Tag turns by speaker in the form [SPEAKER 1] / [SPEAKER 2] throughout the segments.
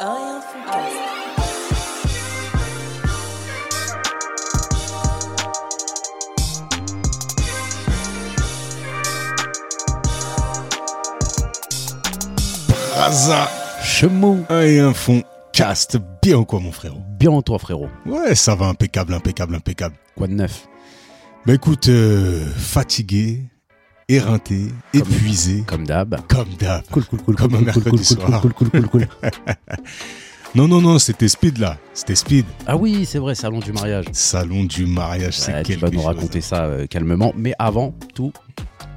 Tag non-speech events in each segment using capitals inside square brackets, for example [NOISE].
[SPEAKER 1] Orient Foodcast.
[SPEAKER 2] Raza
[SPEAKER 3] Chemou,
[SPEAKER 2] un et un fond. Cast bien ou quoi mon frérot
[SPEAKER 3] bien en toi frérot.
[SPEAKER 2] Ouais ça va impeccable, impeccable, impeccable.
[SPEAKER 3] Quoi de neuf
[SPEAKER 2] Bah écoute, euh, fatigué, éreinté, épuisé,
[SPEAKER 3] Comme d'hab.
[SPEAKER 2] comme d'hab.
[SPEAKER 3] Cool, cool, cool,
[SPEAKER 2] Comme un
[SPEAKER 3] cool, cool,
[SPEAKER 2] mercredi
[SPEAKER 3] cool, cool,
[SPEAKER 2] soir.
[SPEAKER 3] cool, cool, cool, cool.
[SPEAKER 2] Non non non, c'était speed là, c'était speed.
[SPEAKER 3] Ah oui, c'est vrai, salon du mariage.
[SPEAKER 2] Salon du mariage,
[SPEAKER 3] Ouais,
[SPEAKER 2] c'est
[SPEAKER 3] tu
[SPEAKER 2] quelque
[SPEAKER 3] vas nous
[SPEAKER 2] chose. hein.
[SPEAKER 3] raconter ça euh, calmement. Mais avant tout,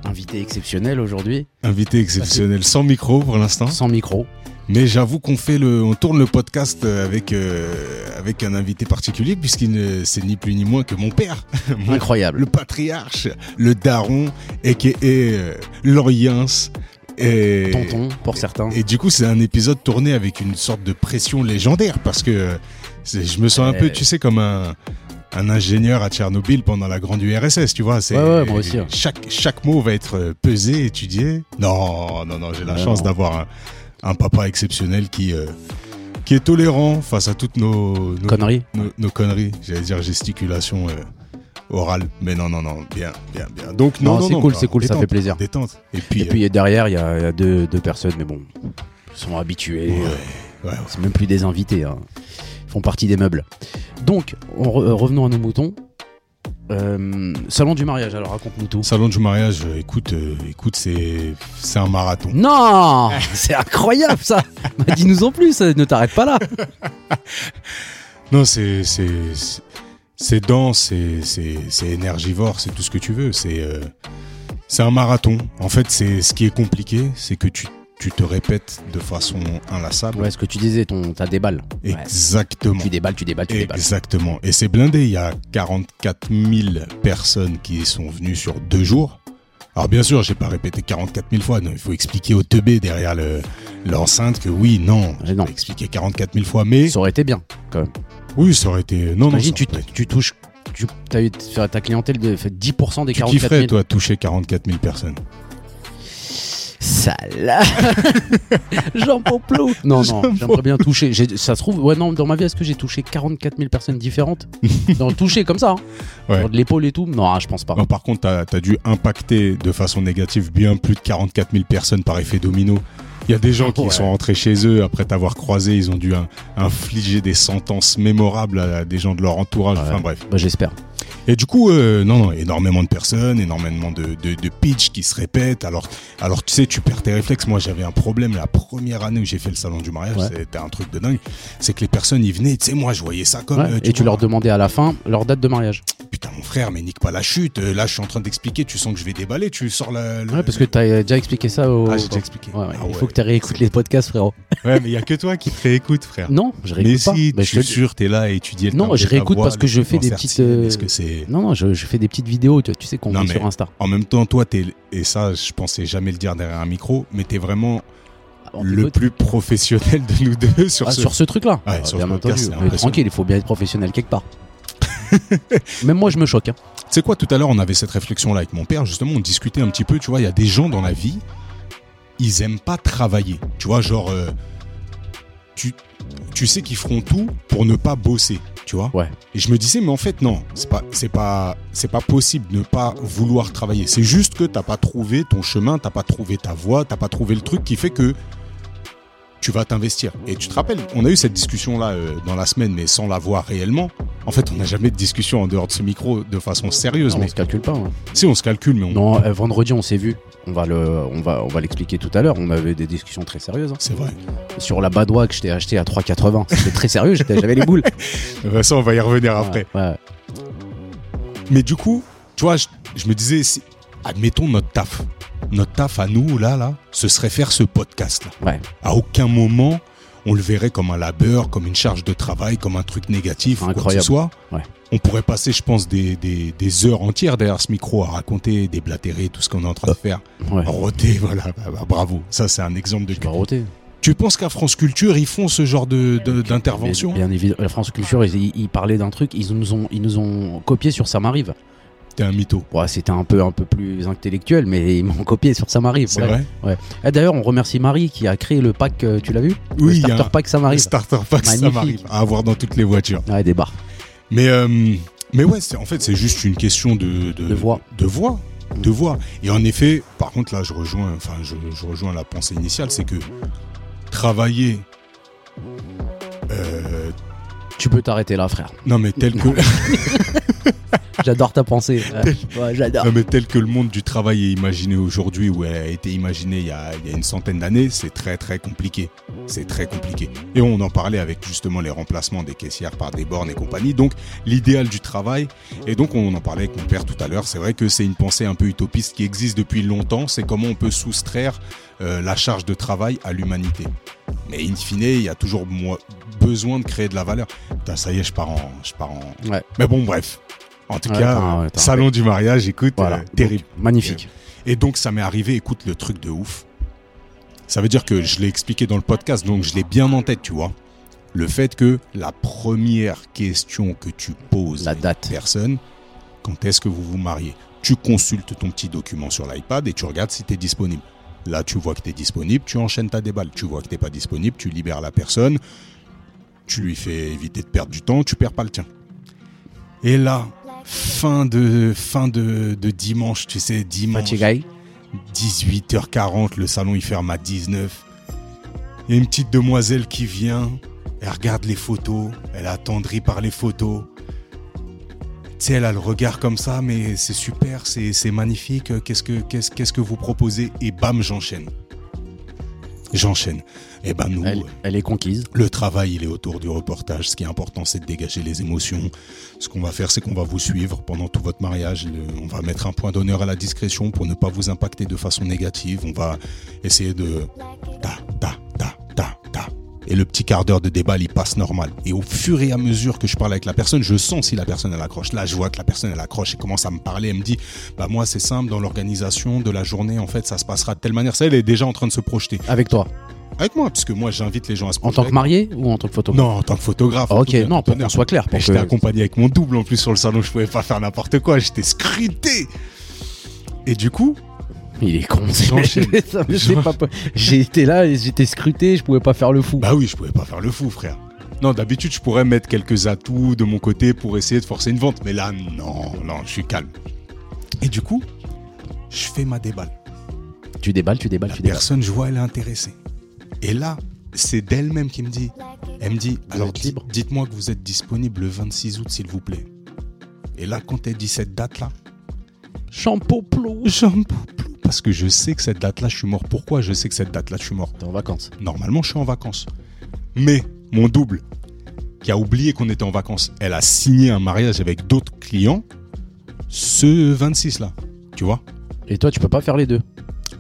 [SPEAKER 3] invité exceptionnel aujourd'hui,
[SPEAKER 2] Invité exceptionnel, sans micro pour l'instant.
[SPEAKER 3] sans micro.
[SPEAKER 2] Mais j'avoue qu'on fait le, on tourne le podcast avec euh, avec un invité particulier puisqu'il ne, c'est ni plus ni moins que mon père, [LAUGHS] mon
[SPEAKER 3] Incroyable.
[SPEAKER 2] le patriarche, le daron, a.k.a. euh, l'Orience. Et,
[SPEAKER 3] Tonton, pour certains.
[SPEAKER 2] et du coup, c'est un épisode tourné avec une sorte de pression légendaire parce que euh, c'est- je me sens un
[SPEAKER 3] Euh.
[SPEAKER 2] peu, tu sais, comme un, un ingénieur à Tchernobyl pendant la grande URSS, tu vois. c'est-
[SPEAKER 3] Ouais, ouais, moi aussi, hein.
[SPEAKER 2] Chaque, chaque mot va être euh, pesé, étudié. Non, non, non, j'ai la
[SPEAKER 3] Ouais,
[SPEAKER 2] chance
[SPEAKER 3] non.
[SPEAKER 2] d'avoir un, un papa exceptionnel qui, euh, qui est tolérant face à toutes nos, nos,
[SPEAKER 3] Conneries
[SPEAKER 2] nos, nos conneries, j'allais dire gesticulation euh, orale, mais non, non, non, bien, bien, bien. Donc, non,
[SPEAKER 3] Non,
[SPEAKER 2] non,
[SPEAKER 3] c'est
[SPEAKER 2] non,
[SPEAKER 3] cool,
[SPEAKER 2] non,
[SPEAKER 3] c'est cool, ça
[SPEAKER 2] détente,
[SPEAKER 3] fait plaisir.
[SPEAKER 2] Détente. Et puis, euh,
[SPEAKER 3] Et puis derrière, il y a, il y a deux, deux personnes, mais bon, ils sont habitués.
[SPEAKER 2] Ouais,
[SPEAKER 3] euh,
[SPEAKER 2] ouais, ouais.
[SPEAKER 3] C'est même plus des invités. hein. Ils font partie des meubles. Donc, on re- euh, revenons à nos moutons. Euh, salon du mariage, alors raconte-nous tout.
[SPEAKER 2] euh, salon du mariage, euh, écoute, euh, écoute, c'est, c'est un
[SPEAKER 3] Mm.
[SPEAKER 2] marathon.
[SPEAKER 3] [LAUGHS] Non C'est incroyable ça [LAUGHS] Bah, Dis-nous en plus, euh, ne t'arrête pas là
[SPEAKER 2] Non, c'est, c'est, c'est- c'est dense, c'est, c'est, c'est énergivore, c'est tout ce que tu veux. C'est, euh, c'est un marathon. En fait, c'est ce qui est compliqué, c'est que tu, tu te répètes de façon inlassable.
[SPEAKER 3] Ouais, ce que tu disais, ton, t'as des balles. Ouais.
[SPEAKER 2] Exactement.
[SPEAKER 3] Tu déballes, tu déballes, tu déballes.
[SPEAKER 2] Exactement. Et c'est blindé. Il y a 44 000 personnes qui sont venues sur deux jours. Alors bien sûr, j'ai pas répété 44 000 fois. Non, il faut expliquer au teubé derrière le- l'enceinte que oui, non,
[SPEAKER 3] Ah, Mais non.
[SPEAKER 2] j'ai expliqué 44 000 fois. Mais
[SPEAKER 3] Ça aurait été bien.
[SPEAKER 2] oui, ça aurait été. Non, non.
[SPEAKER 3] Imagine,
[SPEAKER 2] ça
[SPEAKER 3] tu,
[SPEAKER 2] aurait été-
[SPEAKER 3] tu touches, tu, t'as eu- sur ta clientèle de fait 10% des
[SPEAKER 2] tu
[SPEAKER 3] 44 000.
[SPEAKER 2] kifferais toi toucher 44 000 personnes.
[SPEAKER 3] Sale
[SPEAKER 2] [LAUGHS]
[SPEAKER 3] Jean Pompelou Non, non,
[SPEAKER 2] Jean
[SPEAKER 3] j'aimerais bien toucher. J'ai- Ça se trouve, ouais, non, dans ma vie, est-ce que j'ai touché 44 000 personnes
[SPEAKER 2] [LAUGHS]
[SPEAKER 3] différentes Non, touché comme ça, hein.
[SPEAKER 2] Ouais.
[SPEAKER 3] Genre de l'épaule et tout Non, ah, je pense pas.
[SPEAKER 2] Non, bah, par contre, t'as as dû impacter de façon négative bien plus de 44 000 personnes par effet domino. Il y a des gens qui
[SPEAKER 3] Ouais.
[SPEAKER 2] sont rentrés chez eux après t'avoir croisé, ils ont dû in- infliger des sentences mémorables à des gens de leur entourage.
[SPEAKER 3] Ouais.
[SPEAKER 2] Enfin bref.
[SPEAKER 3] Bah, j'espère.
[SPEAKER 2] Et du coup, euh, non, non, énormément de personnes, énormément de, de, de pitch qui se répètent. Alors, alors tu sais, tu perds tes réflexes. Moi, j'avais un problème la première année où j'ai fait le salon du mariage.
[SPEAKER 3] Ouais.
[SPEAKER 2] C'était un truc de dingue. C'est que les personnes, ils venaient. Tu sais, moi, je voyais ça comme.
[SPEAKER 3] Ouais,
[SPEAKER 2] euh,
[SPEAKER 3] et tu
[SPEAKER 2] vois,
[SPEAKER 3] leur demandais à la fin leur date de mariage.
[SPEAKER 2] Putain, mon frère, mais nique pas la chute. Euh, Là, je suis en train d'expliquer. Tu sens que je vais déballer. Tu sors la. le-
[SPEAKER 3] Ouais, parce que t'as euh, déjà expliqué ça au.
[SPEAKER 2] Ah, j'ai déjà expliqué.
[SPEAKER 3] Ouais, ouais,
[SPEAKER 2] Ah ouais.
[SPEAKER 3] Il faut que tu réécoutes les podcasts, frérot.
[SPEAKER 2] Ouais, mais il y a que toi qui te réécoutes, frère.
[SPEAKER 3] Non, je
[SPEAKER 2] mais
[SPEAKER 3] réécoute pas.
[SPEAKER 2] si,
[SPEAKER 3] Bah, je
[SPEAKER 2] tu
[SPEAKER 3] te
[SPEAKER 2] es
[SPEAKER 3] le dis.
[SPEAKER 2] sûr, t'es là et tu dis. le
[SPEAKER 3] Non,
[SPEAKER 2] timbre
[SPEAKER 3] je
[SPEAKER 2] de ta
[SPEAKER 3] réécoute
[SPEAKER 2] voix,
[SPEAKER 3] parce que
[SPEAKER 2] le
[SPEAKER 3] je
[SPEAKER 2] truc
[SPEAKER 3] fais
[SPEAKER 2] dans
[SPEAKER 3] des
[SPEAKER 2] Certi,
[SPEAKER 3] petites, euh,
[SPEAKER 2] Parce que c'est.
[SPEAKER 3] Non, non, je, je fais des petites vidéos, tu, tu sais, qu'on
[SPEAKER 2] Non,
[SPEAKER 3] met
[SPEAKER 2] mais-
[SPEAKER 3] sur Insta.
[SPEAKER 2] En même temps, toi, t'es et ça, je pensais jamais le dire derrière un micro, mais t'es vraiment
[SPEAKER 3] Ah, On
[SPEAKER 2] le
[SPEAKER 3] t'écoute.
[SPEAKER 2] plus professionnel de nous deux sur
[SPEAKER 3] Ah,
[SPEAKER 2] ce.
[SPEAKER 3] sur ce truc-là.
[SPEAKER 2] Ouais,
[SPEAKER 3] Ah,
[SPEAKER 2] sur
[SPEAKER 3] bien
[SPEAKER 2] ce podcast,
[SPEAKER 3] entendu.
[SPEAKER 2] c'est
[SPEAKER 3] Mais
[SPEAKER 2] impressionnant.
[SPEAKER 3] tranquille, il faut bien être professionnel
[SPEAKER 2] [LAUGHS]
[SPEAKER 3] quelque part. Même moi, je me choque. hein.
[SPEAKER 2] Tu sais quoi, tout à l'heure, on avait cette réflexion-là avec mon père, justement, on discutait un petit peu, tu vois, il y a des gens dans la vie, ils aiment pas travailler. Tu vois, genre, euh, tu, tu sais qu'ils feront tout pour ne pas bosser, tu vois.
[SPEAKER 3] Ouais.
[SPEAKER 2] Et je me disais, mais en fait, non, c'est pas, c'est pas, c'est pas possible de ne pas vouloir travailler. C'est juste que t'as pas trouvé ton chemin, t'as pas trouvé ta voie, t'as pas trouvé le truc qui fait que tu vas t'investir. Et tu te rappelles, on a eu cette discussion-là euh, dans la semaine, mais sans l'avoir réellement. En fait, on n'a jamais de discussion en dehors de ce micro de façon sérieuse. Ah,
[SPEAKER 3] Non,
[SPEAKER 2] mais hein.
[SPEAKER 3] on se calcule pas. ouais.
[SPEAKER 2] si, on se calcule, mais on...
[SPEAKER 3] Non, euh, vendredi, on s'est vu. On va le, on va, on va l'expliquer tout à l'heure. On avait des discussions très sérieuses. hein.
[SPEAKER 2] C'est vrai.
[SPEAKER 3] Sur la badoie que je t'ai achetée à 3,80. C'était très sérieux. j'étais- J'avais
[SPEAKER 2] [LAUGHS]
[SPEAKER 3] les boules.
[SPEAKER 2] Euh, Ça, on va y revenir après.
[SPEAKER 3] Ouais, ouais.
[SPEAKER 2] Mais du coup, tu vois, je, je me disais, si- admettons notre taf. Notre taf à nous, là, là, ce serait faire ce podcast-là.
[SPEAKER 3] Ouais.
[SPEAKER 2] À aucun moment, on le verrait comme un labeur, comme une charge de travail, comme un truc négatif, ou quoi que ce
[SPEAKER 3] Incroyable.
[SPEAKER 2] soit.
[SPEAKER 3] Ouais.
[SPEAKER 2] On pourrait passer, je pense, des, des- des heures entières derrière ce micro à raconter, déblatérer tout ce qu'on est en train de faire.
[SPEAKER 3] Ouais.
[SPEAKER 2] Roter, voilà, bah, bah, bravo. Ça, c'est un exemple de...
[SPEAKER 3] Je vais roter.
[SPEAKER 2] Tu penses qu'à France Culture, ils font ce genre de- de- d'intervention
[SPEAKER 3] Bien, bien évidemment, la France Culture, ils, ils- ils parlaient d'un truc, ils nous ont, ils nous ont copié sur Sam Arrive.
[SPEAKER 2] T'es un mytho.
[SPEAKER 3] Ouais, c'était un peu, un peu plus intellectuel, mais ils m'ont copié sur Samari.
[SPEAKER 2] C'est
[SPEAKER 3] bref.
[SPEAKER 2] vrai
[SPEAKER 3] Ah, D'ailleurs, on remercie Marie qui a créé le pack, euh, tu l'as vu
[SPEAKER 2] Oui,
[SPEAKER 3] Le
[SPEAKER 2] il y a
[SPEAKER 3] starter
[SPEAKER 2] un-
[SPEAKER 3] pack
[SPEAKER 2] Le
[SPEAKER 3] Samari.
[SPEAKER 2] starter pack, ça
[SPEAKER 3] Magnifique.
[SPEAKER 2] m'arrive à avoir dans toutes les voitures.
[SPEAKER 3] Ouais, des barres.
[SPEAKER 2] Mais, euh, mais ouais, c'est- en fait, c'est juste une question de,
[SPEAKER 3] De voix.
[SPEAKER 2] De voix. De voix. Et en effet, par contre, là, je rejoins, enfin, je, je rejoins la pensée initiale, c'est que travailler. euh,
[SPEAKER 3] Tu peux t'arrêter là, frère.
[SPEAKER 2] non, mais tel que.
[SPEAKER 3] J'adore ta
[SPEAKER 2] [LAUGHS]
[SPEAKER 3] pensée. Ouais, ouais, j'adore.
[SPEAKER 2] Non, mais tel que le monde du travail est imaginé aujourd'hui, ou a été imaginé il y a, il y a une centaine d'années, c'est très très compliqué. C'est très compliqué. Et on en parlait avec justement les remplacements des caissières par des bornes et compagnie. Donc l'idéal du travail. Et donc on en parlait avec mon père tout à l'heure. C'est vrai que c'est une pensée un peu utopiste qui existe depuis longtemps. C'est comment on peut soustraire euh, la charge de travail à l'humanité. Mais in fine, il y a toujours mo- besoin de créer de la valeur. Putain, ça y est, je pars en. Je pars en...
[SPEAKER 3] Ouais.
[SPEAKER 2] Mais bon, bref. En tout
[SPEAKER 3] Ouais,
[SPEAKER 2] cas,
[SPEAKER 3] t'as- ouais, t'as-
[SPEAKER 2] salon du mariage, écoute,
[SPEAKER 3] Voilà.
[SPEAKER 2] euh, terrible.
[SPEAKER 3] Donc, magnifique.
[SPEAKER 2] Et donc ça m'est arrivé, écoute le truc de ouf. Ça veut dire que je l'ai expliqué dans le podcast, donc je l'ai bien en tête, tu vois. Le fait que la première question que tu poses
[SPEAKER 3] La
[SPEAKER 2] à une
[SPEAKER 3] date.
[SPEAKER 2] personne, quand est-ce que vous vous mariez Tu consultes ton petit document sur l'iPad et tu regardes si tu es disponible. Là, tu vois que tu es disponible, tu enchaînes ta déballe. Tu vois que tu pas disponible, tu libères la personne, tu lui fais éviter de perdre du temps, tu perds pas le tien. Et là, fin de, fin de, de dimanche, tu sais, dimanche.
[SPEAKER 3] Fatigué.
[SPEAKER 2] 18h40, le salon il ferme à 19. Il y a une petite demoiselle qui vient, elle regarde les photos, elle est attendrie par les photos. Tu sais, elle a le regard comme ça, mais c'est super, c'est c'est magnifique, euh, qu'est-ce que, qu'est-ce qu'est-ce que vous proposez Et bam, j'enchaîne. J'enchaîne. Et ben nous,
[SPEAKER 3] Elle, elle est conquise.
[SPEAKER 2] le travail, il est autour du reportage. Ce qui est important, c'est de dégager les émotions. Ce qu'on va faire, c'est qu'on va vous suivre pendant tout votre mariage. Le- on va mettre un point d'honneur à la discrétion pour ne pas vous impacter de façon négative. On va essayer de... Ta, ta, ta, ta, ta. Et le petit quart d'heure de débat, il passe normal. Et au fur et à mesure que je parle avec la personne, je sens si la personne elle accroche. Là, je vois que la personne elle accroche et commence à me parler. Elle me dit, bah moi c'est simple dans l'organisation de la journée. En fait, ça se passera de telle manière. Ça, elle est déjà en train de se projeter
[SPEAKER 3] Avec toi.
[SPEAKER 2] avec moi, puisque moi j'invite les gens à se
[SPEAKER 3] En
[SPEAKER 2] projeter.
[SPEAKER 3] tant que marié ou en tant que photographe
[SPEAKER 2] Non, en tant que photographe.
[SPEAKER 3] Ah,
[SPEAKER 2] en
[SPEAKER 3] Ok,
[SPEAKER 2] tout cas,
[SPEAKER 3] non,
[SPEAKER 2] tout
[SPEAKER 3] pour qu'on
[SPEAKER 2] honneur.
[SPEAKER 3] soit clair. Pour
[SPEAKER 2] Mais j'étais
[SPEAKER 3] que-
[SPEAKER 2] accompagné avec mon double en plus sur le salon, je pouvais pas faire n'importe quoi, j'étais scruté. Et du coup,
[SPEAKER 3] Il est con. c'est- [LAUGHS]
[SPEAKER 2] J'enchaîne.
[SPEAKER 3] Ça me fait pas peur. J'ai été là, et j'étais scruté, je pouvais pas faire le fou.
[SPEAKER 2] bah oui, je pouvais pas faire le fou, frère. Non, d'habitude, je pourrais mettre quelques atouts de mon côté pour essayer de forcer une vente, mais là, non, non, je suis calme. Et du coup, je fais ma déballe.
[SPEAKER 3] Tu déballes, tu déballes,
[SPEAKER 2] La
[SPEAKER 3] tu déballes.
[SPEAKER 2] personne, je vois, elle est intéressée. Et là, c'est d'elle-même qui me dit. Elle me dit, alors
[SPEAKER 3] êtes
[SPEAKER 2] di-
[SPEAKER 3] libre
[SPEAKER 2] dites-moi que vous êtes disponible le 26 août, s'il vous plaît. Et là, quand elle dit cette date-là,
[SPEAKER 3] Champoplou.
[SPEAKER 2] J'en peux plus parce que je sais que cette date-là, je suis mort. Pourquoi je sais que cette date-là, je suis mort
[SPEAKER 3] T'es en vacances.
[SPEAKER 2] Normalement, je suis en vacances. Mais mon double, qui a oublié qu'on était en vacances, elle a signé un mariage avec d'autres clients ce 26-là. Tu vois
[SPEAKER 3] Et toi, tu peux pas faire les deux.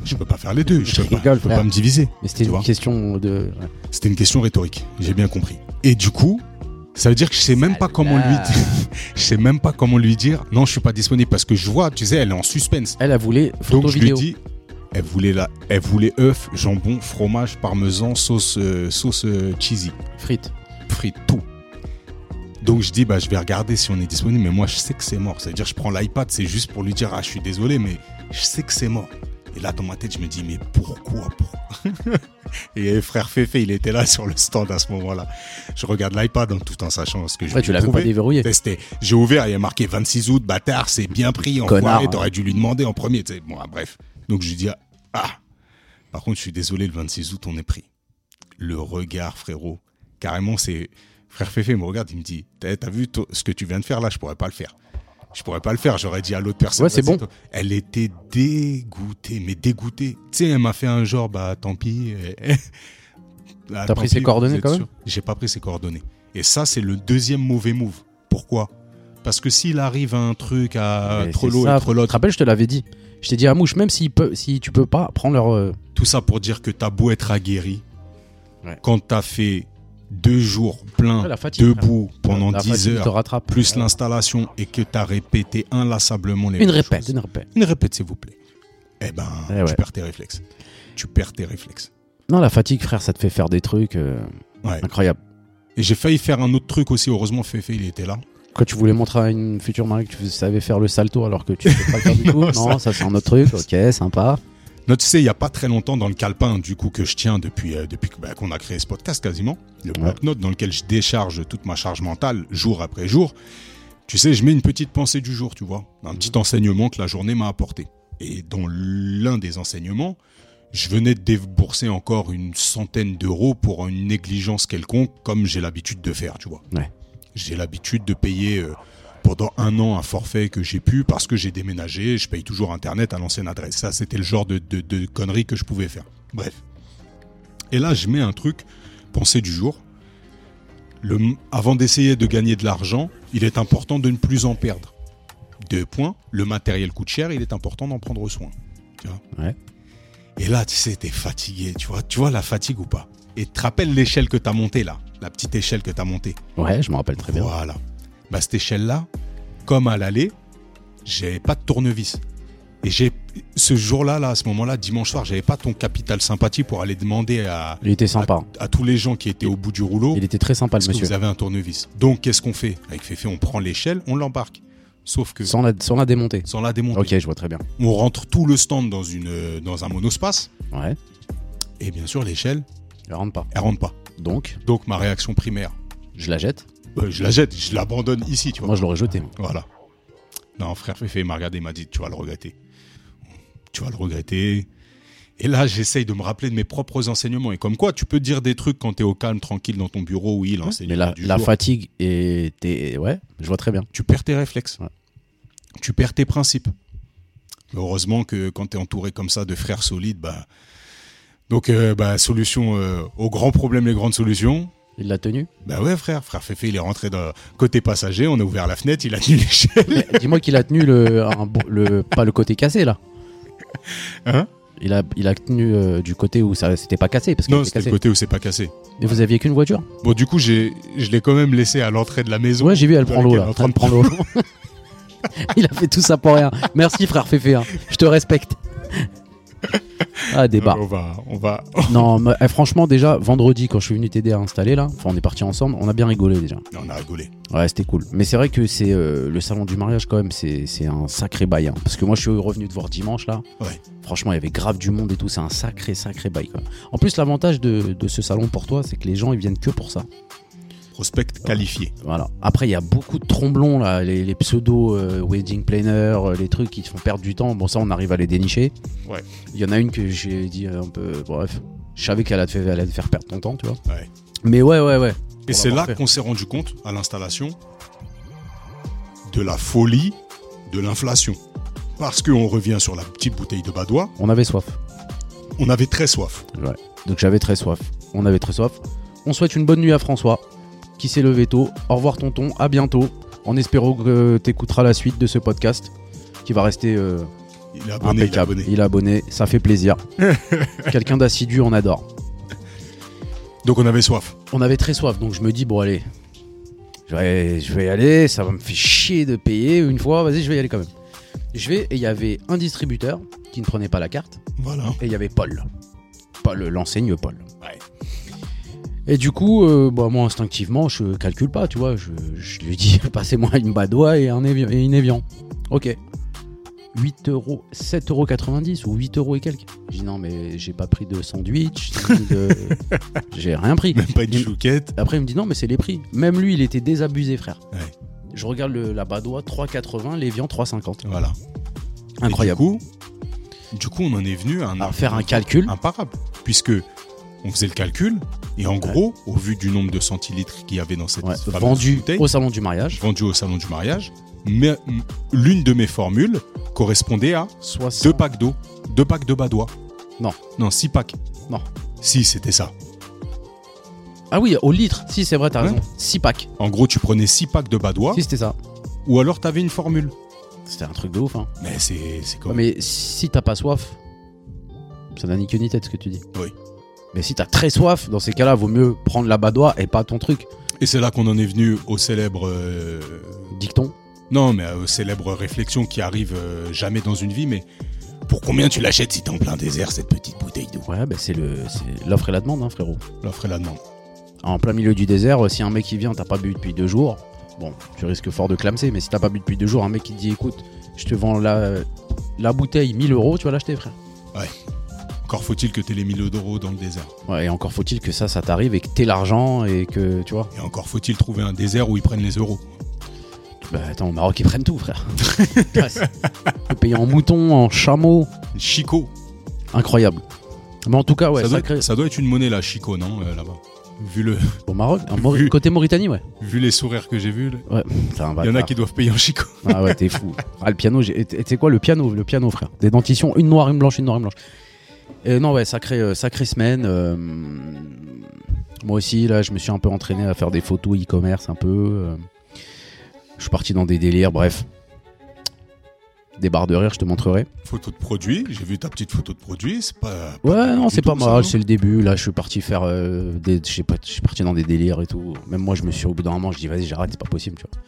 [SPEAKER 2] Je peux pas faire les deux. Je peux,
[SPEAKER 3] Je
[SPEAKER 2] pas,
[SPEAKER 3] rigole,
[SPEAKER 2] je peux
[SPEAKER 3] frère.
[SPEAKER 2] pas me diviser.
[SPEAKER 3] Mais c'était
[SPEAKER 2] Tu
[SPEAKER 3] une
[SPEAKER 2] vois
[SPEAKER 3] question de.
[SPEAKER 2] C'était une question rhétorique. J'ai bien compris. Et du coup, ça veut dire que je sais même pas comment lui
[SPEAKER 3] Salade.
[SPEAKER 2] dire. [LAUGHS] je sais même pas comment lui dire. Non, je suis pas disponible parce que je vois, tu sais, elle est en suspense.
[SPEAKER 3] Elle a voulu photo
[SPEAKER 2] Donc je lui
[SPEAKER 3] vidéo.
[SPEAKER 2] dis, elle voulait la, elle voulait œuf, jambon, fromage, parmesan, sauce, euh, sauce euh, cheesy,
[SPEAKER 3] Frites.
[SPEAKER 2] frites, tout. Donc je dis bah je vais regarder si on est disponible, mais moi je sais que c'est mort. C'est-à-dire je prends l'iPad, c'est juste pour lui dire ah je suis désolé, mais je sais que c'est mort. Et là dans ma tête je me dis mais pourquoi pourquoi [LAUGHS] Et eh, frère Fefe il était là sur le stand à ce moment-là. Je regarde l'iPad en tout en sachant ce que je
[SPEAKER 3] Ouais,
[SPEAKER 2] vais
[SPEAKER 3] tu l'as même pas
[SPEAKER 2] trouver.
[SPEAKER 3] déverrouillé.
[SPEAKER 2] Testé. J'ai ouvert, il y a marqué 26 août, bâtard, c'est bien pris,
[SPEAKER 3] Connard,
[SPEAKER 2] enfoiré,
[SPEAKER 3] ouais.
[SPEAKER 2] t'aurais dû lui demander en premier. tu sais. Bon, ah, bref. Donc je lui dis, ah, par contre, je suis désolé, le 26 août, on est pris. Le regard, frérot, carrément, c'est. Frère Féfé me regarde, il me dit, t'as t'as vu toi, ce que tu viens de faire là, je pourrais pas le faire. Je pourrais pas le faire, j'aurais dit à l'autre personne.
[SPEAKER 3] Ouais, c'est
[SPEAKER 2] vas-y,
[SPEAKER 3] bon.
[SPEAKER 2] toi. Elle était dégoûtée, mais dégoûtée. Tu sais, elle m'a fait un genre, bah tant pis. euh, Ah,
[SPEAKER 3] T'as
[SPEAKER 2] tant
[SPEAKER 3] pris ses
[SPEAKER 2] pis,
[SPEAKER 3] coordonnées,
[SPEAKER 2] vous êtes
[SPEAKER 3] quand même
[SPEAKER 2] sûr J'ai pas pris ses coordonnées. Et ça, c'est le deuxième mauvais move. Pourquoi Parce que s'il arrive un truc à
[SPEAKER 3] Mais
[SPEAKER 2] Trello
[SPEAKER 3] c'est ça.
[SPEAKER 2] et Trello,
[SPEAKER 3] Tu te rappelles, je te l'avais dit. Je t'ai dit à Mouche, même s'il peut, si tu peux pas, prends leur. euh,
[SPEAKER 2] tout ça pour dire que t'as beau être aguerri,
[SPEAKER 3] Ouais.
[SPEAKER 2] quand t'as fait deux jours pleins
[SPEAKER 3] Ouais, la fatigue,
[SPEAKER 2] debout pendant
[SPEAKER 3] la
[SPEAKER 2] 10
[SPEAKER 3] fatigue te
[SPEAKER 2] heures,
[SPEAKER 3] rattrape.
[SPEAKER 2] plus l'installation, et que t'as répété inlassablement les
[SPEAKER 3] Une
[SPEAKER 2] mêmes
[SPEAKER 3] répète,
[SPEAKER 2] choses.
[SPEAKER 3] une répète.
[SPEAKER 2] Une répète, s'il vous plaît. Eh ben,
[SPEAKER 3] Eh
[SPEAKER 2] tu
[SPEAKER 3] ouais.
[SPEAKER 2] perds tes réflexes. Tu perds tes réflexes.
[SPEAKER 3] Non, la fatigue, frère, ça te fait faire des trucs euh,
[SPEAKER 2] Ouais.
[SPEAKER 3] incroyables.
[SPEAKER 2] Et j'ai failli faire un autre truc aussi. Heureusement, Féfé, il était là.
[SPEAKER 3] Quand tu voulais montrer à une future mariée que tu savais faire le salto alors que tu ne pas
[SPEAKER 2] [LAUGHS]
[SPEAKER 3] le faire du tout.
[SPEAKER 2] Non,
[SPEAKER 3] Non,
[SPEAKER 2] ça-
[SPEAKER 3] ça, c'est un autre
[SPEAKER 2] [LAUGHS]
[SPEAKER 3] truc. Ok, sympa.
[SPEAKER 2] Non, tu sais, il n'y a pas très longtemps dans le calepin, du coup, que je tiens depuis, euh, depuis que- bah, qu'on a créé ce podcast quasiment, le bloc-notes dans lequel je décharge toute ma charge mentale jour après jour. Tu sais, je mets une petite pensée du jour, tu vois, un petit enseignement que la journée m'a apporté. Et dans l'un des enseignements, je venais de débourser encore une centaine d'euros pour une négligence quelconque, comme j'ai l'habitude de faire, tu vois.
[SPEAKER 3] Ouais.
[SPEAKER 2] J'ai l'habitude de payer euh, pendant un an un forfait que j'ai pu parce que j'ai déménagé, je paye toujours Internet à l'ancienne adresse. Ça, c'était le genre de, de, de conneries que je pouvais faire. Bref. Et là, je mets un truc, pensée du jour. Le, m- avant d'essayer de gagner de l'argent, il est important de ne plus en perdre. Deux points, le matériel coûte cher, il est important d'en prendre soin. Tu vois
[SPEAKER 3] Ouais.
[SPEAKER 2] Et là, tu sais, t'es fatigué, tu vois, tu vois la fatigue ou pas Et tu te rappelles l'échelle que t'as montée là, la petite échelle que t'as montée
[SPEAKER 3] Ouais, je me rappelle très bien.
[SPEAKER 2] voilà. Bah, cette échelle-là, comme à l'aller, j'avais pas de tournevis. Et j'ai ce jour-là, là, à ce moment-là, dimanche soir, j'avais pas ton capital sympathie pour aller demander à,
[SPEAKER 3] Il était sympa.
[SPEAKER 2] à, à tous les gens qui étaient au bout du rouleau
[SPEAKER 3] Il était très sympa, le
[SPEAKER 2] est-ce que
[SPEAKER 3] monsieur.
[SPEAKER 2] vous avez un tournevis. Donc, qu'est-ce qu'on fait Avec Féfé, on prend l'échelle, on l'embarque. Sauf que, sans,
[SPEAKER 3] Sans la, sans la démonter.
[SPEAKER 2] la démonter,
[SPEAKER 3] Ok, je vois très bien.
[SPEAKER 2] on rentre tout le stand dans, une, euh, dans un monospace.
[SPEAKER 3] Ouais.
[SPEAKER 2] Et bien sûr, l'échelle,
[SPEAKER 3] Elle rentre pas.
[SPEAKER 2] elle rentre pas.
[SPEAKER 3] Donc,
[SPEAKER 2] Donc, ma réaction primaire,
[SPEAKER 3] je la jette.
[SPEAKER 2] euh, je la jette, je l'abandonne ici, tu vois.
[SPEAKER 3] Moi, je l'aurais jetée. moi.
[SPEAKER 2] Voilà. Non, frère Féfé m'a regardé, il m'a dit Tu vas le regretter. Tu vas le regretter. Et là, j'essaye de me rappeler de mes propres enseignements. Et comme quoi, tu peux dire des trucs quand t'es au calme, tranquille dans ton bureau, oui, l'enseignement.
[SPEAKER 3] Mais la,
[SPEAKER 2] du
[SPEAKER 3] la
[SPEAKER 2] jour.
[SPEAKER 3] fatigue et t'es- Ouais, je vois très bien.
[SPEAKER 2] Tu perds tes réflexes.
[SPEAKER 3] Ouais.
[SPEAKER 2] Tu perds tes principes. Mais heureusement que quand t'es entouré comme ça de frères solides, bah. Donc, euh, bah, solution euh, aux grands problèmes, les grandes solutions.
[SPEAKER 3] Il l'a tenue.
[SPEAKER 2] Bah ouais, frère, frère Féfé, il est rentré dans... côté passager, on a ouvert la fenêtre, il a [LAUGHS] tenu l'échelle.
[SPEAKER 3] Mais Dis-moi qu'il a tenu le, un bo- le. Pas le côté cassé, là.
[SPEAKER 2] Hein
[SPEAKER 3] il a, il a tenu euh, du côté où ça s'était pas cassé. Parce que
[SPEAKER 2] Non, c'était le côté où c'est pas cassé.
[SPEAKER 3] Et vous aviez qu'une voiture
[SPEAKER 2] Bon, du coup, j'ai, je l'ai quand même laissé à l'entrée de la maison.
[SPEAKER 3] Ouais, j'ai vu, elle
[SPEAKER 2] Dans
[SPEAKER 3] prend l'eau
[SPEAKER 2] laquelle
[SPEAKER 3] là.
[SPEAKER 2] elle est en train de
[SPEAKER 3] Elle prend l'eau. [LAUGHS] Il a fait tout ça pour rien. Merci frère Féfé, hein. je
[SPEAKER 2] [LAUGHS]
[SPEAKER 3] te respecte. Ah, des barres.
[SPEAKER 2] On va, on va.
[SPEAKER 3] Non, mais, eh, franchement, déjà, vendredi, quand je suis venu t'aider à installer là, enfin, on est parti ensemble, on a bien rigolé déjà.
[SPEAKER 2] On a rigolé.
[SPEAKER 3] Ouais, c'était cool. Mais c'est vrai que c'est euh, le salon du mariage quand même, c'est c'est un sacré bail. hein. Parce que moi, je suis revenu te voir dimanche là.
[SPEAKER 2] Ouais.
[SPEAKER 3] Franchement, il y avait grave du monde et tout, c'est un sacré, sacré bail. quoi. En plus, l'avantage de, de ce salon pour toi, c'est que les gens, ils viennent que pour ça.
[SPEAKER 2] Prospect qualifié.
[SPEAKER 3] Voilà. Après, il y a beaucoup de tromblons, là, les, les pseudos euh, wedding planner, euh, les trucs qui te font perdre du temps. Bon, ça, on arrive à les dénicher.
[SPEAKER 2] Ouais.
[SPEAKER 3] Il y en a une que j'ai dit euh, un peu. Bref, je savais qu'elle allait te, faire- elle allait te faire perdre ton temps, tu vois.
[SPEAKER 2] Ouais.
[SPEAKER 3] Mais ouais, ouais, ouais.
[SPEAKER 2] Et
[SPEAKER 3] On
[SPEAKER 2] c'est
[SPEAKER 3] l'a
[SPEAKER 2] là
[SPEAKER 3] parfait.
[SPEAKER 2] qu'on s'est rendu compte, à l'installation, de la folie de l'inflation. Parce qu'on revient sur la petite bouteille de Badois,
[SPEAKER 3] On avait soif.
[SPEAKER 2] on avait très soif.
[SPEAKER 3] Donc, j'avais très soif. On avait très soif. On souhaite une bonne nuit à François, qui s'est levé tôt. Au revoir, tonton. À bientôt. En espérant que t'écouteras la suite de ce podcast, qui va rester. euh,
[SPEAKER 2] Il est abonné, il est
[SPEAKER 3] Impeccable.
[SPEAKER 2] abonné.
[SPEAKER 3] Il est abonné, ça
[SPEAKER 2] [LAUGHS]
[SPEAKER 3] fait plaisir. Quelqu'un d'assidu, on adore.
[SPEAKER 2] Donc on avait soif.
[SPEAKER 3] On avait très soif, donc je me dis, bon, allez, je vais, je vais y aller, ça va me faire chier de payer une fois, vas-y, je vais y aller quand même. Je vais, et il y avait un distributeur qui ne prenait pas la carte,
[SPEAKER 2] Voilà.
[SPEAKER 3] et il y avait Paul. Paul, l'enseigne Paul.
[SPEAKER 2] Ouais.
[SPEAKER 3] Et du coup, euh, bah, moi, instinctivement, je calcule pas, tu vois, je, je lui dis, [LAUGHS] passez-moi une badoie et, un Evian- et une Evian. Ok. 8 euros, 7,90 euros ou 8 euros et quelques. Je dis non, mais j'ai pas pris de sandwich, ni de-
[SPEAKER 2] [LAUGHS]
[SPEAKER 3] j'ai rien pris.
[SPEAKER 2] Même pas une
[SPEAKER 3] Il-
[SPEAKER 2] chouquette.
[SPEAKER 3] après, il me dit non, mais c'est les prix. Même lui, il était désabusé, frère.
[SPEAKER 2] Ouais.
[SPEAKER 3] Je regarde le, la Badois 3,80, l'évian 3,50.
[SPEAKER 2] Voilà.
[SPEAKER 3] Incroyable.
[SPEAKER 2] Et du coup, du coup, on en est venu à un
[SPEAKER 3] Alors, faire un calcul,
[SPEAKER 2] imparable, puisque on faisait le calcul, et en gros, au vu du nombre de centilitres qu'il y avait dans cette
[SPEAKER 3] ouais,
[SPEAKER 2] fameuse
[SPEAKER 3] vendu
[SPEAKER 2] bouteille,
[SPEAKER 3] au salon du mariage,
[SPEAKER 2] vendu au salon du mariage, mais mm, l'une de mes formules correspondait à
[SPEAKER 3] 60.
[SPEAKER 2] deux packs d'eau, deux packs de badois.
[SPEAKER 3] Non.
[SPEAKER 2] Non, six packs.
[SPEAKER 3] Non.
[SPEAKER 2] Si, c'était ça.
[SPEAKER 3] Ah oui, au litre. Si, c'est vrai, t'as
[SPEAKER 2] Ouais.
[SPEAKER 3] raison. 6 packs.
[SPEAKER 2] En gros, tu prenais six packs de badois,
[SPEAKER 3] Si, c'était ça.
[SPEAKER 2] ou alors tu avais une formule.
[SPEAKER 3] C'était un truc de ouf. Hein.
[SPEAKER 2] Mais c'est c'est quand
[SPEAKER 3] Ouais,
[SPEAKER 2] même.
[SPEAKER 3] mais si t'as pas soif, ça n'a ni queue ni tête ce que tu dis.
[SPEAKER 2] Oui.
[SPEAKER 3] Mais si t'as très soif, dans ces cas-là, vaut mieux prendre la Badois et pas ton truc.
[SPEAKER 2] Et c'est là qu'on en est venu au célèbre. euh,
[SPEAKER 3] Dicton.
[SPEAKER 2] Non, mais aux célèbres réflexions qui arrivent euh, jamais dans une vie, mais. Pour combien tu l'achètes si t'es en plein désert cette petite bouteille d'eau
[SPEAKER 3] Ouais, bah, c'est le- c'est l'offre et la demande, hein, frérot.
[SPEAKER 2] L'offre et la demande.
[SPEAKER 3] euh, En plein milieu du désert, si un mec qui vient, t'as pas bu depuis deux jours, Bon, tu risques fort de clamser, mais si t'as pas bu depuis deux jours, un mec qui te dit écoute, je te vends la, la bouteille 1000 euros, tu vas l'acheter, frère.
[SPEAKER 2] Encore faut-il que t'aies les 1000 euros dans le désert.
[SPEAKER 3] Ouais, et encore faut-il que ça, ça t'arrive et que t'aies l'argent et que, tu vois.
[SPEAKER 2] Et encore faut-il trouver un désert où ils prennent les euros.
[SPEAKER 3] Bah attends, au Maroc, ils prennent tout, frère. Classe. Le pays en mouton, en chameau,
[SPEAKER 2] Chico.
[SPEAKER 3] incroyable. Mais en tout cas, ouais,
[SPEAKER 2] ça, doit
[SPEAKER 3] sacré.
[SPEAKER 2] être, ça doit être une monnaie là, Chico, non, euh, là-bas. Vu, le, [LAUGHS]
[SPEAKER 3] Au Maroc, en Maurit-
[SPEAKER 2] Vu-
[SPEAKER 3] côté Mauritanie, ouais.
[SPEAKER 2] vu les sourires que j'ai vus, là,
[SPEAKER 3] Ouais, t'as
[SPEAKER 2] il y en
[SPEAKER 3] un
[SPEAKER 2] a
[SPEAKER 3] bâtard.
[SPEAKER 2] qui doivent payer en Chico.
[SPEAKER 3] Ah ouais, t'es fou. Ah, le piano, j'ai- et t- et tu sais quoi, le piano, le piano, frère. Des dentitions, une noire, une blanche, une noire, une blanche. Et non, ouais, sacrée, euh, sacrée semaine. euh, moi aussi, là, je me suis un peu entraîné à faire des photos e-commerce, un peu. euh, je suis parti dans des délires, bref. Des barres de rire, je te montrerai.
[SPEAKER 2] Photo de produit, j'ai vu ta petite photo de produit, c'est pas.
[SPEAKER 3] Ouais, non, c'est
[SPEAKER 2] du
[SPEAKER 3] pas
[SPEAKER 2] tout, ça,
[SPEAKER 3] mal,
[SPEAKER 2] non
[SPEAKER 3] c'est le début. Là, je suis parti faire euh, des. Je sais pas, je suis parti dans des délires et tout. Même moi, je me suis au bout d'un moment, je dis vas-y, j'arrête, c'est pas possible, tu vois.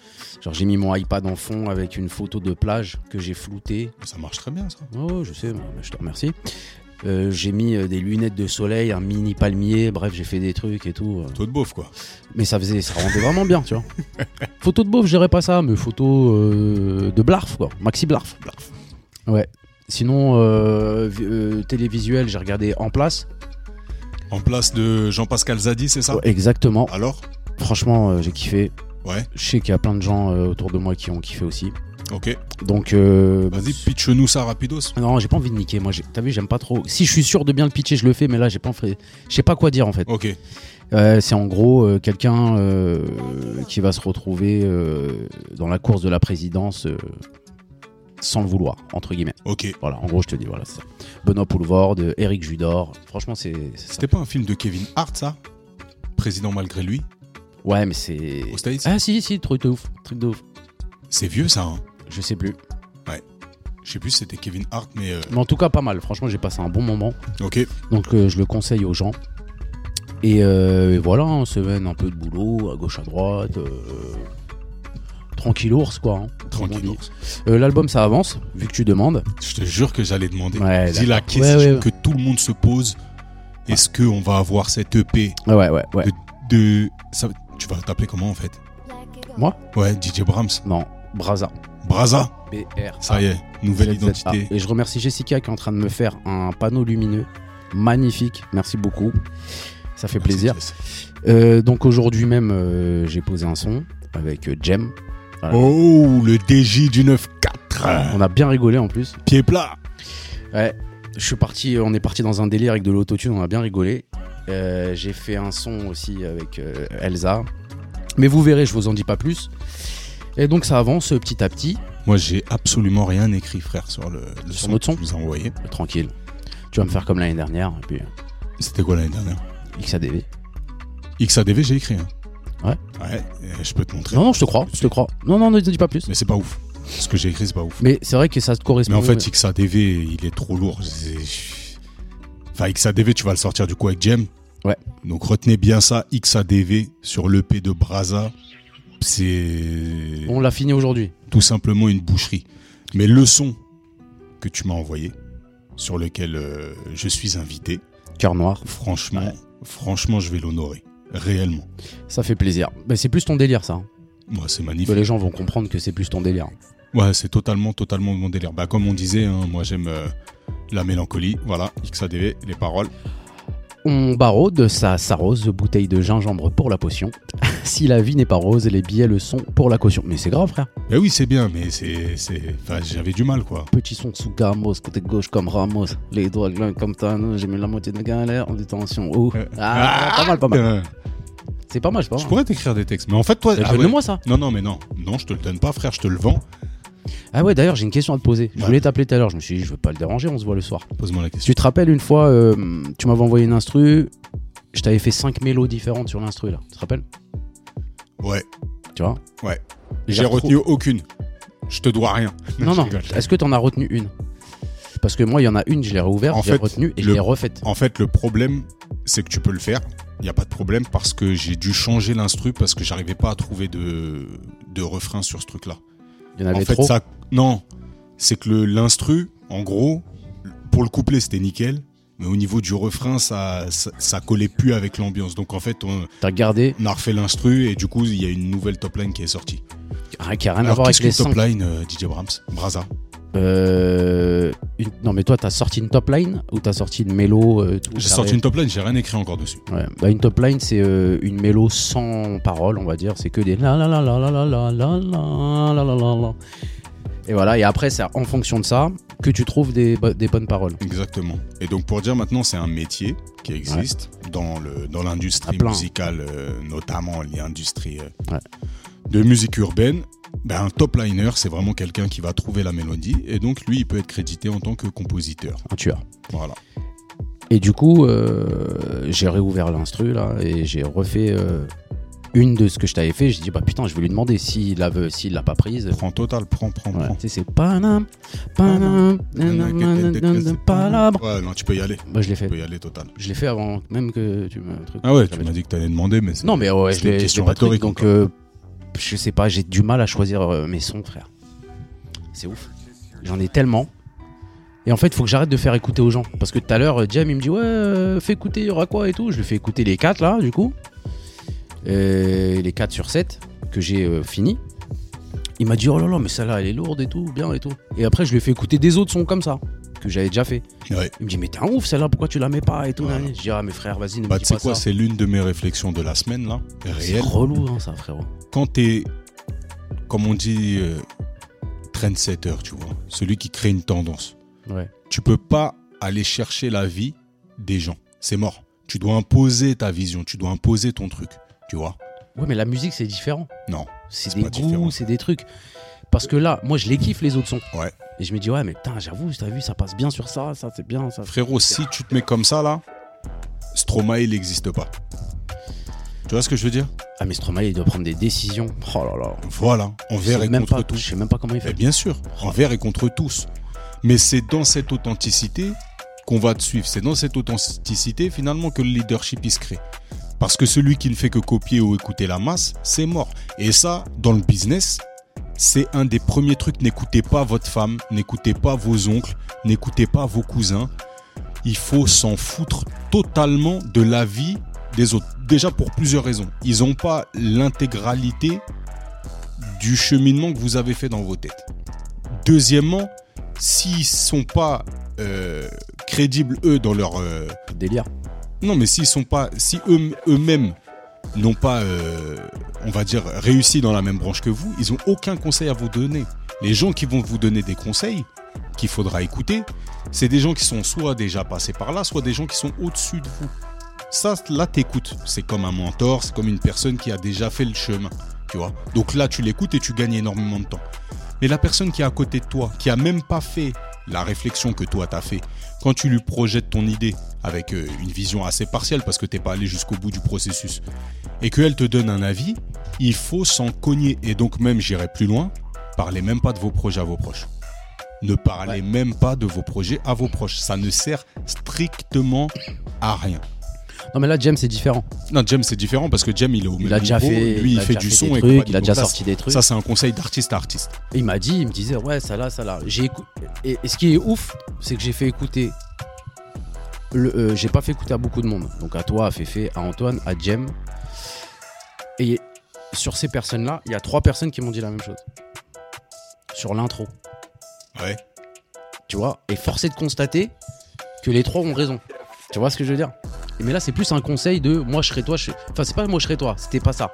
[SPEAKER 3] Genre, j'ai mis mon iPad en fond avec une photo de plage que j'ai floutée.
[SPEAKER 2] Ça marche très bien, ça.
[SPEAKER 3] Oh, je sais, bah, je te remercie. Euh, j'ai mis euh, des lunettes de soleil, un mini palmier, bref, j'ai fait des trucs et tout. euh.
[SPEAKER 2] Photo de beauf, quoi.
[SPEAKER 3] Mais ça faisait, ça rendait vraiment bien,
[SPEAKER 2] [LAUGHS]
[SPEAKER 3] tu vois. photo de beauf, je dirais pas ça, mais photo euh, de blarf, quoi. Maxi blarf. Ouais. Sinon, euh, vi- euh, télévisuel, j'ai regardé en place.
[SPEAKER 2] En place de Jean-Pascal Zadi, c'est ça
[SPEAKER 3] Ouais, exactement.
[SPEAKER 2] Alors
[SPEAKER 3] Franchement, euh, j'ai kiffé.
[SPEAKER 2] Ouais,
[SPEAKER 3] Je sais qu'il y a plein de gens euh, autour de moi qui ont kiffé aussi.
[SPEAKER 2] ok.
[SPEAKER 3] Donc, euh,
[SPEAKER 2] Vas-y, pitch-nous ça rapidos.
[SPEAKER 3] non, j'ai pas envie de niquer. Moi, j'ai- t'as vu, j'aime pas trop. Si je suis sûr de bien le pitcher, je le fais, mais là, j'ai pas envie. Je sais pas quoi dire en fait.
[SPEAKER 2] Ok.
[SPEAKER 3] Euh, c'est en gros euh, quelqu'un euh, qui va se retrouver euh, dans la course de la présidence euh, sans le vouloir, entre guillemets.
[SPEAKER 2] Ok.
[SPEAKER 3] Voilà, en gros, je te dis, voilà, c'est ça. Benoît Poulvord, euh, Eric Judor. Franchement, c'est c'est ça.
[SPEAKER 2] C'était pas un film de Kevin Hart, ça Président malgré lui,
[SPEAKER 3] Ouais, mais c'est.
[SPEAKER 2] aux States
[SPEAKER 3] Ah, si, si, truc de ouf. Truc de ouf.
[SPEAKER 2] C'est vieux, ça, hein
[SPEAKER 3] Je sais plus.
[SPEAKER 2] Je sais plus si c'était Kevin Hart, mais. euh,
[SPEAKER 3] Mais en tout cas, pas mal. Franchement, j'ai passé un bon moment.
[SPEAKER 2] Ok.
[SPEAKER 3] Donc, euh, je le conseille aux gens. Et, euh, et voilà, hein, semaine un peu de boulot, à gauche, à droite. euh, Tranquille ours, quoi. hein, comme on
[SPEAKER 2] Tranquille.
[SPEAKER 3] dit.
[SPEAKER 2] ours.
[SPEAKER 3] Euh, L'album, ça avance, vu que tu demandes.
[SPEAKER 2] Je te jure que j'allais demander.
[SPEAKER 3] Ouais,
[SPEAKER 2] Dis la
[SPEAKER 3] d'accord. Ouais,
[SPEAKER 2] question
[SPEAKER 3] ouais,
[SPEAKER 2] que tout le monde se pose. Est-ce qu'on va avoir cette EP
[SPEAKER 3] Ouais, ouais, ouais. ouais.
[SPEAKER 2] de. ça- Tu vas t'appeler comment en fait
[SPEAKER 3] Moi
[SPEAKER 2] Ouais, DJ Brahms.
[SPEAKER 3] Non, Braza.
[SPEAKER 2] Braza,
[SPEAKER 3] BR.
[SPEAKER 2] ça y est, nouvelle identité.
[SPEAKER 3] Et je remercie Jessica qui est en train de me faire un panneau lumineux. Magnifique, merci beaucoup. Ça fait plaisir.
[SPEAKER 2] Merci, Jess.
[SPEAKER 3] Euh, donc aujourd'hui même, euh, j'ai posé un son avec euh, Jem. Voilà.
[SPEAKER 2] Oh, le DJ du 9-4.
[SPEAKER 3] On a bien rigolé en plus.
[SPEAKER 2] Pied plat.
[SPEAKER 3] Ouais, je suis parti, on est parti dans un délire avec de l'autotune, on a bien rigolé. Euh, j'ai fait un son aussi avec euh, Elsa. Mais vous verrez, je vous en dis pas plus. Et donc ça avance euh, petit à petit.
[SPEAKER 2] Moi, j'ai absolument rien écrit, frère, sur le, le
[SPEAKER 3] Sur
[SPEAKER 2] son
[SPEAKER 3] notre
[SPEAKER 2] que
[SPEAKER 3] son
[SPEAKER 2] tu nous as envoyé.
[SPEAKER 3] Tranquille. Tu vas me faire comme l'année dernière, et puis
[SPEAKER 2] C'était quoi l'année dernière
[SPEAKER 3] XADV.
[SPEAKER 2] XADV, j'ai écrit. hein.
[SPEAKER 3] Ouais.
[SPEAKER 2] Ouais, euh, je peux te montrer.
[SPEAKER 3] Non, non, je te crois, je te crois. Non, non, ne dis pas plus.
[SPEAKER 2] Mais c'est pas ouf. Ce que j'ai écrit, c'est pas ouf.
[SPEAKER 3] Mais c'est vrai que ça te correspond.
[SPEAKER 2] Mais en fait, XADV, il est trop lourd. C'est- Enfin, XADV, tu vas le sortir du coup avec Jem.
[SPEAKER 3] Ouais.
[SPEAKER 2] Donc retenez bien ça, XADV sur l'EP de Braza. C'est
[SPEAKER 3] on l'a fini aujourd'hui.
[SPEAKER 2] tout simplement une boucherie. Mais le son que tu m'as envoyé, sur lequel euh, je suis invité,
[SPEAKER 3] Cœur noir,
[SPEAKER 2] franchement,
[SPEAKER 3] Ouais.
[SPEAKER 2] franchement, je vais l'honorer. Réellement.
[SPEAKER 3] ça fait plaisir. Mais c'est plus ton délire, ça. hein.
[SPEAKER 2] Moi, c'est
[SPEAKER 3] Que
[SPEAKER 2] magnifique.
[SPEAKER 3] les gens vont comprendre que c'est plus ton délire.
[SPEAKER 2] Ouais, c'est totalement, totalement mon délire. Bah, comme on disait, hein, moi, j'aime euh, la mélancolie. Voilà, XADV, les paroles.
[SPEAKER 3] On baraude, ça s'arrose, bouteille de gingembre pour la potion. [LAUGHS] si la vie n'est pas rose, les billets le sont pour la caution. Mais c'est grave, frère.
[SPEAKER 2] Eh oui, c'est bien, mais c'est, c'est, enfin, j'avais du mal, quoi.
[SPEAKER 3] Petit son sous Gamos, côté gauche comme Ramos. Les doigts gluants comme Thanos, j'ai mis la moitié de galère en détention. Oh.
[SPEAKER 2] Euh.
[SPEAKER 3] Ah, pas mal, pas mal.
[SPEAKER 2] Euh,
[SPEAKER 3] C'est pas mal, c'est pas
[SPEAKER 2] je
[SPEAKER 3] mal.
[SPEAKER 2] pourrais t'écrire des textes, mais en fait, toi,
[SPEAKER 3] Eh,
[SPEAKER 2] ah ouais.
[SPEAKER 3] Donne-moi ça.
[SPEAKER 2] non, non, mais non, non, je te le donne pas, frère, je te le vends.
[SPEAKER 3] Ah ouais, d'ailleurs, j'ai une question à te poser. Je
[SPEAKER 2] Ouais.
[SPEAKER 3] voulais t'appeler tout à l'heure, je me suis dit, je veux pas le déranger, on se voit le soir.
[SPEAKER 2] Pose-moi la question.
[SPEAKER 3] Tu te rappelles une fois, euh, tu m'avais envoyé une instru, je t'avais fait 5 mélos différentes sur l'instru là, tu te rappelles
[SPEAKER 2] Ouais,
[SPEAKER 3] Tu vois
[SPEAKER 2] Ouais.
[SPEAKER 3] Je
[SPEAKER 2] j'ai
[SPEAKER 3] la retrouve.
[SPEAKER 2] retenu aucune. Je te dois rien. [LAUGHS]
[SPEAKER 3] Non,
[SPEAKER 2] Je
[SPEAKER 3] non,
[SPEAKER 2] rigole.
[SPEAKER 3] est-ce que t'en as retenu une Parce que moi, il y en a une, je l'ai réouverte,
[SPEAKER 2] En
[SPEAKER 3] je l'ai
[SPEAKER 2] fait,
[SPEAKER 3] retenue et je
[SPEAKER 2] le-
[SPEAKER 3] l'ai refaite.
[SPEAKER 2] En fait, le problème, c'est que tu peux le faire. Il n'y a pas de problème parce que j'ai dû changer l'instru parce que j'arrivais pas à trouver de, de refrain sur ce truc-là.
[SPEAKER 3] Il y en
[SPEAKER 2] En
[SPEAKER 3] avait
[SPEAKER 2] fait,
[SPEAKER 3] trop.
[SPEAKER 2] ça. Non, c'est que le- l'instru, en gros, pour le couplet, c'était nickel. mais au niveau du refrain, ça, ça, ça collait plus avec l'ambiance. Donc en fait, on,
[SPEAKER 3] T'as gardé
[SPEAKER 2] on a refait l'instru et du coup, il y a une nouvelle top line qui est sortie.
[SPEAKER 3] rien qui a rien à
[SPEAKER 2] Alors,
[SPEAKER 3] voir
[SPEAKER 2] qu'est-ce
[SPEAKER 3] Ah, avec
[SPEAKER 2] que
[SPEAKER 3] les
[SPEAKER 2] top
[SPEAKER 3] cinq.
[SPEAKER 2] line, euh, DJ Brahms Braza
[SPEAKER 3] Euh, une- Non, mais toi, t'as sorti une top line ou t'as sorti une mélo euh, tout
[SPEAKER 2] J'ai
[SPEAKER 3] carré
[SPEAKER 2] sorti une top line, j'ai rien écrit encore dessus.
[SPEAKER 3] Ouais. Bah, une top line, c'est euh, une mélo sans parole, on va dire. C'est que des la la la la la la la la la la la la la. Et voilà, et après, c'est en fonction de ça que tu trouves des, bo- des bonnes paroles.
[SPEAKER 2] Exactement. Et donc pour dire maintenant, c'est un métier qui existe dans le dans
[SPEAKER 3] À
[SPEAKER 2] l'industrie
[SPEAKER 3] plein.
[SPEAKER 2] musicale, euh, notamment l'industrie euh,
[SPEAKER 3] Ouais.
[SPEAKER 2] de musique urbaine. Ben, un top liner, c'est vraiment quelqu'un qui va trouver la mélodie et donc lui, il peut être crédité en tant que compositeur.
[SPEAKER 3] Un tueur.
[SPEAKER 2] Voilà.
[SPEAKER 3] Et du coup, euh, j'ai réouvert l'instru, là, et j'ai refait euh, une de ce que je t'avais fait. J'ai dit, bah putain, je vais lui demander s'il la veut, s'il l'a pas prise.
[SPEAKER 2] Prends total, prends, prends,
[SPEAKER 3] Ouais.
[SPEAKER 2] prends.
[SPEAKER 3] Tu sais, c'est Panam, Panam, nanam, nanam, nanam, palabre.
[SPEAKER 2] Ouais, non, tu peux y aller.
[SPEAKER 3] Bah, je l'ai
[SPEAKER 2] Tu
[SPEAKER 3] fait.
[SPEAKER 2] peux y aller total.
[SPEAKER 3] Je l'ai fait avant même que tu me. truc.
[SPEAKER 2] Ah ouais, tu m'as dit que t'allais demander, mais c'est-
[SPEAKER 3] Non, mais ouais, je
[SPEAKER 2] C'était une
[SPEAKER 3] l'ai je
[SPEAKER 2] question
[SPEAKER 3] l'ai pas truc,
[SPEAKER 2] rhétorique
[SPEAKER 3] donc
[SPEAKER 2] encore.
[SPEAKER 3] euh, je sais pas, j'ai du mal à choisir euh, mes sons, frère. C'est ouf. J'en ai tellement. Et en fait, faut que j'arrête de faire écouter aux gens. Parce que tout à l'heure, euh, Jam, il me dit Ouais, euh, fais écouter, il y aura quoi et tout. Je lui fais écouter les 4 là, du coup. Euh, les 4 sur 7 que j'ai euh, fini. Il m'a dit Oh là là, mais celle-là, elle est lourde et tout, bien et tout. Et après, je lui ai fait écouter des autres sons comme ça, que j'avais déjà fait.
[SPEAKER 2] Ouais.
[SPEAKER 3] Il me dit Mais t'es un ouf, celle-là, pourquoi tu la mets pas et tout.
[SPEAKER 2] Voilà.
[SPEAKER 3] Je dis Ah, mes frères, vas-y, ne
[SPEAKER 2] Bah,
[SPEAKER 3] me
[SPEAKER 2] tu
[SPEAKER 3] dis
[SPEAKER 2] sais
[SPEAKER 3] pas
[SPEAKER 2] quoi,
[SPEAKER 3] ça.
[SPEAKER 2] c'est l'une de mes réflexions de la semaine, là,
[SPEAKER 3] C'est
[SPEAKER 2] réelle.
[SPEAKER 3] relou, hein, ça, frérot.
[SPEAKER 2] quand t'es, comme on dit, euh, trendsetter, tu vois, celui qui crée une tendance,
[SPEAKER 3] Ouais.
[SPEAKER 2] tu peux pas aller chercher la vie des gens. C'est mort. Tu dois imposer ta vision, tu dois imposer ton truc, tu vois.
[SPEAKER 3] Ouais, mais la musique, c'est différent.
[SPEAKER 2] Non.
[SPEAKER 3] C'est
[SPEAKER 2] C'est
[SPEAKER 3] des
[SPEAKER 2] pas différent.
[SPEAKER 3] goûts, c'est des trucs. Parce que là, moi, je les kiffe, les autres sons.
[SPEAKER 2] Ouais.
[SPEAKER 3] Et je me dis, ouais, mais putain, j'avoue, t'as vu, ça passe bien sur ça, ça, c'est bien, ça.
[SPEAKER 2] Frérot, si tu te mets comme ça, là, Stromae, il n'existe pas. Tu vois ce que je veux dire
[SPEAKER 3] Ah, mais Stromae, il doit prendre des décisions. Oh là là.
[SPEAKER 2] Voilà,
[SPEAKER 3] Je
[SPEAKER 2] envers
[SPEAKER 3] sais
[SPEAKER 2] et
[SPEAKER 3] même
[SPEAKER 2] contre
[SPEAKER 3] pas,
[SPEAKER 2] tout.
[SPEAKER 3] je sais même pas comment il
[SPEAKER 2] Mais
[SPEAKER 3] fait.
[SPEAKER 2] bien sûr, envers et contre tous. Mais c'est dans cette authenticité qu'on va te suivre. C'est dans cette authenticité finalement que le leadership il se crée. Parce que celui qui ne fait que copier ou écouter la masse, c'est mort. Et ça, dans le business, c'est un des premiers trucs. N'écoutez pas votre femme, n'écoutez pas vos oncles, n'écoutez pas vos cousins. Il faut s'en foutre totalement de la vie des autres. Déjà pour plusieurs raisons. Ils n'ont pas l'intégralité du cheminement que vous avez fait dans vos têtes. Deuxièmement, s'ils sont pas euh, crédibles eux dans leur euh,
[SPEAKER 3] Délire.
[SPEAKER 2] non mais s'ils sont pas si eux- eux-mêmes n'ont pas euh, on va dire réussi dans la même branche que vous, ils ont aucun conseil à vous donner. Les gens qui vont vous donner des conseils qu'il faudra écouter, c'est des gens qui sont soit déjà passés par là, soit des gens qui sont au-dessus de vous. Ça, là, t'écoutes. C'est comme un mentor, c'est comme une personne qui a déjà fait le chemin. Tu vois Donc là, tu l'écoutes et tu gagnes énormément de temps. Mais la personne qui est à côté de toi, qui a même pas fait la réflexion que toi t'as fait, quand tu lui projettes ton idée avec euh, une vision assez partielle parce que t'es pas allé jusqu'au bout du processus, et qu'elle te donne un avis, il faut s'en cogner. Et donc même, j'irai plus loin, parlez même pas de vos projets à vos proches. Ne parlez
[SPEAKER 3] Ouais.
[SPEAKER 2] même pas de vos projets à vos proches. Ça ne sert strictement à rien.
[SPEAKER 3] Non, mais là, James, c'est différent.
[SPEAKER 2] Non, Jem, c'est différent parce que Jem, il est au même
[SPEAKER 3] Il a déjà
[SPEAKER 2] niveau.
[SPEAKER 3] fait.
[SPEAKER 2] Lui, il,
[SPEAKER 3] a
[SPEAKER 2] fait
[SPEAKER 3] déjà
[SPEAKER 2] du
[SPEAKER 3] des
[SPEAKER 2] son et
[SPEAKER 3] trucs,
[SPEAKER 2] compagnie.
[SPEAKER 3] Il a
[SPEAKER 2] Donc
[SPEAKER 3] déjà
[SPEAKER 2] ça,
[SPEAKER 3] sorti des trucs.
[SPEAKER 2] Ça, c'est un conseil d'artiste à artiste.
[SPEAKER 3] Et il m'a dit, il me disait, ouais, ça là, ça là. J'ai écou- et, et ce qui est ouf, c'est que j'ai fait écouter. Le, euh, j'ai pas fait écouter à beaucoup de monde. Donc à toi, à Féfé, à Antoine, à Jem. Et sur ces personnes-là, il y a trois personnes qui m'ont dit la même chose. Sur l'intro.
[SPEAKER 2] Ouais.
[SPEAKER 3] Tu vois Et forcé de constater que les trois ont raison. Tu vois ce que je veux dire Et Mais là, c'est plus un conseil de moi, je serai toi. Je... Enfin, c'est pas moi, je serai toi. C'était pas ça.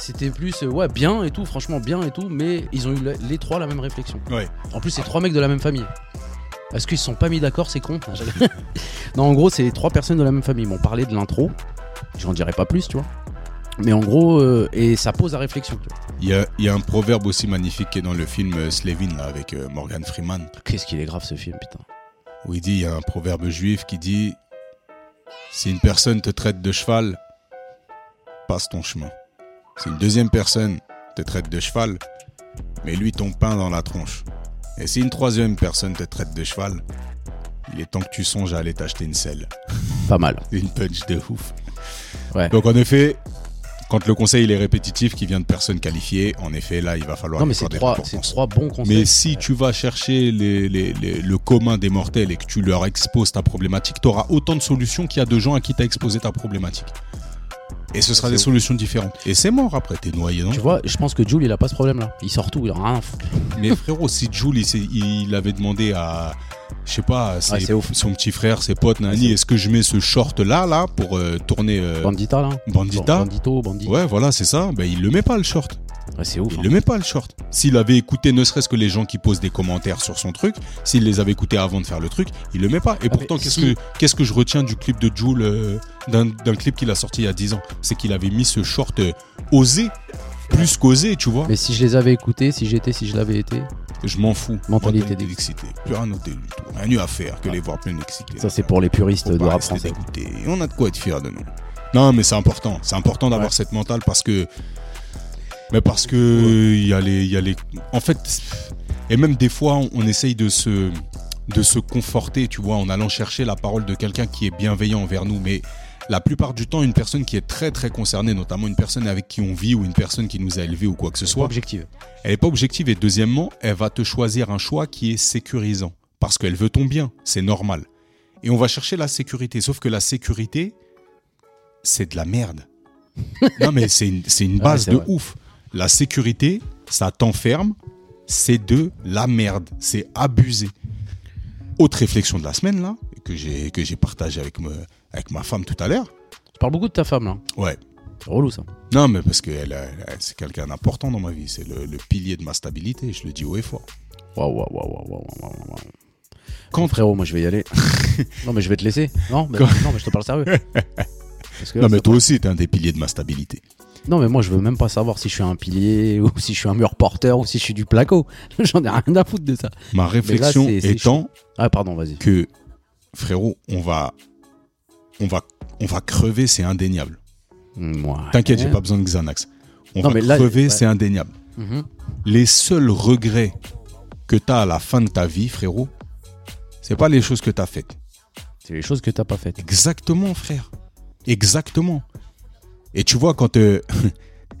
[SPEAKER 3] C'était plus, euh, ouais, bien et tout, franchement, bien et tout. Mais ils ont eu le- les trois la même réflexion.
[SPEAKER 2] Ouais.
[SPEAKER 3] En plus, c'est trois mecs de la même famille. Est-ce qu'ils se sont pas mis d'accord, c'est con Non, j'allais- [LAUGHS] Non, en gros, c'est trois personnes de la même famille. Ils m'ont parlé de l'intro. J'en dirai pas plus, tu vois. Mais en gros, euh, et ça pose à réflexion. tu vois.
[SPEAKER 2] Il y a, il y a un proverbe aussi magnifique qui est dans le film euh, Slevin, là, avec euh, Morgan Freeman,
[SPEAKER 3] Qu'est-ce qu'il est grave ce film, putain.
[SPEAKER 2] où il dit il y a un proverbe juif qui dit Si une personne te traite de cheval, passe ton chemin. Si une deuxième personne te traite de cheval, mets-lui ton pain dans la tronche. Et si une troisième personne te traite de cheval, il est temps que tu songes à aller t'acheter une selle. [LAUGHS]
[SPEAKER 3] Pas mal.
[SPEAKER 2] une punch de ouf.
[SPEAKER 3] Ouais.
[SPEAKER 2] Donc en effet, Quand le conseil il est répétitif, qui vient de personnes qualifiées, en effet, là, il va falloir.
[SPEAKER 3] Non, mais
[SPEAKER 2] lui
[SPEAKER 3] c'est
[SPEAKER 2] accorder
[SPEAKER 3] trois,
[SPEAKER 2] récompense.
[SPEAKER 3] c'est trois bons conseils.
[SPEAKER 2] Mais si tu vas chercher les- les- les- le commun des mortels et que tu leur exposes ta problématique, tu auras autant de solutions qu'il y a de gens à qui tu as exposé ta problématique. Et ce sera
[SPEAKER 3] C'est
[SPEAKER 2] des
[SPEAKER 3] ouf.
[SPEAKER 2] solutions différentes. Et c'est mort après, t'es noyé dans
[SPEAKER 3] Tu vois, je pense que Jules, il a pas ce problème-là. Il sort tout, il a rien à foutre.
[SPEAKER 2] Mais frérot, si Jules il, s'est- il avait demandé à, je sais pas, à ses-
[SPEAKER 3] Ouais, Ah, c'est ouf.
[SPEAKER 2] son petit frère, ses potes, Nani, est-ce que je mets ce short là, là, pour euh, tourner euh,
[SPEAKER 3] Bandita, là.
[SPEAKER 2] Bandita
[SPEAKER 3] Bandito, bandit.
[SPEAKER 2] Ouais, voilà, c'est ça. Ben, il le met pas le short.
[SPEAKER 3] Ouais, c'est ouf.
[SPEAKER 2] Il
[SPEAKER 3] hein.
[SPEAKER 2] le met pas le short. S'il avait écouté ne serait-ce que les gens qui posent des commentaires sur son truc, s'il les avait écoutés avant de faire le truc, il le met pas. Et pourtant,
[SPEAKER 3] Ah, mais
[SPEAKER 2] qu'est-ce
[SPEAKER 3] si.
[SPEAKER 2] que qu'est-ce que je retiens du clip de Jules, euh, d'un d'un clip qu'il a sorti il y a 10 ans C'est qu'il avait mis ce short euh, osé, plus qu'osé, tu vois.
[SPEAKER 3] Mais si je les avais écoutés, si j'étais, si je l'avais été,
[SPEAKER 2] Je m'en fous.
[SPEAKER 3] Mentalité
[SPEAKER 2] d'excité. Plus rien noté du tout. Rien mieux à faire que les voir plein excités.
[SPEAKER 3] ça c'est pour les puristes
[SPEAKER 2] Faut
[SPEAKER 3] de
[SPEAKER 2] pas
[SPEAKER 3] rap
[SPEAKER 2] rester
[SPEAKER 3] français.
[SPEAKER 2] dégoûté. On a de quoi être fier de nous. Non, mais c'est important. C'est important d'avoir
[SPEAKER 3] Ouais.
[SPEAKER 2] cette mentale parce que. Mais parce que. Il y, a les- il y a les. En fait. Et même des fois, on, on essaye de se. De se conforter, tu vois, en allant chercher la parole de quelqu'un qui est bienveillant envers nous. Mais la plupart du temps, une personne qui est très, très concernée, notamment une personne avec qui on vit ou une personne qui nous a élevés ou quoi que ce soit,
[SPEAKER 3] Objective.
[SPEAKER 2] elle n'est pas objective et deuxièmement, elle va te choisir un choix qui est sécurisant parce qu'elle veut ton bien, c'est normal. Et on va chercher la sécurité, sauf que la sécurité, c'est de la
[SPEAKER 3] [LAUGHS]
[SPEAKER 2] merde. non mais c'est une, c'est une
[SPEAKER 3] Ouais,
[SPEAKER 2] base
[SPEAKER 3] Ah, c'est
[SPEAKER 2] de
[SPEAKER 3] vrai.
[SPEAKER 2] ouf. La sécurité, ça t'enferme, c'est de la merde, c'est abusé. Autre réflexion de la semaine là, que j'ai que j'ai partagée avec, me- avec ma femme tout à l'heure.
[SPEAKER 3] Tu parles beaucoup de ta femme là.
[SPEAKER 2] Ouais,
[SPEAKER 3] C'est relou ça.
[SPEAKER 2] non, mais parce que elle, elle, elle, c'est quelqu'un d'important dans ma vie. C'est le, le pilier de ma stabilité. Je le dis haut et fort.
[SPEAKER 3] Waouh, waouh, waouh, waouh, waouh, waouh, waouh.
[SPEAKER 2] Quand-
[SPEAKER 3] Quand frérot, moi je vais
[SPEAKER 2] [LAUGHS]
[SPEAKER 3] y aller. non mais je vais te laisser. Non, mais, non mais je te parle sérieux. Parce que là,
[SPEAKER 2] non, mais
[SPEAKER 3] ça-
[SPEAKER 2] toi aussi, t'es un des piliers de ma stabilité.
[SPEAKER 3] non mais moi je veux même pas savoir si je suis un pilier ou si je suis un mur porteur ou si je suis du placo. [LAUGHS] J'en ai rien à foutre de ça.
[SPEAKER 2] Ma réflexion
[SPEAKER 3] c'est- c'est
[SPEAKER 2] étant
[SPEAKER 3] Ah pardon, vas-y.
[SPEAKER 2] que, frérot, on va, on va, on va crever, c'est indéniable.
[SPEAKER 3] Moi.
[SPEAKER 2] T'inquiète, j'ai pas besoin de Xanax. On
[SPEAKER 3] Non,
[SPEAKER 2] va
[SPEAKER 3] mais là,
[SPEAKER 2] crever,
[SPEAKER 3] ouais.
[SPEAKER 2] c'est indéniable.
[SPEAKER 3] Mhm.
[SPEAKER 2] Les seuls regrets que t'as à la fin de ta vie, frérot, c'est pas les choses que t'as faites.
[SPEAKER 3] C'est les choses que t'as pas faites.
[SPEAKER 2] Exactement, frère. Exactement. Et tu vois, quand. euh,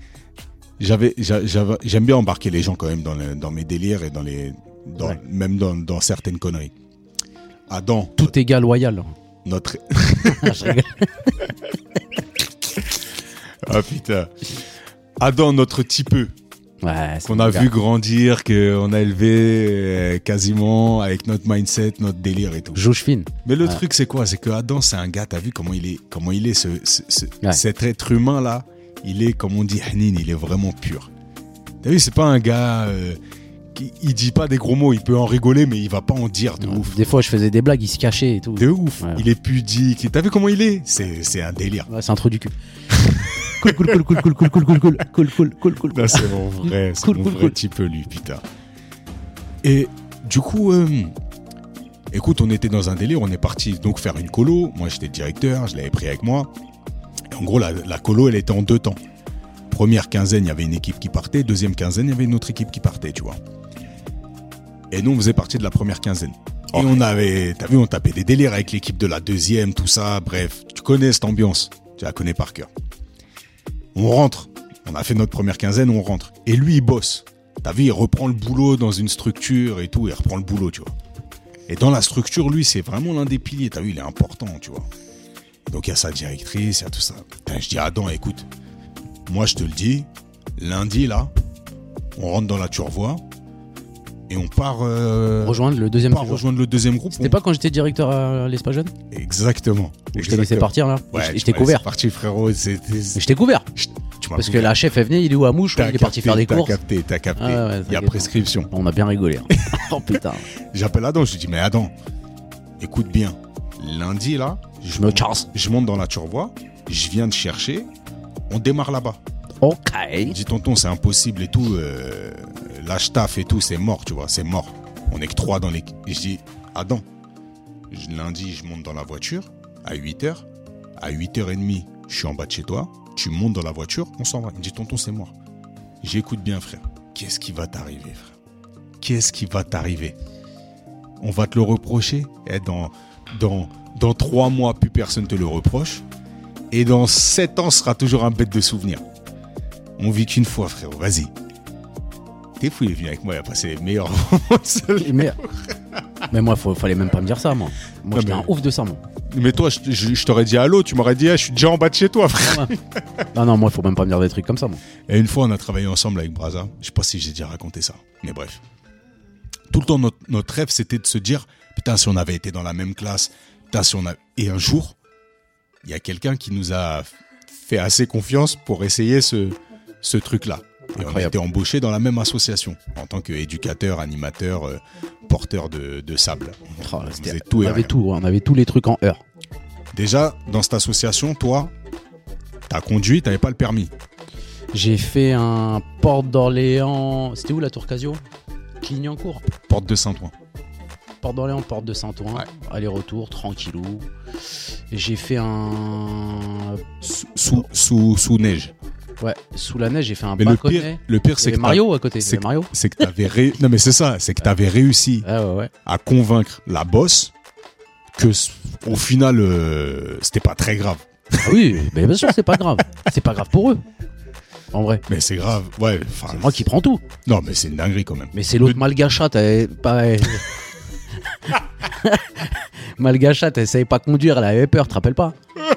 [SPEAKER 2] [LAUGHS] j'avais, j'a- j'avais- j'aime bien embarquer les gens quand même dans, le- dans mes délires et dans les. dans-
[SPEAKER 3] Ouais.
[SPEAKER 2] Même dans, dans certaines conneries. Adam,
[SPEAKER 3] [LAUGHS] Tout est gars loyal. hein.
[SPEAKER 2] notre.
[SPEAKER 3] [LAUGHS] Je rigole.
[SPEAKER 2] [LAUGHS] Ah putain. Adam, notre typeux,
[SPEAKER 3] ouais, c'est
[SPEAKER 2] qu'on a
[SPEAKER 3] gars.
[SPEAKER 2] vu grandir, qu'on a élevé euh, quasiment avec notre mindset, notre délire et tout.
[SPEAKER 3] Jauge fine.
[SPEAKER 2] Mais le
[SPEAKER 3] Ouais.
[SPEAKER 2] truc, c'est quoi C'est que Adam, c'est un gars, t'as vu comment il est, comment il est, ce, ce- ce-
[SPEAKER 3] Ouais.
[SPEAKER 2] cet être humain-là, il est, comme on dit, Hanin, il est vraiment pur. T'as vu, c'est pas un gars euh, qui il dit pas des gros mots, il peut en rigoler, mais il va pas en dire de
[SPEAKER 3] Ouais.
[SPEAKER 2] ouf.
[SPEAKER 3] Des fois, je faisais des blagues, il se cachait et tout.
[SPEAKER 2] De ouf.
[SPEAKER 3] Ouais.
[SPEAKER 2] Il est pudique. T'as vu comment il est C'est c'est un délire.
[SPEAKER 3] Ouais, c'est un
[SPEAKER 2] [LAUGHS]
[SPEAKER 3] trou du cul. cool, cool, cool, cool, cool, cool, cool, cool, cool, cool, cool, cool, cool.
[SPEAKER 2] Non, c'est mon vrai, c'est
[SPEAKER 3] Mm, Cool,
[SPEAKER 2] mon
[SPEAKER 3] cool,
[SPEAKER 2] vrai
[SPEAKER 3] cool.
[SPEAKER 2] type, lui, putain. Et du coup, euh, écoute, on était dans un délire, on est parti donc faire une colo. Moi, j'étais directeur, je l'avais pris avec moi. Et en gros, la, la colo, elle était en deux temps. Première quinzaine, il y avait une équipe qui partait. Deuxième quinzaine, il y avait une autre équipe qui partait, tu vois. Et nous, on faisait partie de la première quinzaine. Et on avait, t'as vu, on tapait des délires avec l'équipe de la deuxième, tout ça. Bref, tu connais cette ambiance. Tu la connais par cœur. On rentre. On a fait notre première quinzaine, on rentre. Et lui, il bosse. T'as vu, il reprend le boulot dans une structure et tout, il reprend le boulot, tu vois. Et dans la structure, lui, c'est vraiment l'un des piliers. T'as vu, il est important, tu vois. Donc il y a sa directrice, il y a tout ça. Putain, je dis à Adam, écoute, moi je te le dis, lundi là, on rentre dans la Turvoie et on part, euh,
[SPEAKER 3] Rejoindre le
[SPEAKER 2] on
[SPEAKER 3] deuxième
[SPEAKER 2] part
[SPEAKER 3] séjour.
[SPEAKER 2] rejoindre le deuxième groupe.
[SPEAKER 3] C'était
[SPEAKER 2] On-
[SPEAKER 3] pas quand j'étais directeur à l'espace jeune
[SPEAKER 2] Exactement.
[SPEAKER 3] Où Je t'ai laissé partir là
[SPEAKER 2] Ouais,
[SPEAKER 3] Et Je
[SPEAKER 2] tu
[SPEAKER 3] t'ai
[SPEAKER 2] m'as laissé
[SPEAKER 3] couvert.
[SPEAKER 2] parti, frérot. c'était-
[SPEAKER 3] Je t'ai couvert.
[SPEAKER 2] Tu m'as
[SPEAKER 3] Parce que
[SPEAKER 2] couvert.
[SPEAKER 3] la chef, elle venait, il est où à mouche Il est parti faire des
[SPEAKER 2] t'as
[SPEAKER 3] courses.
[SPEAKER 2] capté, t'as capté.
[SPEAKER 3] Ah ouais, ouais,
[SPEAKER 2] Il y a
[SPEAKER 3] t'inquiète.
[SPEAKER 2] prescription.
[SPEAKER 3] On a bien
[SPEAKER 2] [LAUGHS]
[SPEAKER 3] rigolé. hein. Oh putain.
[SPEAKER 2] J'appelle Adam, je lui dis, mais Adam, écoute bien. Lundi, là,
[SPEAKER 3] Je me chasse.
[SPEAKER 2] je monte dans la Turvoie, je viens de chercher, on démarre là-bas.
[SPEAKER 3] Ok.
[SPEAKER 2] Il dit, tonton, c'est impossible et tout, euh, la staff et tout, c'est mort, tu vois, c'est mort. On est que trois dans l'équipe. Et Je dis, Adam, je- lundi, je monte dans la voiture à 8h. À 8h30, je suis en bas de chez toi. Tu montes dans la voiture, on s'en va. Il me dit, tonton, c'est mort. J'écoute bien, frère. Qu'est-ce qui va t'arriver, frère Qu'est-ce qui va t'arriver On va te le reprocher. Et dans, dans, dans trois mois, plus personne te le reproche. Et dans sept ans, ce sera toujours un bête de souvenir. On vit qu'une fois, frérot, vas-y. T'es fou, il est venu avec moi, il a passé les meilleurs [LAUGHS] moments. de sa vie.
[SPEAKER 3] Mais, mais moi, faut- fallait même pas me dire ça, moi. Moi,
[SPEAKER 2] Non,
[SPEAKER 3] j'étais
[SPEAKER 2] mais-
[SPEAKER 3] un ouf de ça, moi.
[SPEAKER 2] Mais toi, je, je- je t'aurais dit allô, tu m'aurais dit, Ah, je suis déjà en bas de chez toi, frère.
[SPEAKER 3] Ah Non, non, moi, faut même pas me dire des trucs comme ça, moi.
[SPEAKER 2] Et une fois, on a travaillé ensemble avec Braza. Je sais pas si j'ai déjà raconté ça, mais bref. Tout le temps, notre, notre rêve, c'était de se dire Putain, si on avait été dans la même classe, putain, si on a. Et un jour, il y a quelqu'un qui nous a fait assez confiance pour essayer ce, ce truc-là. Et on a
[SPEAKER 3] Incroyable.
[SPEAKER 2] été embauché dans la même association, en tant qu'éducateur, animateur, euh, porteur de, de sable.
[SPEAKER 3] Oh,
[SPEAKER 2] On
[SPEAKER 3] c'était-
[SPEAKER 2] faisait tout hein. et
[SPEAKER 3] on avait
[SPEAKER 2] rien.
[SPEAKER 3] tout, ouais, on avait tous les trucs en heure.
[SPEAKER 2] Déjà, dans cette association, toi, t'as conduit, t'avais pas le permis.
[SPEAKER 3] J'ai fait un Porte d'Orléans. C'était où la tour Casio Clignancourt.
[SPEAKER 2] Porte de Saint-Ouen.
[SPEAKER 3] Porte d'Orléans, porte de Saint-Ouen.
[SPEAKER 2] Ouais.
[SPEAKER 3] Aller-retour, tranquillou. J'ai fait un.
[SPEAKER 2] Sous, sous, sous, sous neige.
[SPEAKER 3] Ouais, sous la neige, j'ai fait un
[SPEAKER 2] Mais le
[SPEAKER 3] balconnet.
[SPEAKER 2] pire, le pire,
[SPEAKER 3] Il y
[SPEAKER 2] c'est
[SPEAKER 3] avait
[SPEAKER 2] que
[SPEAKER 3] Mario à côté. il y
[SPEAKER 2] c'est
[SPEAKER 3] avait Mario.
[SPEAKER 2] t'as- c'est que t'avais ré- non mais c'est ça, c'est que t'avais réussi
[SPEAKER 3] Ouais, ouais, ouais.
[SPEAKER 2] à convaincre la boss que s- au final euh, c'était pas très grave.
[SPEAKER 3] Ah oui, mais bien sûr, c'est pas grave. C'est pas grave pour eux. En vrai,
[SPEAKER 2] Mais c'est grave, ouais. enfin,
[SPEAKER 3] c'est moi qui prends tout.
[SPEAKER 2] Non mais c'est une dinguerie quand même.
[SPEAKER 3] Mais c'est l'autre
[SPEAKER 2] Le-
[SPEAKER 3] malgacha, t'as pareil.
[SPEAKER 2] [LAUGHS]
[SPEAKER 3] malgacha, elle savait pas conduire, elle avait peur, te rappelles pas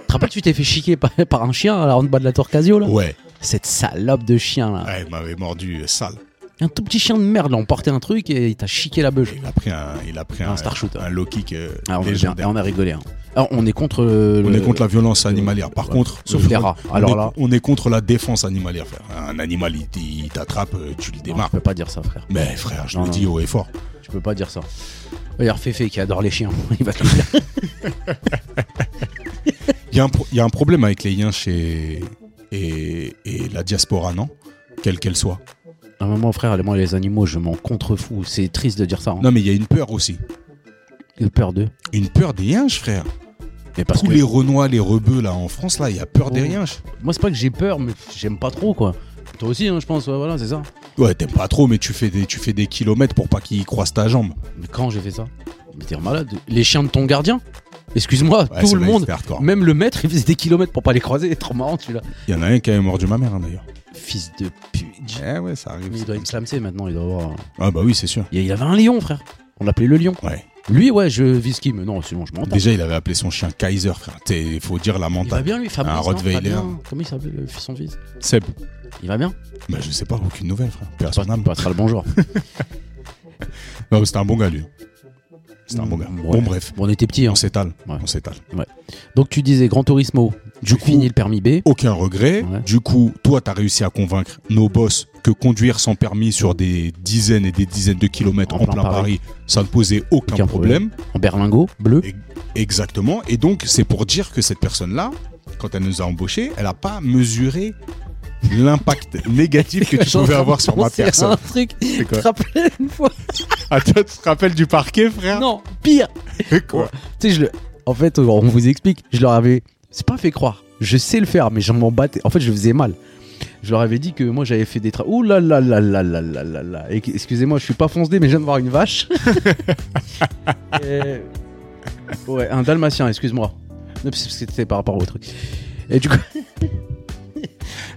[SPEAKER 3] Te rappelles, tu t'es fait chiquer par, par un chien là, en bas de la tour Casio là
[SPEAKER 2] Ouais,
[SPEAKER 3] Cette salope de chien là.
[SPEAKER 2] ouais, il m'avait mordu euh, sale.
[SPEAKER 3] Un tout petit chien de merde là, on portait un truc et il t'a chiqué la beuge.
[SPEAKER 2] Il a pris un, il a pris
[SPEAKER 3] Un
[SPEAKER 2] un,
[SPEAKER 3] star shoot, ouais.
[SPEAKER 2] un low kick euh,
[SPEAKER 3] Ah, on, a bien-
[SPEAKER 2] légendaire.
[SPEAKER 3] on a rigolé. hein. Alors, on est contre. euh,
[SPEAKER 2] On
[SPEAKER 3] le-
[SPEAKER 2] est contre la violence animalière. Par
[SPEAKER 3] Ouais.
[SPEAKER 2] contre,
[SPEAKER 3] Sauf
[SPEAKER 2] le-
[SPEAKER 3] les rats.
[SPEAKER 2] on
[SPEAKER 3] Alors
[SPEAKER 2] est-
[SPEAKER 3] là-
[SPEAKER 2] on est contre la défense animalière. frère. Un animal, il, il t'attrape, euh, tu le
[SPEAKER 3] Non,
[SPEAKER 2] démarres.
[SPEAKER 3] je peux pas dire ça, frère.
[SPEAKER 2] Mais frère, je
[SPEAKER 3] Non,
[SPEAKER 2] le
[SPEAKER 3] non.
[SPEAKER 2] dis haut et fort.
[SPEAKER 3] Je peux pas dire ça. Regarde Féfé qui adore les chiens, [LAUGHS] il va te le dire.
[SPEAKER 2] Il y, a un pro- il y a un problème avec les liens chez et, et la diaspora, non Quelle qu'elle soit.
[SPEAKER 3] Non, mais moi, frère, les- moi, les animaux, je m'en contrefous. C'est triste de dire ça. hein.
[SPEAKER 2] Non, mais il y a une peur aussi.
[SPEAKER 3] J'ai peur d'eux.
[SPEAKER 2] Une peur des yinches, frère.
[SPEAKER 3] Mais parce
[SPEAKER 2] Tous
[SPEAKER 3] que
[SPEAKER 2] les renois, les rebeux, là, en France, là, il y a peur des
[SPEAKER 3] Oh.
[SPEAKER 2] yinches.
[SPEAKER 3] Moi, c'est pas que j'ai peur, mais j'aime pas trop, quoi. Toi aussi, hein, je pense, ouais, voilà, c'est ça.
[SPEAKER 2] Ouais, t'aimes pas trop, mais tu fais des, tu fais des kilomètres pour pas qu'ils croisent ta jambe.
[SPEAKER 3] Mais quand j'ai fait ça Mais t'es malade. Les chiens de ton gardien Excuse-moi,
[SPEAKER 2] Ouais,
[SPEAKER 3] tout
[SPEAKER 2] c'est
[SPEAKER 3] le
[SPEAKER 2] vrai,
[SPEAKER 3] monde,
[SPEAKER 2] c'est hardcore.
[SPEAKER 3] même le maître, il faisait des kilomètres pour pas les croiser. [LAUGHS] Trop marrant, celui-là.
[SPEAKER 2] Il y en a un qui est mort de ma mère, hein, d'ailleurs.
[SPEAKER 3] Fils de pute.
[SPEAKER 2] Eh ouais, ça arrive.
[SPEAKER 3] Il
[SPEAKER 2] c'est
[SPEAKER 3] doit
[SPEAKER 2] comme
[SPEAKER 3] être slamsé maintenant, il doit avoir.
[SPEAKER 2] ça. Ah bah oui, c'est sûr.
[SPEAKER 3] Il il avait un lion, frère. On l'appelait le lion.
[SPEAKER 2] Ouais.
[SPEAKER 3] Lui, ouais, je vis qui, mais non, sinon je m'entends.
[SPEAKER 2] Déjà, il avait appelé son chien Kaiser, frère. T'es- Il faut dire la
[SPEAKER 3] Ah, Il va
[SPEAKER 2] mentale.
[SPEAKER 3] bien, lui, Fabrice.
[SPEAKER 2] Un
[SPEAKER 3] non,
[SPEAKER 2] Rottweiler.
[SPEAKER 3] pas bien. Comment il s'appelle, le- son fils
[SPEAKER 2] Seb.
[SPEAKER 3] Il va bien
[SPEAKER 2] Bah, je sais pas, aucune nouvelle, frère. Paix à son âme.
[SPEAKER 3] Pas très
[SPEAKER 2] [LAUGHS]
[SPEAKER 3] le bonjour.
[SPEAKER 2] Non, c'était un bon gars, lui. C'était un bon gars.
[SPEAKER 3] Mm, ouais.
[SPEAKER 2] Bon, bref.
[SPEAKER 3] Bon, on était petits, hein.
[SPEAKER 2] On s'étale.
[SPEAKER 3] Ouais.
[SPEAKER 2] On s'étale.
[SPEAKER 3] Donc tu disais Grand Turismo,
[SPEAKER 2] Du
[SPEAKER 3] tu
[SPEAKER 2] coup,
[SPEAKER 3] finis le permis B.
[SPEAKER 2] aucun regret.
[SPEAKER 3] Ouais.
[SPEAKER 2] Du coup, toi, t'as réussi à convaincre nos boss que conduire sans permis sur des dizaines et des dizaines de kilomètres en, plein Paris, ça ne posait aucun,
[SPEAKER 3] Aucun
[SPEAKER 2] problème.
[SPEAKER 3] problème. en berlingot bleu.
[SPEAKER 2] Et- Exactement. Et donc, c'est pour dire que cette personne-là, quand elle nous a embauchés, elle n'a pas mesuré l'impact
[SPEAKER 3] [LAUGHS]
[SPEAKER 2] négatif que tu pouvais avoir sur ma
[SPEAKER 3] Pensez à
[SPEAKER 2] personne.
[SPEAKER 3] Un truc.
[SPEAKER 2] C'est
[SPEAKER 3] Tu
[SPEAKER 2] quoi
[SPEAKER 3] te rappelles une fois
[SPEAKER 2] Ah, toi, tu te rappelles du parquet, frère
[SPEAKER 3] Non, pire.
[SPEAKER 2] Quoi
[SPEAKER 3] Tu sais, je le. En fait, on vous explique. Je leur avais. C'est pas fait croire. Je sais le faire, mais j'en m'en battais. En fait, je faisais mal. Je leur avais dit que moi j'avais fait des travaux. Ouh là là là là là là là là. Et que- Excusez-moi, je suis pas foncé, mais je viens de voir
[SPEAKER 2] [LAUGHS]
[SPEAKER 3] une vache. Et- Ouais, un dalmatien, excuse-moi. Non, parce que C'était par rapport au truc. Et du coup.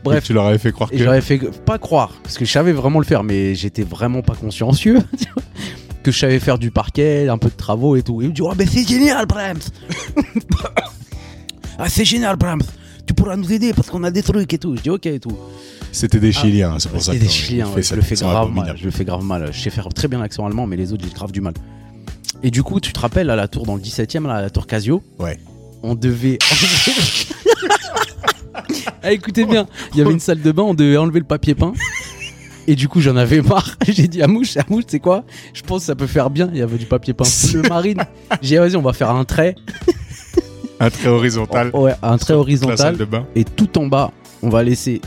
[SPEAKER 3] Bref.
[SPEAKER 2] Et Tu leur avais fait croire que.
[SPEAKER 3] Et j'aurais fait pas croire, parce que je savais vraiment le faire, mais j'étais vraiment pas consciencieux. [LAUGHS] tu vois, que je savais faire du parquet, un peu de travaux et tout. Et il me dit, oh, mais c'est génial, Brahms
[SPEAKER 2] [LAUGHS]
[SPEAKER 3] Ah, c'est génial, Brahms Tu pourras nous aider parce qu'on a des trucs et tout. Je dis, ok et tout.
[SPEAKER 2] C'était des Chiliens, c'est pour ça
[SPEAKER 3] C'est
[SPEAKER 2] que
[SPEAKER 3] Ah, des Chiliens,
[SPEAKER 2] on
[SPEAKER 3] ouais,
[SPEAKER 2] fait
[SPEAKER 3] je
[SPEAKER 2] cette
[SPEAKER 3] le fais
[SPEAKER 2] accent
[SPEAKER 3] grave mal.
[SPEAKER 2] abominable.
[SPEAKER 3] Je le fais grave mal. Je sais faire très bien l'accent allemand, mais les autres, j'ai grave du mal. Et du coup, tu te rappelles, à la tour dans le 17 e à la tour Casio
[SPEAKER 2] Ouais.
[SPEAKER 3] On devait. [LAUGHS] ah, écoutez bien, il y avait une salle de bain, on devait enlever le papier peint. Et du coup, j'en avais marre. [LAUGHS] J'ai dit à Mouche, à Mouche, c'est quoi Je pense que ça peut faire bien. Il y avait du
[SPEAKER 2] [LAUGHS]
[SPEAKER 3] papier peint bleu marine. J'ai dit, vas-y, on va faire un trait.
[SPEAKER 2] Un trait horizontal.
[SPEAKER 3] Ouais, un trait
[SPEAKER 2] La salle
[SPEAKER 3] Oh, horizontal.
[SPEAKER 2] de bain.
[SPEAKER 3] Et tout en bas, on va laisser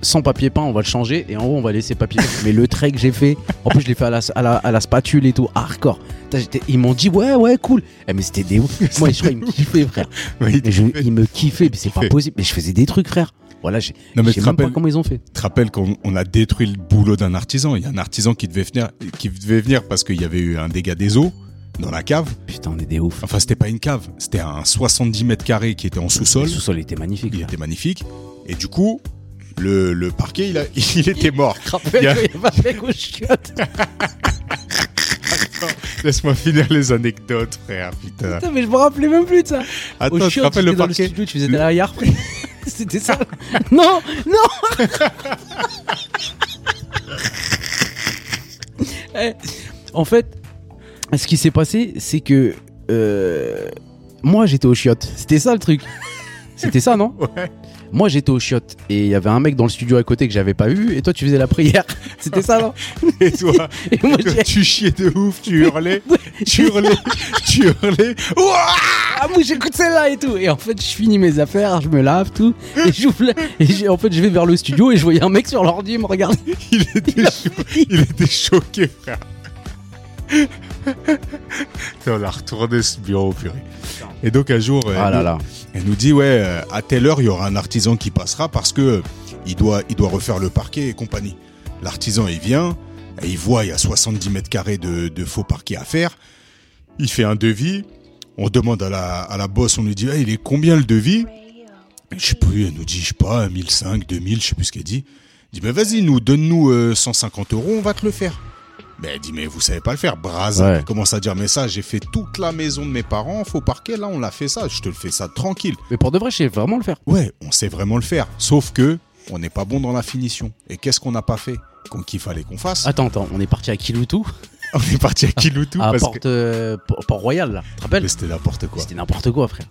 [SPEAKER 3] sans papier peint, on va le changer. Et en haut, on va laisser papier peint. Mais le trait que j'ai fait, en plus, je l'ai fait à la, à, la, à la spatule et tout, hardcore. Putain, j'étais- Ils m'ont dit, ouais, ouais, cool. Eh, mais c'était des ouf. Moi, je crois qu'ils me kiffaient, frère.
[SPEAKER 2] Ouais, il-
[SPEAKER 3] Mais je- ils me kiffaient, mais c'est pas
[SPEAKER 2] Kiffait.
[SPEAKER 3] possible. Mais je faisais des trucs, frère. Voilà, j'ai-
[SPEAKER 2] Non,
[SPEAKER 3] je
[SPEAKER 2] mais
[SPEAKER 3] sais
[SPEAKER 2] tu te
[SPEAKER 3] même pas
[SPEAKER 2] rappelles,
[SPEAKER 3] comment ils ont fait.
[SPEAKER 2] Tu te rappelles qu'on on a détruit le boulot d'un artisan. Il y a un artisan qui devait venir, qui devait venir parce qu'il y avait eu un dégât des eaux dans la cave.
[SPEAKER 3] Putain, on est des ouf.
[SPEAKER 2] Enfin, c'était pas une cave, c'était un 70 mètres carrés qui était en
[SPEAKER 3] Le
[SPEAKER 2] sous-sol.
[SPEAKER 3] sous-sol était magnifique.
[SPEAKER 2] Il
[SPEAKER 3] frère.
[SPEAKER 2] était magnifique. Et du coup, le, le parquet, il, a- [LAUGHS] il était
[SPEAKER 3] [LAUGHS]
[SPEAKER 2] mort.
[SPEAKER 3] Rappelle
[SPEAKER 2] Il y a-
[SPEAKER 3] qu'il y avait un mec
[SPEAKER 2] [LAUGHS]
[SPEAKER 3] aux chiottes.
[SPEAKER 2] Laisse-moi finir les anecdotes, frère, putain.
[SPEAKER 3] Putain, mais je me rappelais même plus de ça.
[SPEAKER 2] Attends,
[SPEAKER 3] Aux
[SPEAKER 2] je te
[SPEAKER 3] chiottes,
[SPEAKER 2] rappelle
[SPEAKER 3] c'était
[SPEAKER 2] le
[SPEAKER 3] dans le
[SPEAKER 2] parquet.
[SPEAKER 3] studio, tu faisais de
[SPEAKER 2] Le-
[SPEAKER 3] l'arrière prix. [LAUGHS]
[SPEAKER 2] [LAUGHS]
[SPEAKER 3] C'était ça. non, non. Eh, [LAUGHS] en fait, ce qui s'est passé, c'est que euh, moi j'étais aux chiottes. C'était ça le truc. C'était ça, non
[SPEAKER 2] Ouais.
[SPEAKER 3] Moi j'étais aux chiottes et il y avait un mec dans le studio à côté que j'avais pas vu et toi tu faisais la prière. [LAUGHS] C'était ça, non
[SPEAKER 2] [LAUGHS] Et toi,
[SPEAKER 3] Et [LAUGHS] moi j'ai.
[SPEAKER 2] tu chiais de ouf, tu
[SPEAKER 3] [LAUGHS]
[SPEAKER 2] hurlais, tu hurlais, tu hurlais. Ouah
[SPEAKER 3] Ah moi j'écoute celle-là et tout Et en fait je finis mes affaires, je me lave tout et j'ouvre la- et j'ai- en fait je vais vers le studio et je voyais un mec sur l'ordi me regarder.
[SPEAKER 2] Il était, cho- il était choqué, frère. Putain, On a retourné ce bureau, purée. Et donc un jour, euh,
[SPEAKER 3] Ah
[SPEAKER 2] elle,
[SPEAKER 3] là
[SPEAKER 2] nous-
[SPEAKER 3] là.
[SPEAKER 2] elle nous dit ouais, euh, à telle heure il y aura un artisan qui passera parce que euh, il doit, il doit refaire le parquet et compagnie. L'artisan il vient, et il voit il y a 70 mètres carrés de, de faux parquet à faire. Il fait un devis. On demande à la, à la boss, on lui dit Ah, il est combien le devis Je sais plus, elle nous dit, je sais pas, 1005, 2000, je sais plus ce qu'elle dit. Elle dit, mais vas-y, nous, donne-nous euh, 150 euros, on va te le faire. Mais elle dit, mais vous savez pas le faire, brase.
[SPEAKER 3] Ouais.
[SPEAKER 2] Elle commence à dire, mais ça, j'ai fait toute la maison de mes parents, faux parquet, là, on l'a fait ça, je te le fais ça tranquille.
[SPEAKER 3] Mais pour de vrai je sais vraiment le faire.
[SPEAKER 2] Ouais, on sait vraiment le faire. Sauf que, on n'est pas bon dans la finition. Et qu'est-ce qu'on n'a pas fait Qu'on- Qu'il fallait qu'on fasse.
[SPEAKER 3] Attends, attends, on est parti à Kiloutou,
[SPEAKER 2] [LAUGHS] On est parti à Kiloutou
[SPEAKER 3] à
[SPEAKER 2] parce
[SPEAKER 3] Porte,
[SPEAKER 2] que
[SPEAKER 3] euh, Port- Port-Royal là, tu te rappelles
[SPEAKER 2] Mais c'était n'importe quoi.
[SPEAKER 3] C'était n'importe quoi frère.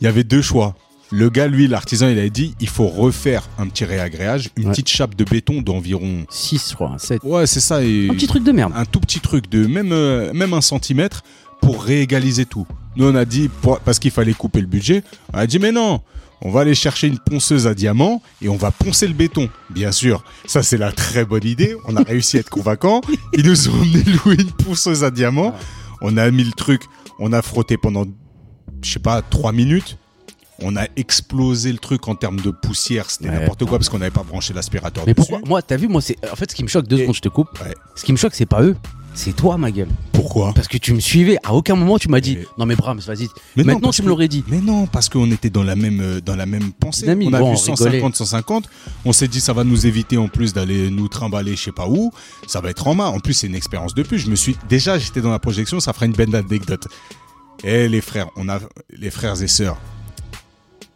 [SPEAKER 2] Il y avait deux choix. Le gars, lui, l'artisan, il a dit, il faut refaire un petit réagréage, une
[SPEAKER 3] Ouais.
[SPEAKER 2] petite chape de béton d'environ
[SPEAKER 3] 6 je crois, 7.
[SPEAKER 2] Ouais, c'est ça. Et
[SPEAKER 3] Un petit truc de merde.
[SPEAKER 2] un tout petit truc de même, euh, même un centimètre pour réégaliser tout. Nous, on a dit, pour- parce qu'il fallait couper le budget, on a dit, mais non, on va aller chercher une ponceuse à diamants et on va poncer le béton. Bien sûr, ça, c'est la très bonne idée. On a réussi à être convaincants. Ils nous ont emmené louer une ponceuse à diamants. On a mis le truc, on a frotté pendant, je sais pas, trois minutes. On a explosé le truc en termes de poussière. C'était
[SPEAKER 3] Ouais.
[SPEAKER 2] n'importe quoi parce qu'on n'avait pas branché l'aspirateur
[SPEAKER 3] Mais
[SPEAKER 2] dessus.
[SPEAKER 3] pourquoi Moi t'as vu moi c'est en fait ce qui me choque deux
[SPEAKER 2] Et-
[SPEAKER 3] secondes je te coupe.
[SPEAKER 2] Ouais.
[SPEAKER 3] Ce qui me choque c'est pas eux, c'est toi ma gueule.
[SPEAKER 2] Pourquoi
[SPEAKER 3] Parce que tu me suivais, à aucun moment tu m'as dit
[SPEAKER 2] Et-
[SPEAKER 3] non mais Brahms vas-y.
[SPEAKER 2] Mais non,
[SPEAKER 3] Maintenant
[SPEAKER 2] parce
[SPEAKER 3] tu me
[SPEAKER 2] que-
[SPEAKER 3] l'aurais dit.
[SPEAKER 2] Mais non, parce qu'on était dans la même euh, dans la même pensée.
[SPEAKER 3] Dynamique.
[SPEAKER 2] On a
[SPEAKER 3] Bon,
[SPEAKER 2] vu
[SPEAKER 3] on
[SPEAKER 2] 150,
[SPEAKER 3] rigolait.
[SPEAKER 2] 150. On s'est dit ça va nous éviter en plus d'aller nous trimballer, je sais pas où. Ça va être en main. En plus, c'est une expérience de plus. Je me suis déjà, j'étais dans la projection, ça fera une belle anecdote. Eh les frères, on a les frères et sœurs.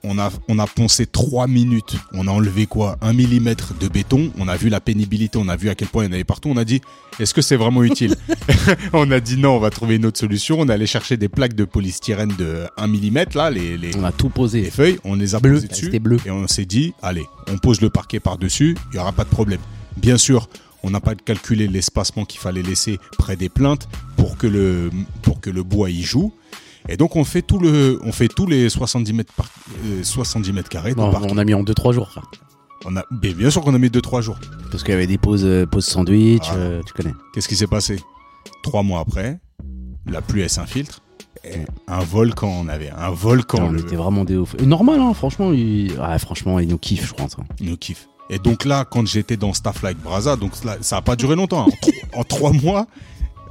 [SPEAKER 2] On a, on a poncé 3 minutes, on a enlevé quoi Un millimètre de béton, on a vu la pénibilité, on a vu à quel point il y en avait partout, on a dit est-ce que c'est vraiment
[SPEAKER 3] [LAUGHS]
[SPEAKER 2] utile On a dit non, on va trouver une autre solution, on allait chercher des plaques de polystyrène de 1 mm, là, les, les,
[SPEAKER 3] On a tout posé.
[SPEAKER 2] les feuilles, on les a
[SPEAKER 3] Bleu, Ah,
[SPEAKER 2] posées dessus
[SPEAKER 3] c'était bleu.
[SPEAKER 2] et on s'est dit, allez, on pose le parquet par-dessus, il n'y aura pas de problème. Bien sûr, on n'a pas calculé l'espacement qu'il fallait laisser près des plaintes pour que le, pour que le bois y joue. Et donc on fait, tout le, on fait tous les 70 mètres, par- euh, 70 mètres carrés. de
[SPEAKER 3] Non,
[SPEAKER 2] parquet.
[SPEAKER 3] on a mis en 2-3 jours frère.
[SPEAKER 2] On a, mais bien sûr qu'on a mis 2-3 jours.
[SPEAKER 3] Parce qu'il y avait des pauses, euh, pauses sandwich,
[SPEAKER 2] Ah.
[SPEAKER 3] euh, tu connais.
[SPEAKER 2] Qu'est-ce qui s'est passé Trois mois après, la pluie elle s'infiltre. Et un volcan, on avait un volcan.
[SPEAKER 3] on
[SPEAKER 2] le-
[SPEAKER 3] était vraiment des ouf. Et normal, hein, franchement, il... ah, franchement, il nous kiffe, je pense. hein.
[SPEAKER 2] Il nous kiffe. Et donc là, quand j'étais dans Staff Like Braza, donc là, ça a pas duré longtemps. hein. En, tro- en trois mois,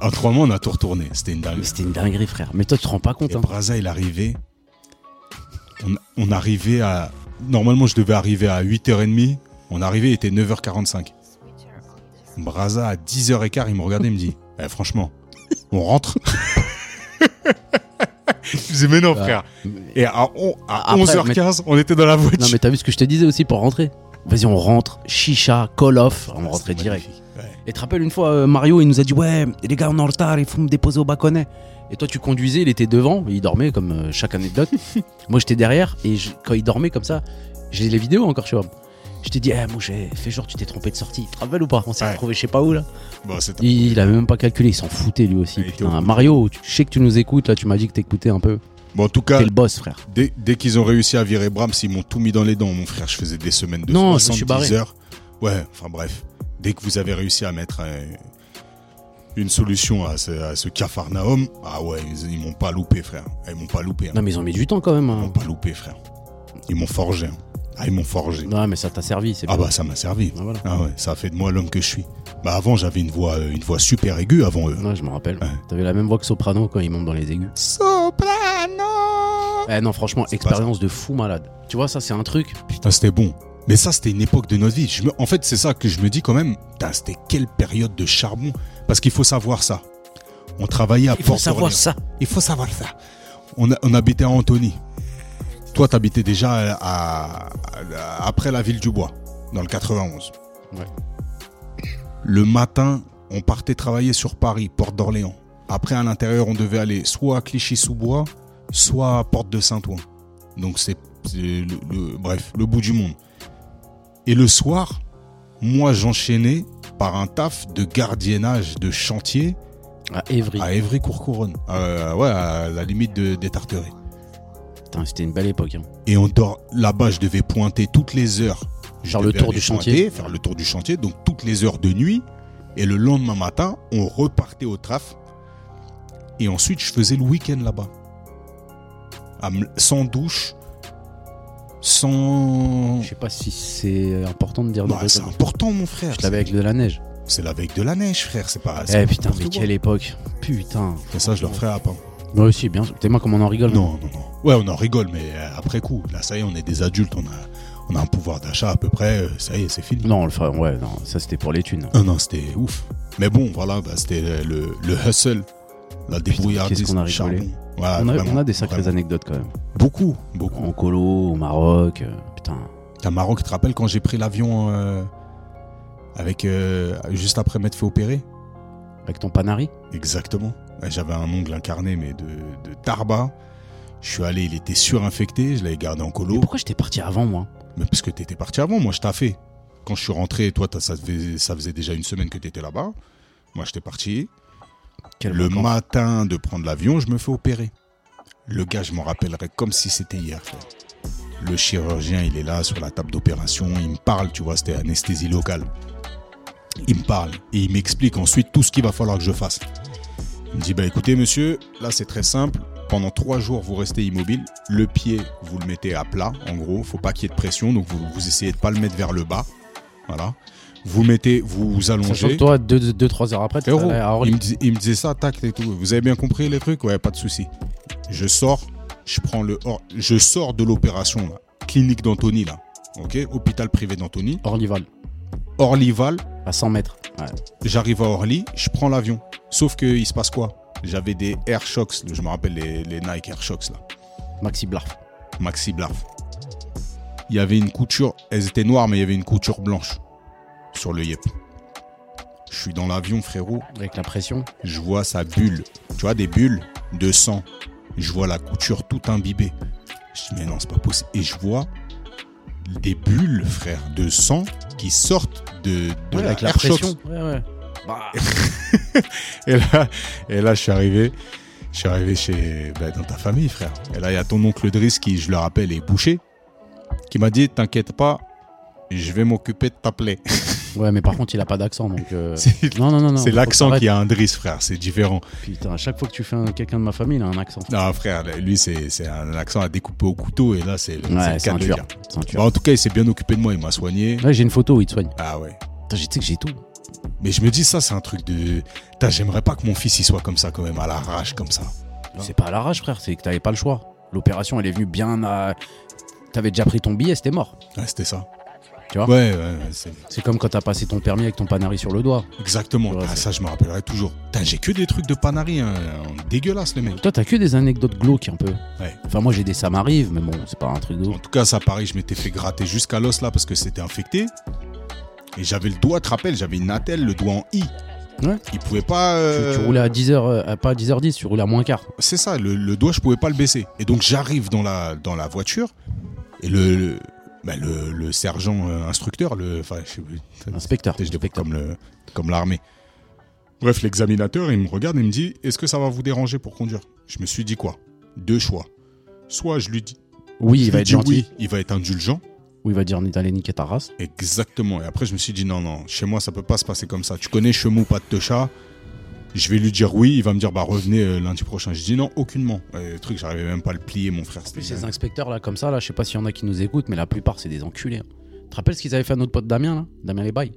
[SPEAKER 2] en trois mois, on a tout retourné. C'était une
[SPEAKER 3] Mais
[SPEAKER 2] dingue.
[SPEAKER 3] c'était une dinguerie, frère. Mais toi, tu te rends pas compte.
[SPEAKER 2] Et
[SPEAKER 3] Hein.
[SPEAKER 2] Braza, il arrivait. On, on arrivait à. Normalement, je devais arriver à 8h30. On arrivait, il était 9h45. Braza, à 10h15, il me regardait, il me dit Eh, Franchement, on rentre [LAUGHS] Je disais Mais non,
[SPEAKER 3] Bah,
[SPEAKER 2] frère. Et à, on- à
[SPEAKER 3] Après,
[SPEAKER 2] 11h15, on était dans la voiture.
[SPEAKER 3] Non, mais t'as vu ce que je te disais aussi pour rentrer Vas-y, on rentre, chicha, call off, on rentrait
[SPEAKER 2] Ah, C'était
[SPEAKER 3] direct.
[SPEAKER 2] magnifique. Ouais.
[SPEAKER 3] Et te rappelles une fois, euh, Mario, il nous a dit Ouais, les gars, on est en retard, il faut me déposer au baconnet. Et toi, tu conduisais, il était devant, il dormait comme euh,
[SPEAKER 2] [LAUGHS]
[SPEAKER 3] chaque anecdote. moi, j'étais derrière, et je- quand il dormait comme ça, j'ai les vidéos encore, tu vois. Je t'ai dit, eh, mon j'ai fais genre, tu t'es trompé de sortie. Tu te rappelles ou pas On s'est
[SPEAKER 2] Ouais.
[SPEAKER 3] retrouvés, je sais pas où là.
[SPEAKER 2] Bon, c'était-
[SPEAKER 3] Il, il avait même pas calculé, il s'en foutait lui aussi.
[SPEAKER 2] Il était
[SPEAKER 3] Putain,
[SPEAKER 2] au bout.
[SPEAKER 3] Mario, tu- je sais que tu nous écoutes, là tu m'as dit que t'écoutais un peu.
[SPEAKER 2] Bon, en tout cas,
[SPEAKER 3] T'es le boss frère.
[SPEAKER 2] Dès, dès qu'ils ont réussi à virer Brahms, ils m'ont tout mis dans les dents, mon frère. Je faisais des semaines de
[SPEAKER 3] Non, je me suis
[SPEAKER 2] 70
[SPEAKER 3] barré.
[SPEAKER 2] heures. Ouais, enfin bref. Dès que vous avez réussi à mettre euh, une solution à ce, à ce cafarnaum, ah ouais, ils, ils m'ont pas loupé, frère. Ah, Ils m'ont pas loupé. hein.
[SPEAKER 3] Non mais ils ont mis du temps quand même.
[SPEAKER 2] Ils m'ont
[SPEAKER 3] hein.
[SPEAKER 2] pas loupé, frère. Ils m'ont forgé. hein. Ah, ils m'ont forgé.
[SPEAKER 3] Non mais ça t'a servi, c'est
[SPEAKER 2] Ah
[SPEAKER 3] bien.
[SPEAKER 2] bah, ça m'a servi.
[SPEAKER 3] Ah, voilà.
[SPEAKER 2] Ah ouais, ça a fait de moi l'homme que je suis. Bah, avant, j'avais une voix, euh, une voix super aiguë avant eux.
[SPEAKER 3] Ouais, je me rappelle.
[SPEAKER 2] bah. Ouais.
[SPEAKER 3] T'avais la même voix que Soprano quand il monte dans les aigus.
[SPEAKER 2] Soprano
[SPEAKER 3] Eh non franchement,
[SPEAKER 2] C'est pas
[SPEAKER 3] expérience de fou malade. Tu vois ça c'est un truc.
[SPEAKER 2] Putain, c'était bon. Mais ça, c'était une époque de notre vie. Je me- En fait, c'est ça que je me dis quand même. Putain, C'était quelle période de charbon Parce qu'il faut savoir ça. On travaillait à
[SPEAKER 3] Il faut
[SPEAKER 2] Porte
[SPEAKER 3] savoir
[SPEAKER 2] d'Orléans.
[SPEAKER 3] ça.
[SPEAKER 2] Il faut savoir ça. On, a- on habitait à Antony. Toi, t'habitais déjà à- à- après la ville du Bois, dans le 91.
[SPEAKER 3] Ouais.
[SPEAKER 2] Le matin, on partait travailler sur Paris, Porte d'Orléans. Après, à l'intérieur, on devait aller soit à Clichy-sous-Bois, soit à Porte de Saint-Ouen. Donc, c'est c'est le, le- bref, le bout du monde. Et le soir, moi, j'enchaînais par un taf de gardiennage de chantier
[SPEAKER 3] À Évry.
[SPEAKER 2] à Évry-Courcouronne. Euh, ouais, à la limite de- des Tarterets.
[SPEAKER 3] Putain, c'était une belle époque. hein.
[SPEAKER 2] Et on dort là-bas, je devais pointer toutes les heures. Je
[SPEAKER 3] Faire le
[SPEAKER 2] devais
[SPEAKER 3] tour
[SPEAKER 2] aller
[SPEAKER 3] du
[SPEAKER 2] pointer,
[SPEAKER 3] chantier.
[SPEAKER 2] Faire le tour du chantier, donc toutes les heures de nuit. Et le lendemain matin, on repartait au traf. Et ensuite, je faisais le week-end là-bas. À me- Sans douche, sans.
[SPEAKER 3] Je sais pas si c'est important de dire des
[SPEAKER 2] Bah,
[SPEAKER 3] trucs
[SPEAKER 2] c'est
[SPEAKER 3] comme ça.
[SPEAKER 2] important, mon frère.
[SPEAKER 3] Je l'avais avec de la neige.
[SPEAKER 2] C'est la veille de la neige, frère. C'est pas.
[SPEAKER 3] Eh
[SPEAKER 2] c'est
[SPEAKER 3] putain,
[SPEAKER 2] n'importe
[SPEAKER 3] mais
[SPEAKER 2] quoi.
[SPEAKER 3] quelle époque. Putain.
[SPEAKER 2] Et ça, je leur ferai à part.
[SPEAKER 3] Moi aussi, bien sûr. T'es moi comme on en rigole. hein.
[SPEAKER 2] Non, non, non. Ouais, on en rigole, mais euh, après coup, là, ça y est, on est des adultes, on a, on a un pouvoir d'achat à peu près, euh, ça y est, c'est fini.
[SPEAKER 3] Non, on le ferait. Ouais, non, ça c'était pour les thunes.
[SPEAKER 2] Ah non, c'était ouf. Mais bon, voilà, bah, c'était euh, le, le hustle, la débrouillardise,
[SPEAKER 3] qu'est-ce qu'on a
[SPEAKER 2] le
[SPEAKER 3] rigolé.
[SPEAKER 2] charbon. Voilà,
[SPEAKER 3] on, a,
[SPEAKER 2] Ah, vraiment,
[SPEAKER 3] on a des sacrées
[SPEAKER 2] vraiment.
[SPEAKER 3] anecdotes quand même.
[SPEAKER 2] Beaucoup, beaucoup.
[SPEAKER 3] En colo, au Maroc. euh, putain.
[SPEAKER 2] T'as Maroc, tu te rappelles quand j'ai pris l'avion euh, avec euh, juste après m'être fait opérer
[SPEAKER 3] Avec ton panari
[SPEAKER 2] Exactement. Ouais, J'avais un ongle incarné, mais de, de Tarba. Je suis allé, il était surinfecté, je l'avais gardé en colo.
[SPEAKER 3] Mais pourquoi j'étais parti avant moi
[SPEAKER 2] Mais parce que t'étais parti avant, moi je t'ai fait. Quand je suis rentré, toi t'as- ça faisait, ça faisait déjà une semaine que t'étais là-bas. Moi j'étais parti.
[SPEAKER 3] Quelle
[SPEAKER 2] Le
[SPEAKER 3] vacances.
[SPEAKER 2] matin de prendre l'avion, je me fais opérer. Le gars, je m'en rappellerai comme si c'était hier. frère. Le chirurgien, il est là sur la table d'opération, il me parle, tu vois, c'était anesthésie locale. Il me parle et il m'explique ensuite tout ce qu'il va falloir que je fasse. Il me dit, bah écoutez monsieur, là c'est très simple, pendant trois jours vous restez immobile, le pied vous le mettez à plat, en gros, faut pas qu'il y ait de pression, donc vous, vous essayez de pas le mettre vers le bas, voilà. Vous mettez, vous, vous
[SPEAKER 3] Sachant que
[SPEAKER 2] allongez.
[SPEAKER 3] toi, 2-3 deux, deux, trois heures après, t'es
[SPEAKER 2] Frérot,
[SPEAKER 3] allé à
[SPEAKER 2] il,
[SPEAKER 3] Orly.
[SPEAKER 2] me dis- il me disait ça, tac et tout. Vous avez bien compris les trucs Ouais, pas de souci. Je sors, je prends le or- je sors de l'opération là, clinique d'Anthony là, ok, hôpital privé d'Anthony,
[SPEAKER 3] Orlyval,
[SPEAKER 2] Orlyval.
[SPEAKER 3] à 100 mètres. Ouais.
[SPEAKER 2] J'arrive à Orly, je prends l'avion. Sauf que il se passe quoi J'avais des Air Shocks, je me rappelle les, les Nike Air Shocks là,
[SPEAKER 3] Maxi Blarf.
[SPEAKER 2] Maxi Blarf. Il y avait une couture, elles étaient noires mais il y avait une couture blanche sur le yep. Je suis dans l'avion frérot,
[SPEAKER 3] Avec la pression.
[SPEAKER 2] je vois sa bulle. Tu vois, des bulles de sang. Je vois la couture tout imbibée. Je dis, mais non, c'est pas possible. Et je vois des bulles, frère, de sang qui sortent de, de
[SPEAKER 3] Ouais, avec la
[SPEAKER 2] Air Shox.
[SPEAKER 3] pression. Ouais, ouais. Bah,
[SPEAKER 2] Et là, et là, je suis arrivé. Je suis arrivé chez, bah, dans ta famille, frère. Et là, il y a ton oncle Driss qui, je le rappelle, est bouché, qui m'a dit, t'inquiète pas, je vais m'occuper de ta plaie.
[SPEAKER 3] ouais, mais par contre, il a pas d'accent donc. euh,
[SPEAKER 2] [LAUGHS] C'est-
[SPEAKER 3] Non, non, non. non,
[SPEAKER 2] C'est
[SPEAKER 3] faut
[SPEAKER 2] l'accent
[SPEAKER 3] que
[SPEAKER 2] qui a un Driss, frère. C'est différent.
[SPEAKER 3] t'arrêtes. Putain, à chaque fois que tu fais un- quelqu'un de ma famille, il a un accent.
[SPEAKER 2] Non, frère, lui, c'est c'est un accent à découper au couteau, et là, c'est le- c'est
[SPEAKER 3] Ouais,
[SPEAKER 2] le
[SPEAKER 3] c'est
[SPEAKER 2] cas
[SPEAKER 3] un
[SPEAKER 2] de le
[SPEAKER 3] tueur.
[SPEAKER 2] dire.
[SPEAKER 3] C'est un tueur.
[SPEAKER 2] Bah, en tout cas, il s'est bien occupé de moi, il m'a soigné.
[SPEAKER 3] Là, j'ai une photo où il te soigne.
[SPEAKER 2] Ah ouais.
[SPEAKER 3] Putain, je sais que j'ai tout.
[SPEAKER 2] Mais je me dis, ça, c'est un truc de. Putain, J'aimerais pas que mon fils, il soit comme ça, quand même, à la rage, comme ça.
[SPEAKER 3] C'est pas à l'arrache, frère, c'est que t'avais pas le choix. L'opération, elle est venue bien à. T'avais déjà pris ton billet, c'était mort.
[SPEAKER 2] Ouais, c'était ça.
[SPEAKER 3] Tu vois
[SPEAKER 2] Ouais, ouais, ouais, c'est-
[SPEAKER 3] C'est comme quand t'as passé ton permis avec ton panari sur le doigt.
[SPEAKER 2] exactement.
[SPEAKER 3] Ouais,
[SPEAKER 2] Ah,
[SPEAKER 3] c'est-
[SPEAKER 2] ça, je me rappellerai toujours. Putain, j'ai que des trucs de panari, hein. dégueulasse, le mec.
[SPEAKER 3] Toi, t'as que des anecdotes glauques un peu.
[SPEAKER 2] Ouais.
[SPEAKER 3] Enfin, moi, j'ai des ça m'arrive, mais bon, c'est pas un truc de ouf.
[SPEAKER 2] En tout cas, ça, pareil, je m'étais fait gratter jusqu'à l'os, là, parce que c'était infecté. Et j'avais le doigt, tu te rappelles, j'avais une attelle, le doigt en I.
[SPEAKER 3] Ouais.
[SPEAKER 2] Il pouvait pas.
[SPEAKER 3] Tu,
[SPEAKER 2] euh,
[SPEAKER 3] tu roulais à 10h, pas à 10h10, tu roulais à moins quart.
[SPEAKER 2] C'est ça, le, le doigt, je pouvais pas le baisser. Et donc, j'arrive dans la, dans la voiture, et le, le, bah, le- le sergent euh, instructeur, le, enfin, je sais plus,
[SPEAKER 3] Inspecteur.
[SPEAKER 2] je développe comme, le, comme l'armée. Bref, l'examinateur, il me regarde et me dit Est-ce que ça va vous déranger pour conduire Je me suis dit quoi Deux choix. Soit je lui dis,
[SPEAKER 3] Oui, il
[SPEAKER 2] je
[SPEAKER 3] va
[SPEAKER 2] lui
[SPEAKER 3] être
[SPEAKER 2] dis
[SPEAKER 3] gentil.
[SPEAKER 2] oui,
[SPEAKER 3] Oui.
[SPEAKER 2] il va être indulgent.
[SPEAKER 3] il va dire d'aller niquer ta race.
[SPEAKER 2] Exactement. Et après, je me suis dit Non, non, chez moi, ça peut pas se passer comme ça. Tu connais Chemou, pas de te chat. Je vais lui dire oui, il va me dire bah revenez euh, lundi prochain. Je dis non, aucunement. Euh, le truc, j'arrivais même pas à le plier, mon frère.
[SPEAKER 3] En plus,
[SPEAKER 2] C'était-
[SPEAKER 3] ces inspecteurs là, comme ça, là, je sais pas s'il y en a qui nous écoutent, mais la plupart, c'est des enculés. hein. Tu te rappelles ce qu'ils avaient fait à notre pote Damien là Damien les bails.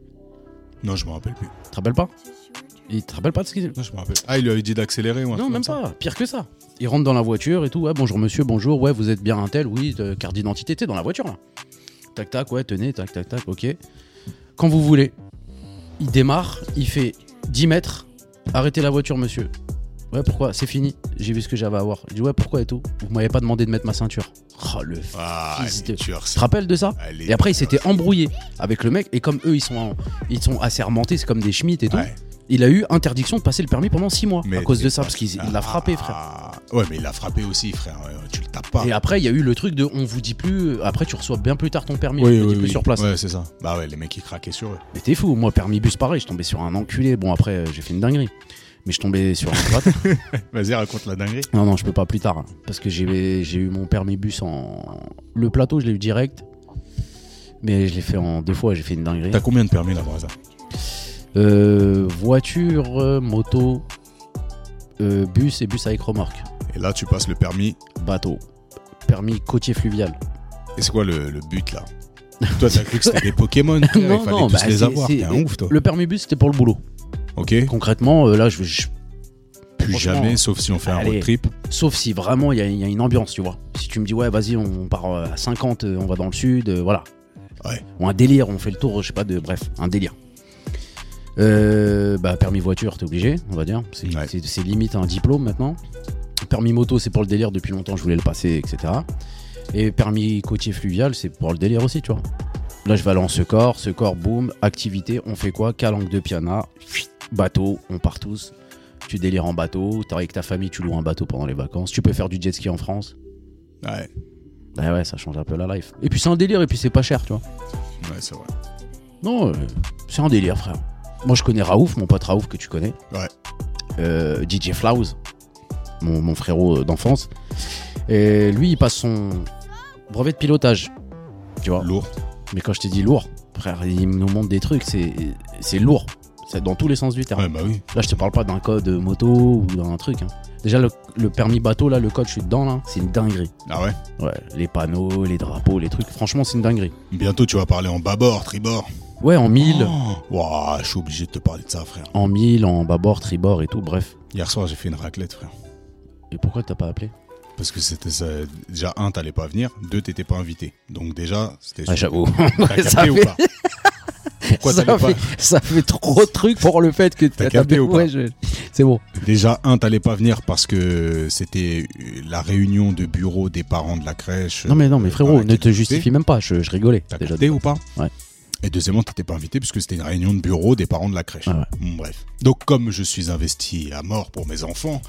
[SPEAKER 2] Non, je me rappelle plus.
[SPEAKER 3] Tu te rappelles pas Il te rappelle pas de ce qu'ils.
[SPEAKER 2] Non, je me rappelle. Ah, il lui avait dit d'accélérer. ou un
[SPEAKER 3] Non,
[SPEAKER 2] truc
[SPEAKER 3] même
[SPEAKER 2] comme ça.
[SPEAKER 3] pas. Pire que ça. Ils Ah, rentrent dans la voiture et tout. Ouais, bonjour monsieur, bonjour. Ouais, vous êtes bien un tel. Oui, euh, carte d'identité. T'es dans la voiture là. Tac, tac, ouais, tenez, tac, tac, tac, ok. Quand vous voulez, il démarre, il fait 10 mètres. Arrêtez la voiture, monsieur. Ouais, pourquoi C'est fini. J'ai vu ce que j'avais à avoir. Il dit, ouais, pourquoi et tout Vous m'avez pas demandé de mettre ma ceinture. Oh, le
[SPEAKER 2] Ah,
[SPEAKER 3] fils
[SPEAKER 2] les
[SPEAKER 3] de-
[SPEAKER 2] tueurs,
[SPEAKER 3] Tu te rappelles de ça
[SPEAKER 2] Ah, les
[SPEAKER 3] Et après, il
[SPEAKER 2] tueurs.
[SPEAKER 3] s'était embrouillé avec le mec. Et comme eux, ils sont, en- ils sont assermentés, c'est comme des schmittes et tout.
[SPEAKER 2] Ouais.
[SPEAKER 3] Il a eu interdiction de passer le permis pendant 6 mois
[SPEAKER 2] Mais
[SPEAKER 3] à cause
[SPEAKER 2] t'es
[SPEAKER 3] de ça,
[SPEAKER 2] pas-
[SPEAKER 3] parce qu'il il l'a frappé, frère.
[SPEAKER 2] Ah, Ouais, mais il l'a frappé aussi, frère. Ouais, ouais, Tu le tapes pas.
[SPEAKER 3] Et après, il y a eu le truc de on vous dit plus, euh, après tu reçois bien plus tard ton permis,
[SPEAKER 2] Oui,
[SPEAKER 3] on te
[SPEAKER 2] oui,
[SPEAKER 3] dit plus
[SPEAKER 2] oui.
[SPEAKER 3] sur place.
[SPEAKER 2] Ouais, c'est ça. Bah ouais, les mecs, ils craquaient sur eux.
[SPEAKER 3] Mais t'es fou, moi, permis bus pareil, je tombais sur un enculé. Bon, après, euh, j'ai fait une dinguerie. Mais je tombais sur un
[SPEAKER 2] [LAUGHS]
[SPEAKER 3] pote.
[SPEAKER 2] Vas-y, raconte la dinguerie.
[SPEAKER 3] non, non, je peux pas plus tard. hein, parce que j'ai j'ai eu mon permis bus en. Le plateau, je l'ai eu direct. Mais je l'ai fait en deux fois, j'ai fait une dinguerie.
[SPEAKER 2] T'as combien de permis là, Braza
[SPEAKER 3] Euh, voiture, euh, moto, euh, bus et bus avec remorque.
[SPEAKER 2] Et là, tu passes le permis.
[SPEAKER 3] Bateau. Permis côtier fluvial.
[SPEAKER 2] Et c'est quoi le, le but là Toi, t'as cru que c'était des Pokémon
[SPEAKER 3] [LAUGHS]
[SPEAKER 2] frère, Il fallait tous
[SPEAKER 3] bah,
[SPEAKER 2] les
[SPEAKER 3] c'est-
[SPEAKER 2] avoir.
[SPEAKER 3] c'est-
[SPEAKER 2] T'es un ouf, toi.
[SPEAKER 3] Le permis bus, c'était pour le boulot.
[SPEAKER 2] Ok
[SPEAKER 3] Concrètement, euh, là, je, je-
[SPEAKER 2] Plus
[SPEAKER 3] franchement,
[SPEAKER 2] jamais, sauf si on fait un
[SPEAKER 3] allez.
[SPEAKER 2] road trip.
[SPEAKER 3] sauf si vraiment il y, a- il y a une ambiance, tu vois. Si tu me dis, ouais, vas-y, on part euh, à 50, euh, on va dans le sud, euh, voilà.
[SPEAKER 2] Ouais.
[SPEAKER 3] Ou un délire, on fait le tour, je sais pas, de bref, un délire. Euh, bah, permis voiture, t'es obligé, on va dire. C'est
[SPEAKER 2] Ouais.
[SPEAKER 3] c'est- c'est limite un diplôme maintenant. Permis moto, c'est pour le délire, depuis longtemps, je voulais le passer, etc. Et permis côtier fluvial, c'est pour le délire aussi, tu vois. Là, je vais aller en Secor, Secor, boum, activité, on fait quoi Calanque de piana, fuit, bateau, on part tous. Tu délires en bateau, t'es avec ta famille, tu loues un bateau pendant les vacances. Tu peux faire du jet ski en France.
[SPEAKER 2] Ouais,
[SPEAKER 3] Bah ouais, ça change un peu la life. Et puis c'est un délire, et puis c'est pas cher, tu vois.
[SPEAKER 2] ouais c'est vrai.
[SPEAKER 3] Non, euh, c'est un délire, frère. Moi, je connais Raouf, mon pote Raouf que tu connais.
[SPEAKER 2] Ouais.
[SPEAKER 3] Euh, DJ Flaus, mon, mon frérot euh, d'enfance. Et lui, il passe son brevet de pilotage. Tu vois.
[SPEAKER 2] Lourd.
[SPEAKER 3] Mais quand je t'ai dit lourd, frère, il nous montre des trucs, c'est c'est lourd. C'est dans tous les sens du terme.
[SPEAKER 2] Ouais, bah oui.
[SPEAKER 3] Là, je te parle pas d'un code moto ou d'un truc. hein. Déjà, le, le permis bateau, là, le code, je suis dedans, là, c'est une dinguerie.
[SPEAKER 2] Ah ouais
[SPEAKER 3] Ouais, les panneaux, les drapeaux, les trucs, franchement, c'est une dinguerie.
[SPEAKER 2] Bientôt, tu vas parler en bâbord, tribord.
[SPEAKER 3] Ouais, en mille,
[SPEAKER 2] Oh, Ouah, je suis obligé de te parler de ça, frère.
[SPEAKER 3] en mille, en bâbord, tribord et tout, bref.
[SPEAKER 2] Hier soir, j'ai fait une raclette, frère.
[SPEAKER 3] Et pourquoi t'as pas appelé
[SPEAKER 2] Parce que c'était ça. Déjà, un, t'allais pas venir. Deux, t'étais pas invité. Donc, déjà, c'était. sûr.
[SPEAKER 3] Ah, j'avoue. [LAUGHS]
[SPEAKER 2] T'as capté
[SPEAKER 3] ça
[SPEAKER 2] ou
[SPEAKER 3] fait-
[SPEAKER 2] pas Pourquoi
[SPEAKER 3] ça,
[SPEAKER 2] t'allais pas
[SPEAKER 3] fait, ça fait trop de trucs pour le fait que
[SPEAKER 2] T'as capté ou pas
[SPEAKER 3] Ouais, je- C'est bon.
[SPEAKER 2] Déjà, un, t'allais pas venir parce que c'était la réunion de bureau des parents de la crèche.
[SPEAKER 3] Non, mais non, mais
[SPEAKER 2] Euh,
[SPEAKER 3] frérot,
[SPEAKER 2] voilà,
[SPEAKER 3] ne
[SPEAKER 2] qui
[SPEAKER 3] te
[SPEAKER 2] est
[SPEAKER 3] justifie
[SPEAKER 2] invité.
[SPEAKER 3] même pas, je, je rigolais.
[SPEAKER 2] T'as
[SPEAKER 3] déjà.
[SPEAKER 2] capté ou pas
[SPEAKER 3] Ouais.
[SPEAKER 2] Et deuxièmement, t'étais pas invité puisque c'était une réunion de bureau des parents de la crèche.
[SPEAKER 3] Ah ouais.
[SPEAKER 2] Bon, bref. Donc, comme je suis investi à mort pour mes enfants,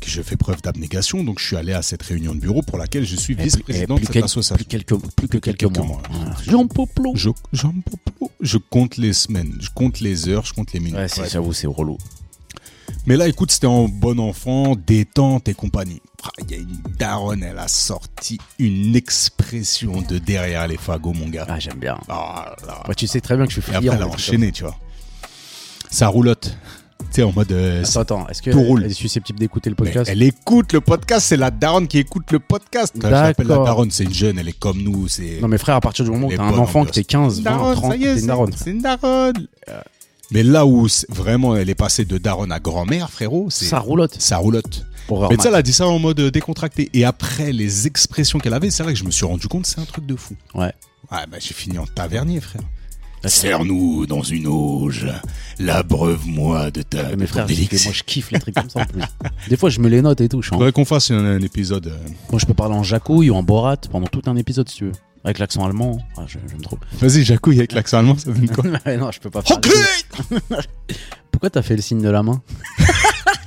[SPEAKER 2] que je fais preuve d'abnégation, donc je suis allé à cette réunion de bureau pour laquelle je suis
[SPEAKER 3] Et plus-
[SPEAKER 2] vice-président
[SPEAKER 3] et
[SPEAKER 2] de
[SPEAKER 3] Eh, plus
[SPEAKER 2] cette
[SPEAKER 3] quel-
[SPEAKER 2] association.
[SPEAKER 3] Plus, quelques, plus que quelques,
[SPEAKER 2] Quelques
[SPEAKER 3] mois.
[SPEAKER 2] mois. hein.
[SPEAKER 3] Voilà. Jean Poplo.
[SPEAKER 2] Je, j'en propos- je compte les semaines, je compte les heures, je compte les minutes.
[SPEAKER 3] Ouais, c'est-
[SPEAKER 2] Bref.
[SPEAKER 3] j'avoue, c'est relou.
[SPEAKER 2] Mais là, écoute, c'était en bon enfant, détente et compagnie. Ah, Il y a une daronne, elle a sorti une expression de derrière les fagots, mon gars.
[SPEAKER 3] Ah, j'aime bien.
[SPEAKER 2] Ah, là.
[SPEAKER 3] Moi, bah, tu sais très bien que je suis
[SPEAKER 2] Et
[SPEAKER 3] friand.
[SPEAKER 2] après, elle a
[SPEAKER 3] des trucs
[SPEAKER 2] enchaîné, tu vois. Ça roulotte. Tu sais, en mode. euh,
[SPEAKER 3] comme Ah, ça. Attends, attends, est-ce
[SPEAKER 2] Tout roule.
[SPEAKER 3] qu'elle est susceptible d'écouter le
[SPEAKER 2] mais
[SPEAKER 3] podcast
[SPEAKER 2] elle écoute le podcast, c'est la daronne qui écoute le podcast. Je l'appelle la
[SPEAKER 3] D'accord.
[SPEAKER 2] daronne, c'est une jeune, elle est comme nous. C'est
[SPEAKER 3] Non, mais frère, à partir du moment où
[SPEAKER 2] Elle
[SPEAKER 3] t'as
[SPEAKER 2] est
[SPEAKER 3] un
[SPEAKER 2] bonne
[SPEAKER 3] enfant, que
[SPEAKER 2] ambiance.
[SPEAKER 3] t'es 15, 20, 30,
[SPEAKER 2] ça y est,
[SPEAKER 3] t'es une daronne.
[SPEAKER 2] c'est une daronne. Euh, Mais là où c'est- vraiment elle est passée de daronne à grand-mère, frérot, c'est
[SPEAKER 3] Ça roulotte.
[SPEAKER 2] ça roulotte.
[SPEAKER 3] Horreur,
[SPEAKER 2] Mais tu sais, elle
[SPEAKER 3] Max.
[SPEAKER 2] a dit ça en mode décontracté. Et après, les expressions qu'elle avait, c'est là que je me suis rendu compte, c'est un truc de fou.
[SPEAKER 3] Ouais.
[SPEAKER 2] Ah bah j'ai fini en tavernier, frère. Serre-nous dans une auge, l'abreuve-moi de ta
[SPEAKER 3] Mais frère, c'est que moi je kiffe les trucs comme ça en plus. Des fois, je me les note et tout. je suis en-
[SPEAKER 2] faudrait qu'on fasse un, un épisode. euh.
[SPEAKER 3] Moi, je peux parler en jacouille ou en borat pendant tout un épisode si tu veux. Avec l'accent allemand. Ah, je, je me trouve.
[SPEAKER 2] Vas-y, jacouille avec l'accent allemand, ça donne quoi
[SPEAKER 3] [LAUGHS] Ouais, [LAUGHS] non, je peux pas. faire-
[SPEAKER 2] Ah,
[SPEAKER 3] Pourquoi t'as fait le signe de la main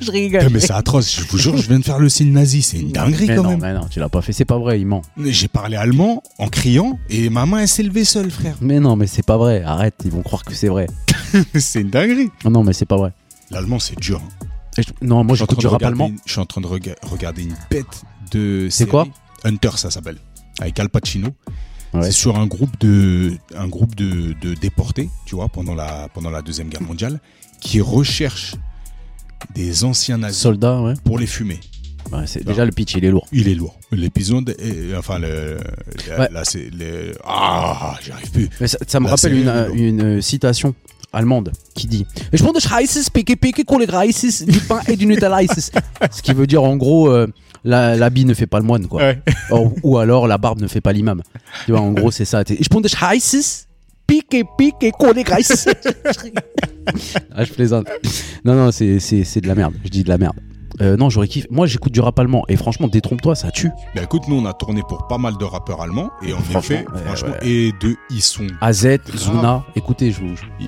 [SPEAKER 3] Je rigole.
[SPEAKER 2] Putain, Mais c'est atroce, je vous jure, je viens de faire le signe nazi, c'est une dinguerie
[SPEAKER 3] Mais
[SPEAKER 2] quand
[SPEAKER 3] non,
[SPEAKER 2] même.
[SPEAKER 3] mais non, tu l'as pas fait. C'est pas vrai, il ment.
[SPEAKER 2] Mais J'ai parlé allemand en criant et ma main elle s'est levée seule, frère.
[SPEAKER 3] Mais non, mais c'est pas vrai. Arrête, ils vont croire que [LAUGHS] c'est vrai.
[SPEAKER 2] c'est une dinguerie.
[SPEAKER 3] Non, mais c'est pas vrai.
[SPEAKER 2] L'allemand c'est dur. hein.
[SPEAKER 3] Et je- Non, moi,
[SPEAKER 2] Je suis en
[SPEAKER 3] j'écoute
[SPEAKER 2] train
[SPEAKER 3] du
[SPEAKER 2] de
[SPEAKER 3] rap
[SPEAKER 2] regarder
[SPEAKER 3] allemand.
[SPEAKER 2] une- je suis en train de rega- regarder une bête de.
[SPEAKER 3] C'est
[SPEAKER 2] série.
[SPEAKER 3] quoi
[SPEAKER 2] Hunter, ça s'appelle. Avec Al Pacino.
[SPEAKER 3] Ouais.
[SPEAKER 2] C'est sur un groupe de, un groupe de, de déportés, tu vois, pendant la, pendant la Deuxième Guerre mondiale, qui recherchent des anciens nazis
[SPEAKER 3] Soldat, ouais.
[SPEAKER 2] pour les fumer.
[SPEAKER 3] Ouais, c'est- Déjà, le pitch, il est lourd.
[SPEAKER 2] Il est lourd. L'épisode, est- enfin, le, la-
[SPEAKER 3] Ouais.
[SPEAKER 2] là, c'est. le- Ah, j'arrive plus.
[SPEAKER 3] Mais ça, ça me
[SPEAKER 2] La
[SPEAKER 3] rappelle
[SPEAKER 2] série,
[SPEAKER 3] une,
[SPEAKER 2] elle est
[SPEAKER 3] une, euh, citation allemande qui dit Je prends des Schreisses, piqué piqué, les Greises, du pain et du Nutella. Isis. Ce qui veut dire en gros euh, la, la bille ne fait pas le moine, quoi.
[SPEAKER 2] Ouais.
[SPEAKER 3] [LAUGHS] Or- ou alors la barbe ne fait pas l'imam. Tu vois, en gros, c'est ça. T'es- Je prends des Schreisses, piqué piqué, les [LAUGHS] Greises. ah, je plaisante. Non, non, c'est c'est- c'est de la merde. Je dis de la merde. Euh, non, j'aurais kiffé. Moi, j'écoute du rap allemand et franchement, détrompe-toi, ça tue.
[SPEAKER 2] Bah écoute, nous on a tourné pour pas mal de rappeurs allemands et en
[SPEAKER 3] Franchement,
[SPEAKER 2] effet,
[SPEAKER 3] ouais,
[SPEAKER 2] franchement,
[SPEAKER 3] ouais.
[SPEAKER 2] et de ils sont
[SPEAKER 3] AZ, Zuna, écoutez, je vous. je-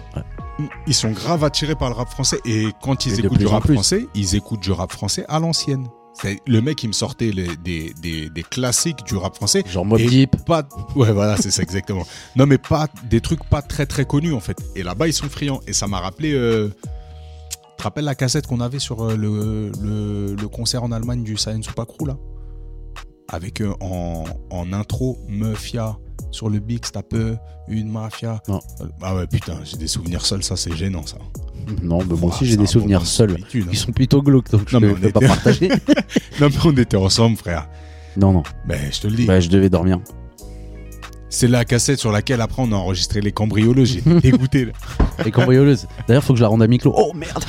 [SPEAKER 2] ils sont grave attirés par le rap français et quand
[SPEAKER 3] Et
[SPEAKER 2] ils
[SPEAKER 3] de
[SPEAKER 2] écoutent
[SPEAKER 3] plus
[SPEAKER 2] du
[SPEAKER 3] en
[SPEAKER 2] rap
[SPEAKER 3] plus.
[SPEAKER 2] français, ils écoutent du rap français à l'ancienne. C'est le mec qui me sortait les- des, des, des classiques du rap français.
[SPEAKER 3] Genre Mob
[SPEAKER 2] Et-
[SPEAKER 3] Deep.
[SPEAKER 2] Pas, ouais, voilà, c'est ça exactement. Non, mais pas des trucs pas très très connus en fait. Et là-bas, ils sont friands. Et ça m'a rappelé. Euh, tu te rappelles la cassette qu'on avait sur euh, le, le, le concert en Allemagne du Science Supakru là Avec euh, en, en intro Mafia sur le Big t'as peu une mafia.
[SPEAKER 3] Non.
[SPEAKER 2] Euh, Ah ouais, putain, j'ai des souvenirs seuls, ça c'est gênant ça.
[SPEAKER 3] Non, Ah, mais moi
[SPEAKER 2] Ouah,
[SPEAKER 3] aussi, j'ai
[SPEAKER 2] c'est un
[SPEAKER 3] des souvenirs
[SPEAKER 2] moment de
[SPEAKER 3] seuls.
[SPEAKER 2] solitude, hein.
[SPEAKER 3] Ils sont plutôt glauques, donc je
[SPEAKER 2] Non,
[SPEAKER 3] ne
[SPEAKER 2] mais on
[SPEAKER 3] peux pas
[SPEAKER 2] était- [LAUGHS]
[SPEAKER 3] partager.
[SPEAKER 2] Non, mais on était ensemble, frère.
[SPEAKER 3] non, non.
[SPEAKER 2] Ben, je te le dis.
[SPEAKER 3] Bah, je devais dormir.
[SPEAKER 2] C'est la cassette sur laquelle après on a enregistré les cambrioleux.
[SPEAKER 3] [LAUGHS]
[SPEAKER 2] J'ai été dégoûté. là.
[SPEAKER 3] Et cambrioleuse. D'ailleurs, faut que je la rende à Miklo. Oh
[SPEAKER 2] [LAUGHS]
[SPEAKER 3] merde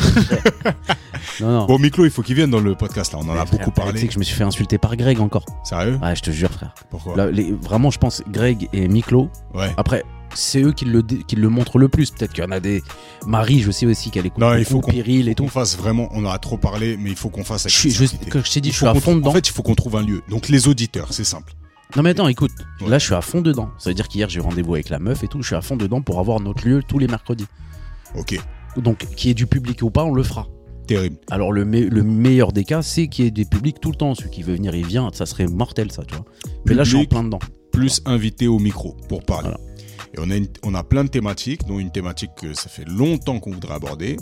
[SPEAKER 3] Non, non.
[SPEAKER 2] Bon, Miklo, il faut qu'il vienne dans le podcast là. On en
[SPEAKER 3] Mais
[SPEAKER 2] a
[SPEAKER 3] frère,
[SPEAKER 2] beaucoup
[SPEAKER 3] Tu sais
[SPEAKER 2] parlé.
[SPEAKER 3] que je me suis fait insulter par Greg encore.
[SPEAKER 2] Sérieux
[SPEAKER 3] Ouais, je te jure, frère.
[SPEAKER 2] Pourquoi
[SPEAKER 3] Là, les- vraiment, je pense Greg et Miklo.
[SPEAKER 2] Ouais.
[SPEAKER 3] Après, c'est eux qui le, dé- qui le montrent le plus. Peut-être qu'il y en a des. Marie, je sais aussi qu'elle écoute
[SPEAKER 2] Non, il
[SPEAKER 3] beaucoup,
[SPEAKER 2] faut qu'on-
[SPEAKER 3] Pyril et
[SPEAKER 2] Qu'on
[SPEAKER 3] tout.
[SPEAKER 2] fasse vraiment, on en a trop parlé, mais il faut qu'on fasse. avec
[SPEAKER 3] Je suis,
[SPEAKER 2] les
[SPEAKER 3] je,
[SPEAKER 2] invités.
[SPEAKER 3] comme je t'ai dit,
[SPEAKER 2] Il
[SPEAKER 3] je
[SPEAKER 2] faut
[SPEAKER 3] suis à
[SPEAKER 2] qu'on
[SPEAKER 3] fond
[SPEAKER 2] trouve-
[SPEAKER 3] dedans.
[SPEAKER 2] En fait, il faut qu'on trouve un lieu. Donc les auditeurs, c'est simple.
[SPEAKER 3] Non mais attends, écoute,
[SPEAKER 2] Ouais.
[SPEAKER 3] là je suis à fond dedans. Ça veut dire qu'hier j'ai eu rendez-vous avec la meuf et tout, je suis à fond dedans pour avoir notre lieu tous les mercredis.
[SPEAKER 2] Ok,
[SPEAKER 3] Donc qu'il y ait du public ou pas, on le fera.
[SPEAKER 2] terrible.
[SPEAKER 3] Alors le, me- le meilleur des cas, c'est qu'il y ait des publics tout le temps. Celui qui veut venir, il vient, ça serait mortel ça, tu vois. Mais là je suis en
[SPEAKER 2] Public.
[SPEAKER 3] plein dedans.
[SPEAKER 2] Plus invité au micro pour parler.
[SPEAKER 3] Voilà.
[SPEAKER 2] Et on a, une- on a plein de thématiques, dont une thématique que ça fait longtemps qu'on voudrait aborder.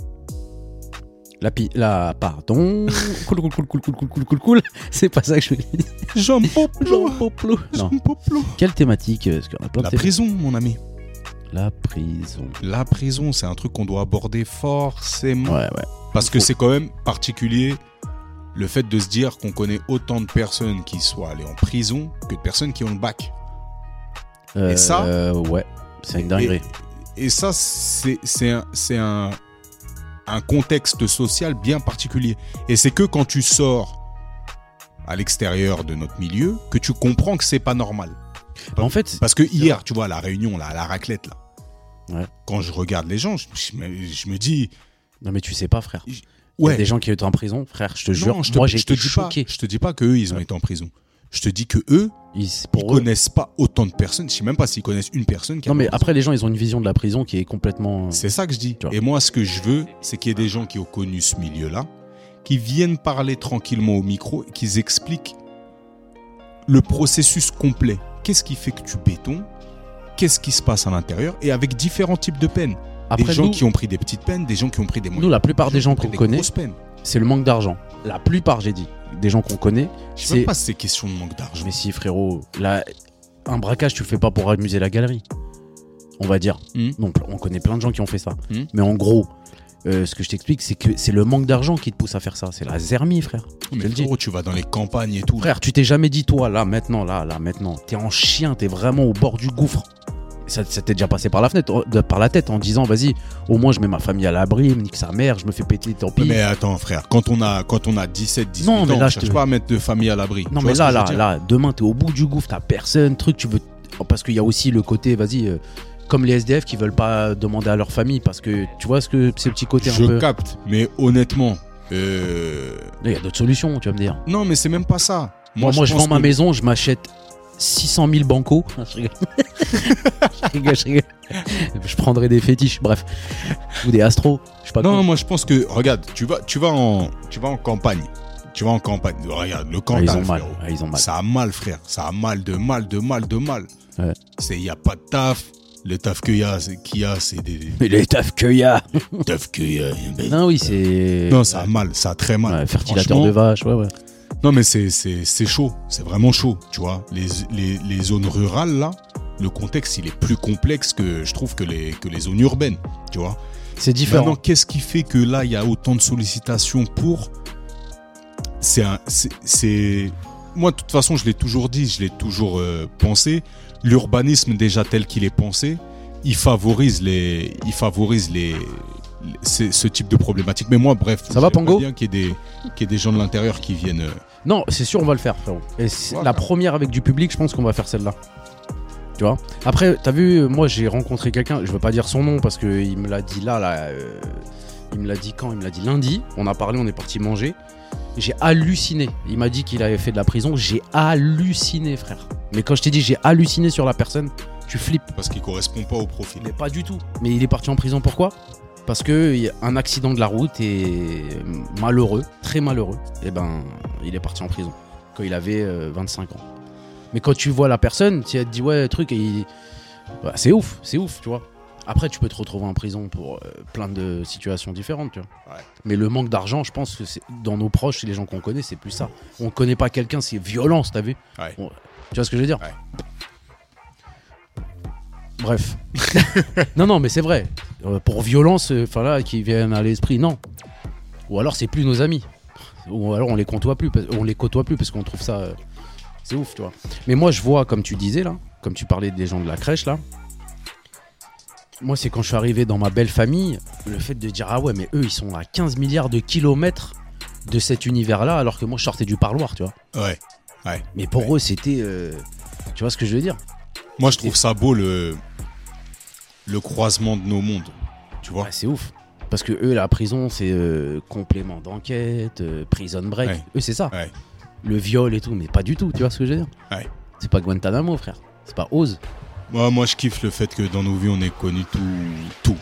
[SPEAKER 3] La pi... La...
[SPEAKER 2] [LAUGHS]
[SPEAKER 3] Pardon. cool, cool, cool, cool, cool, cool, cool, cool, cool. C'est pas ça que je veux dire.
[SPEAKER 2] [LAUGHS] Jean
[SPEAKER 3] [LAUGHS] Jean
[SPEAKER 2] Poplo
[SPEAKER 3] Poplo. Non.
[SPEAKER 2] Jean Poplo
[SPEAKER 3] Quelle thématique euh, parce qu'on a plein de
[SPEAKER 2] La
[SPEAKER 3] thématiques.
[SPEAKER 2] prison, mon ami.
[SPEAKER 3] La prison.
[SPEAKER 2] La prison, c'est un truc qu'on doit aborder forcément.
[SPEAKER 3] Ouais, ouais.
[SPEAKER 2] Parce que
[SPEAKER 3] Faut-
[SPEAKER 2] c'est quand même particulier le fait de se dire qu'on connaît autant de personnes qui soient allées en prison que de personnes qui ont le bac.
[SPEAKER 3] Euh,
[SPEAKER 2] Et ça
[SPEAKER 3] euh, Ouais, c'est une dinguerie.
[SPEAKER 2] Et, et ça, c'est c'est un, c'est un, un contexte social bien particulier. Et c'est que quand tu sors à l'extérieur de notre milieu que tu comprends que c'est pas normal.
[SPEAKER 3] Mais En fait,
[SPEAKER 2] Parce que hier, tu vois, à la réunion, là, à la raclette, là,
[SPEAKER 3] Ouais.
[SPEAKER 2] quand je regarde les gens, je, je me, je me dis,
[SPEAKER 3] non mais tu sais pas frère. Il y a
[SPEAKER 2] ouais,
[SPEAKER 3] des gens qui ont été en prison, frère, je te
[SPEAKER 2] non,
[SPEAKER 3] jure.
[SPEAKER 2] je te,
[SPEAKER 3] moi, j'ai
[SPEAKER 2] je te
[SPEAKER 3] été
[SPEAKER 2] dis pas,
[SPEAKER 3] choqué.
[SPEAKER 2] je te dis pas que eux, ils ont été en prison. Je te dis que eux,
[SPEAKER 3] Ils- c'est
[SPEAKER 2] ils
[SPEAKER 3] pour eux.
[SPEAKER 2] connaissent pas autant de personnes. Je sais même pas s'ils connaissent une personne qui a
[SPEAKER 3] Non, mais
[SPEAKER 2] été en prison.
[SPEAKER 3] après, les gens, ils ont une vision de la prison qui est complètement.
[SPEAKER 2] C'est ça que je dis.
[SPEAKER 3] Tu vois.
[SPEAKER 2] Et moi, ce que je veux, c'est qu'il y ait des gens qui ont connu ce milieu-là, qui viennent parler tranquillement au micro, et qu'ils expliquent le processus complet. Qu'est-ce qui fait que tu bétons Qu'est-ce qui se passe à l'intérieur Et avec différents types de peines. des
[SPEAKER 3] Après,
[SPEAKER 2] gens
[SPEAKER 3] nous,
[SPEAKER 2] qui ont pris des petites peines, des gens qui ont pris des
[SPEAKER 3] nous,
[SPEAKER 2] moyennes.
[SPEAKER 3] la plupart des gens
[SPEAKER 2] qui ont
[SPEAKER 3] qu'on
[SPEAKER 2] pris des
[SPEAKER 3] connaît,
[SPEAKER 2] grosses peines.
[SPEAKER 3] c'est le manque d'argent. La plupart, j'ai dit. Des gens qu'on connaît.
[SPEAKER 2] Je sais même
[SPEAKER 3] C'est-
[SPEAKER 2] pas si c'est question de manque d'argent.
[SPEAKER 3] Mais si, frérot, là, un braquage, tu le fais pas pour amuser la galerie. On va dire.
[SPEAKER 2] Mhm.
[SPEAKER 3] Donc, on connaît plein de gens qui ont fait ça.
[SPEAKER 2] Mhm.
[SPEAKER 3] Mais en gros, euh, ce que je t'explique, c'est que c'est le manque d'argent qui te pousse à faire ça. C'est la zermie, frère.
[SPEAKER 2] Mais
[SPEAKER 3] je le dis.
[SPEAKER 2] frérot, tu vas dans les campagnes et tout.
[SPEAKER 3] Frère, tu t'es jamais dit, toi, là, maintenant, là, là, maintenant, t'es en chien, t'es vraiment au bord du gouffre. Ça, ça t'est déjà passé par la fenêtre, euh, par la tête en disant, vas-y, au moins je mets ma famille à l'abri, me nique sa mère, je me fais péter, tant pis.
[SPEAKER 2] Mais attends, frère, quand on a, quand on a 17, 18
[SPEAKER 3] Non, mais
[SPEAKER 2] ans,
[SPEAKER 3] là,
[SPEAKER 2] on
[SPEAKER 3] je
[SPEAKER 2] cherche
[SPEAKER 3] te-
[SPEAKER 2] pas à mettre de famille à l'abri.
[SPEAKER 3] non,
[SPEAKER 2] Tu vois
[SPEAKER 3] mais
[SPEAKER 2] ce que
[SPEAKER 3] là,
[SPEAKER 2] je veux
[SPEAKER 3] là,
[SPEAKER 2] dire
[SPEAKER 3] là, demain, t'es au bout du gouffre, t'as personne, truc, tu veux. Parce qu'il y a aussi le côté, vas-y, euh, comme les SDF qui veulent pas demander à leur famille, parce que tu vois ce que ces petits côtés
[SPEAKER 2] Je
[SPEAKER 3] un peu.
[SPEAKER 2] capte, mais honnêtement, euh,
[SPEAKER 3] Il y a d'autres solutions, tu vas me dire.
[SPEAKER 2] Non, mais c'est même pas ça.
[SPEAKER 3] Moi, moi, je,
[SPEAKER 2] pense
[SPEAKER 3] vends ma
[SPEAKER 2] que-
[SPEAKER 3] maison, je m'achète 600 000 bancos. [LAUGHS] [LAUGHS] Je rigole. je rigole, je rigole. Je prendrai des fétiches, bref. Ou des astros. Je sais pas
[SPEAKER 2] Non,
[SPEAKER 3] con.
[SPEAKER 2] moi, je pense que. Regarde, tu vas, tu vas, en, tu vas en campagne. Tu vas en campagne. Regarde, le
[SPEAKER 3] Ah,
[SPEAKER 2] Cantal,
[SPEAKER 3] ils ont mal.
[SPEAKER 2] frérot.
[SPEAKER 3] Ah, ils ont mal.
[SPEAKER 2] Ça a mal, frère. Ça a mal de mal, de mal, de mal.
[SPEAKER 3] Ouais.
[SPEAKER 2] Il n'y a pas de taf. Le taf qu'il y a, c'est- qu'il y a, c'est des.
[SPEAKER 3] [LAUGHS]
[SPEAKER 2] des
[SPEAKER 3] Mais les taf qu'il y a.
[SPEAKER 2] taf qu'il y a.
[SPEAKER 3] Non, oui, c'est.
[SPEAKER 2] Non, ça a mal. Ça a très mal.
[SPEAKER 3] Ouais, fertilateur
[SPEAKER 2] Franchement,
[SPEAKER 3] de vache, ouais, ouais.
[SPEAKER 2] Non, mais c'est- c'est c'est chaud. C'est vraiment chaud, tu vois. Les, les, les zones rurales, là, le contexte, il est plus complexe que, je trouve, que les, que les zones urbaines, tu vois.
[SPEAKER 3] C'est différent.
[SPEAKER 2] Maintenant, qu'est-ce qui fait que là, il y a autant de sollicitations pour. C'est un. c'est- C'est. Moi, de toute façon, je l'ai toujours dit, je l'ai toujours euh, pensé. L'urbanisme, déjà tel qu'il est pensé, il favorise les, il favorise les, les- ces- ce type de problématique. Mais moi, bref,
[SPEAKER 3] Ça va,
[SPEAKER 2] j'aimerais
[SPEAKER 3] Pango
[SPEAKER 2] bien qu'il y ait des, qu'il y ait des gens de l'intérieur qui viennent. euh,
[SPEAKER 3] Non, c'est sûr, on va le faire, frérot. Et c'est-
[SPEAKER 2] Voilà.
[SPEAKER 3] la première avec du public, je pense qu'on va faire celle-là. Tu vois Après, t'as vu, euh, moi j'ai rencontré quelqu'un, je veux pas dire son nom parce qu'il me l'a dit là, là. euh, il me l'a dit quand Il me l'a dit lundi. On a parlé, on est parti manger. J'ai halluciné. Il m'a dit qu'il avait fait de la prison. J'ai halluciné, frère. Mais quand je t'ai dit j'ai halluciné sur la personne, tu flippes.
[SPEAKER 2] parce qu'il correspond pas au profil.
[SPEAKER 3] Mais pas du tout. Mais il est parti en prison pourquoi Parce que il y a un accident de la route et malheureux, très malheureux, et ben il est parti en prison quand il avait euh, 25 ans. Mais quand tu vois la personne, tu te dis ouais truc et il- bah, c'est ouf, c'est ouf, tu vois. Après tu peux te retrouver en prison pour euh, plein de situations différentes, tu vois.
[SPEAKER 2] Ouais.
[SPEAKER 3] Mais le manque d'argent, je pense que c'est dans nos proches, chez les gens qu'on connaît, c'est plus ça. On connaît pas quelqu'un, c'est violence, t'as vu
[SPEAKER 2] Ouais.
[SPEAKER 3] On- Tu vois ce que je veux dire
[SPEAKER 2] Ouais.
[SPEAKER 3] Bref. Non, non, mais c'est vrai. Euh, pour violence, enfin là, qui viennent à l'esprit, non. Ou alors c'est plus nos amis. Ou alors on les côtoie plus, parce- on les côtoie plus parce qu'on trouve ça, euh, c'est ouf, tu vois. Mais moi, je vois, comme tu disais là, comme tu parlais des gens de la crèche là. Moi, c'est quand je suis arrivé dans ma belle famille, le fait de dire ah ouais, mais eux, ils sont à 15 milliards de kilomètres de cet univers-là, alors que moi, je sortais du parloir, tu vois.
[SPEAKER 2] Ouais.
[SPEAKER 3] Mais pour
[SPEAKER 2] Ouais.
[SPEAKER 3] eux, c'était, euh, tu vois ce que je veux dire
[SPEAKER 2] Moi, je trouve ça beau le le croisement de nos mondes. Tu vois
[SPEAKER 3] Ouais, Ah, c'est ouf. Parce que eux, la prison, c'est euh, complément d'enquête, euh, prison break.
[SPEAKER 2] Ouais.
[SPEAKER 3] Eux, c'est ça.
[SPEAKER 2] Ouais.
[SPEAKER 3] Le viol et tout, mais pas du tout, tu vois ce que je veux dire
[SPEAKER 2] Ouais.
[SPEAKER 3] C'est pas Guantanamo, frère. C'est pas Oz.
[SPEAKER 2] Moi, moi, je kiffe le fait que dans nos vies, on ait connu tout, tout,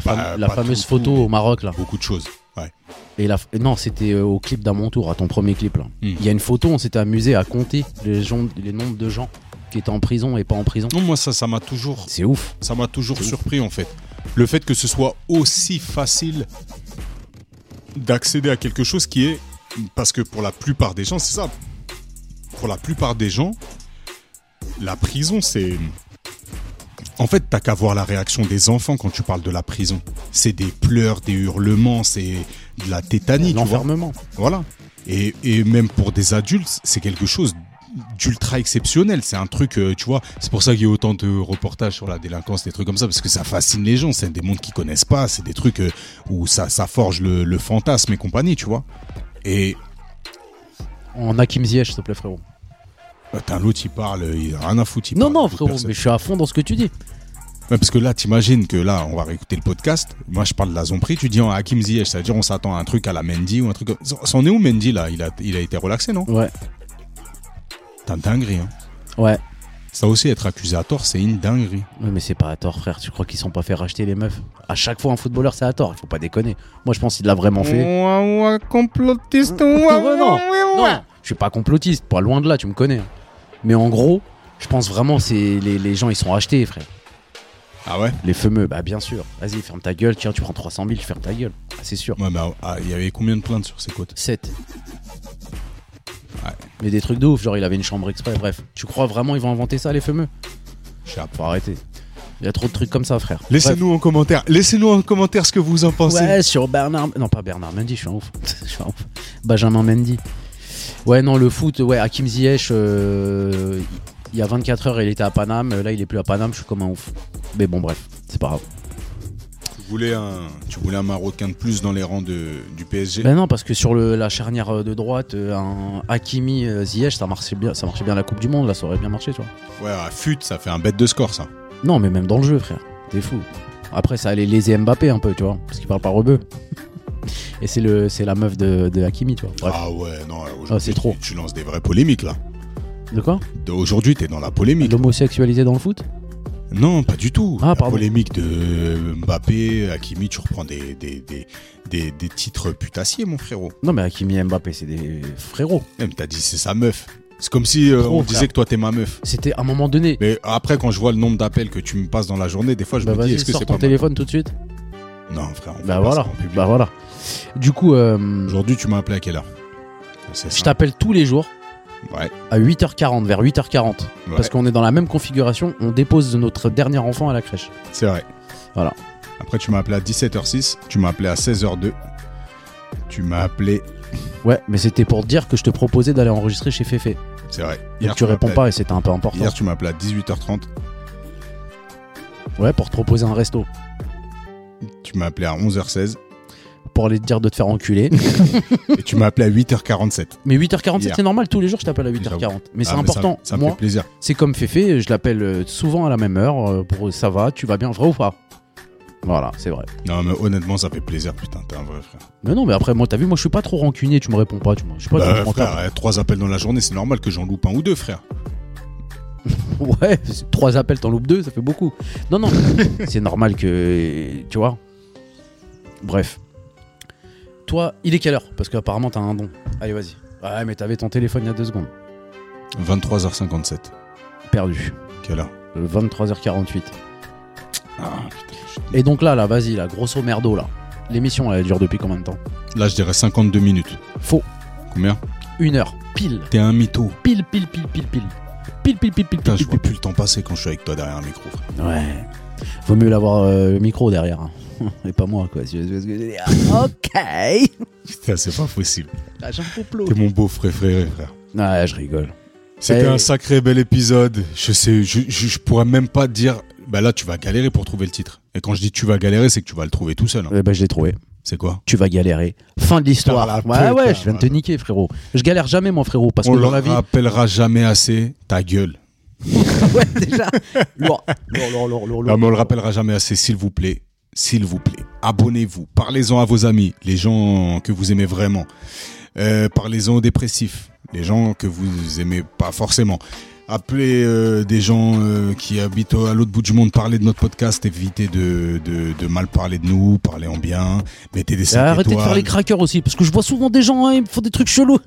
[SPEAKER 2] Bah,
[SPEAKER 3] fame- la
[SPEAKER 2] pas
[SPEAKER 3] fameuse
[SPEAKER 2] tout,
[SPEAKER 3] photo
[SPEAKER 2] tout, mais-
[SPEAKER 3] au Maroc, là.
[SPEAKER 2] beaucoup de choses. Ouais.
[SPEAKER 3] Et la, et non, c'était euh, au clip d'à mon tour, à ton premier clip, là.
[SPEAKER 2] Hmm.
[SPEAKER 3] Il y a une photo, on s'était amusé à compter les, gens, les nombres de gens qui étaient en prison et pas en prison.
[SPEAKER 2] Non, moi, ça, ça m'a toujours,
[SPEAKER 3] C'est ouf.
[SPEAKER 2] ça m'a toujours
[SPEAKER 3] C'est ouf.
[SPEAKER 2] surpris en fait. Le fait que ce soit aussi facile d'accéder à quelque chose qui est, parce que pour la plupart des gens, c'est ça. Pour la plupart des gens, la prison, c'est. En fait, t'as qu'à voir la réaction des enfants quand tu parles de la prison. C'est des pleurs, des hurlements, c'est de la tétanie, tu vois.
[SPEAKER 3] L'enfermement.
[SPEAKER 2] Voilà. Et, et même pour des adultes, c'est quelque chose d'ultra exceptionnel. C'est un truc, euh, tu vois, c'est pour ça qu'il y a autant de reportages sur la délinquance, des trucs comme ça, parce que ça fascine les gens. C'est des mondes qu'ils connaissent pas, c'est des trucs euh, où ça, ça forge le, le fantasme et compagnie, tu vois. Et
[SPEAKER 3] En Hakim Ziyech, s'il te plaît, frérot.
[SPEAKER 2] putain, euh, l'autre, il parle, il a rien à foutre. il
[SPEAKER 3] Non,
[SPEAKER 2] parle
[SPEAKER 3] non,
[SPEAKER 2] d'autres
[SPEAKER 3] frérot,
[SPEAKER 2] personnes.
[SPEAKER 3] mais je suis à fond dans ce que tu dis.
[SPEAKER 2] Ouais, parce que là, t'imagines que là, on va réécouter le podcast. Moi, je parle de la Zompri. Tu dis en Hakim Ziyech, ça veut dire on s'attend à un truc à la Mendy ou un truc. comme- C'en est où Mendy là il a, il a été relaxé, non
[SPEAKER 3] Ouais,
[SPEAKER 2] T'as une dinguerie, hein
[SPEAKER 3] ouais.
[SPEAKER 2] Ça aussi, être accusé à tort, c'est une dinguerie.
[SPEAKER 3] Ouais, mais c'est pas à tort, frère. Tu crois qu'ils sont pas fait racheter les meufs À chaque fois, un footballeur, c'est à tort. Il faut pas déconner. Moi, je pense qu'il l'a vraiment fait.
[SPEAKER 2] complotiste,
[SPEAKER 3] [LAUGHS] Ouais, non. Non, je suis pas complotiste. Pas loin de là, tu me connais. hein. Mais en gros, je pense vraiment c'est les, les gens, ils sont rachetés, frère.
[SPEAKER 2] Ah ouais
[SPEAKER 3] Les fameux, bah bien sûr. Vas-y, ferme ta gueule. Tiens, tu prends 300 000, ferme ta gueule. Ah, c'est sûr.
[SPEAKER 2] Ouais, mais ah, ah, il y avait combien de plaintes sur ces côtes
[SPEAKER 3] 7.
[SPEAKER 2] Ouais.
[SPEAKER 3] Mais des trucs de ouf, genre il avait une chambre exprès, bref. Tu crois vraiment ils vont inventer ça, les fameux
[SPEAKER 2] Je sais pas.
[SPEAKER 3] Faut arrêter. Il y a trop de trucs comme ça, frère. Bref.
[SPEAKER 2] Laissez-nous en commentaire. Laissez-nous en commentaire ce que vous en pensez.
[SPEAKER 3] Ouais, sur Bernard. Non, pas Bernard Mendy, je suis un ouf. [LAUGHS] Je suis un ouf. Benjamin Mendy. Ouais, non, le foot, ouais, Hakim Ziyech, euh, il y a 24 heures, il était à Paname. Là, il est plus à Paname, je suis comme un ouf. Mais bon, bref, c'est pas grave.
[SPEAKER 2] Tu, voulais un, tu voulais un Marocain de plus dans les rangs de, du PSG
[SPEAKER 3] Ben non, parce que sur le- la charnière euh, de droite, euh, un Hakimi euh, Ziyech, ça marchait, bien, ça marchait bien à la Coupe du Monde, là, ça aurait bien marché, tu vois.
[SPEAKER 2] Ouais, à fut, ça fait un bête de score, ça.
[SPEAKER 3] Non, mais même dans le jeu, frère, t'es fou. Après, ça allait léser Mbappé un peu, tu vois, parce qu'il parle pas rebeu. [LAUGHS] Et c'est le- c'est la meuf de, de Hakimi, tu vois. Bref.
[SPEAKER 2] Ah ouais, non, aujourd'hui,
[SPEAKER 3] Ah, c'est trop.
[SPEAKER 2] Tu, tu lances des vraies polémiques, là.
[SPEAKER 3] De quoi
[SPEAKER 2] De- Aujourd'hui, t'es dans la polémique.
[SPEAKER 3] L'homosexualité dans le foot
[SPEAKER 2] Non, pas du tout.
[SPEAKER 3] Ah,
[SPEAKER 2] la
[SPEAKER 3] pardon.
[SPEAKER 2] polémique de euh, Mbappé, Hakimi, tu reprends des, des, des, des, des titres putassiers, mon frérot.
[SPEAKER 3] Non, mais Hakimi et Mbappé, c'est des frérots.
[SPEAKER 2] Eh, mais t'as dit c'est sa meuf. C'est comme si euh,
[SPEAKER 3] Trop,
[SPEAKER 2] on
[SPEAKER 3] frère.
[SPEAKER 2] disait que toi t'es ma meuf.
[SPEAKER 3] C'était à un moment donné.
[SPEAKER 2] Mais après, quand je vois le nombre d'appels que tu me passes dans la journée, des fois je
[SPEAKER 3] bah
[SPEAKER 2] me dis
[SPEAKER 3] vas-y,
[SPEAKER 2] est-ce que
[SPEAKER 3] sors
[SPEAKER 2] c'est
[SPEAKER 3] ton
[SPEAKER 2] pas
[SPEAKER 3] téléphone tout de suite.
[SPEAKER 2] ma- Non, frère. on fait
[SPEAKER 3] Bah
[SPEAKER 2] pas
[SPEAKER 3] voilà,
[SPEAKER 2] ça en public.
[SPEAKER 3] bah voilà. Du coup, euh,
[SPEAKER 2] Aujourd'hui, tu m'as appelé à quelle heure C'est
[SPEAKER 3] je
[SPEAKER 2] ça.
[SPEAKER 3] t'appelle tous les jours
[SPEAKER 2] Ouais.
[SPEAKER 3] à 8h40, vers 8h40.
[SPEAKER 2] Ouais.
[SPEAKER 3] Parce qu'on est dans la même configuration, on dépose notre dernier enfant à la crèche.
[SPEAKER 2] C'est vrai.
[SPEAKER 3] Voilà.
[SPEAKER 2] Après, tu m'as appelé à 17h06, tu m'as appelé à 16h02, tu m'as appelé.
[SPEAKER 3] Ouais, mais c'était pour dire que je te proposais d'aller enregistrer chez Féfé.
[SPEAKER 2] C'est vrai.
[SPEAKER 3] Donc tu
[SPEAKER 2] m'as
[SPEAKER 3] réponds
[SPEAKER 2] appelé à-
[SPEAKER 3] pas et c'était un peu important.
[SPEAKER 2] Hier, tu m'as appelé à 18h30.
[SPEAKER 3] Ouais, pour te proposer un resto.
[SPEAKER 2] Tu m'as appelé à 11h16
[SPEAKER 3] Pour aller te dire de te
[SPEAKER 2] [LAUGHS]
[SPEAKER 3] faire enculer.
[SPEAKER 2] et tu m'as appelé à 8h47.
[SPEAKER 3] Mais 8h47,
[SPEAKER 2] Hier.
[SPEAKER 3] c'est normal, tous les jours je t'appelle à 8h40.
[SPEAKER 2] J'avoue.
[SPEAKER 3] Mais c'est
[SPEAKER 2] Ah,
[SPEAKER 3] important.
[SPEAKER 2] Ça, ça me
[SPEAKER 3] Moi,
[SPEAKER 2] fait plaisir.
[SPEAKER 3] c'est comme Féfé, je l'appelle euh, souvent à la même heure euh, pour ça va, tu vas bien, vrai ou pas Voilà, c'est vrai.
[SPEAKER 2] Non, mais honnêtement, ça fait plaisir. Putain, t'es un vrai frère.
[SPEAKER 3] Mais non, mais après, moi, t'as vu, moi je suis pas trop rancunier, tu me réponds pas, tu vois. Je suis pas
[SPEAKER 2] Bah,
[SPEAKER 3] trop
[SPEAKER 2] frère,
[SPEAKER 3] rancunier.
[SPEAKER 2] euh, trois appels dans la journée, c'est normal que j'en loupe un ou deux, frère.
[SPEAKER 3] [LAUGHS] Ouais, c'est- trois appels, t'en loupes deux, ça fait beaucoup. Non, non, c'est normal que. Tu vois Bref. Toi, il est quelle heure Parce qu'apparemment, t'as un don. Allez, vas-y. Ouais, mais t'avais ton téléphone il y a deux secondes.
[SPEAKER 2] 23h57.
[SPEAKER 3] Perdu.
[SPEAKER 2] Quelle heure
[SPEAKER 3] Euh, 23h48.
[SPEAKER 2] Ah, putain,
[SPEAKER 3] Et donc là, là, vas-y, là, grosso merdo, là. L'émission, elle dure depuis combien de temps
[SPEAKER 2] je- Là, je dirais 52 minutes.
[SPEAKER 3] Faux.
[SPEAKER 2] Combien
[SPEAKER 3] Une heure. Pile.
[SPEAKER 2] T'es un mytho.
[SPEAKER 3] Pile, pile, pile, pile, pile. Pile, pile, pile, pile,
[SPEAKER 2] Putain,
[SPEAKER 3] pile, [LAUGHS]
[SPEAKER 2] je
[SPEAKER 3] pile,
[SPEAKER 2] vois plus le temps passer quand je suis avec toi derrière un micro, frère.
[SPEAKER 3] pile. Ouais. Vaut mieux l'avoir euh, le micro derrière. hein. [LAUGHS] Et pas moi, quoi. si- si- si- [LAUGHS] si- Ok.
[SPEAKER 2] Putain, c'est pas possible.
[SPEAKER 3] Ah, Jean Poplo.
[SPEAKER 2] T'es mon beau frère, frère, frère.
[SPEAKER 3] Ouais, je rigole.
[SPEAKER 2] C'était
[SPEAKER 3] Eh.
[SPEAKER 2] un sacré bel épisode. Je sais, je, je, je pourrais même pas te dire. Bah là, tu vas galérer pour trouver le titre. Et quand je dis tu vas galérer, c'est que tu vas le trouver tout seul. hein.
[SPEAKER 3] Eh ben, je l'ai trouvé.
[SPEAKER 2] C'est quoi
[SPEAKER 3] Tu vas galérer. Fin de
[SPEAKER 2] Par
[SPEAKER 3] l'histoire.
[SPEAKER 2] la
[SPEAKER 3] Ah, Ouais,
[SPEAKER 2] putain,
[SPEAKER 3] ouais, je viens de te
[SPEAKER 2] ouais.
[SPEAKER 3] niquer, frérot. Je galère jamais, mon frérot, parce
[SPEAKER 2] On
[SPEAKER 3] que
[SPEAKER 2] le
[SPEAKER 3] dans la vie.
[SPEAKER 2] rappellera jamais assez. Ta gueule.
[SPEAKER 3] [LAUGHS] ouais, déjà. Lourd. Lourd, lourd, lourd, lourd,
[SPEAKER 2] Non,
[SPEAKER 3] lourd.
[SPEAKER 2] Ah, mais on le rappellera jamais assez, s'il vous plaît. S'il vous plaît, abonnez-vous, parlez-en à vos amis, les gens que vous aimez vraiment. Euh, parlez-en aux dépressifs, les gens que vous aimez pas forcément. Appelez euh, des gens euh, qui habitent à l'autre bout du monde, parlez de notre podcast, évitez de, de, de mal parler de nous, parlez en bien, mettez des
[SPEAKER 3] Et
[SPEAKER 2] 5
[SPEAKER 3] Arrêtez de faire
[SPEAKER 2] étoiles,
[SPEAKER 3] les crackers aussi, parce que je vois souvent des gens, hein, ils me font des trucs chelous.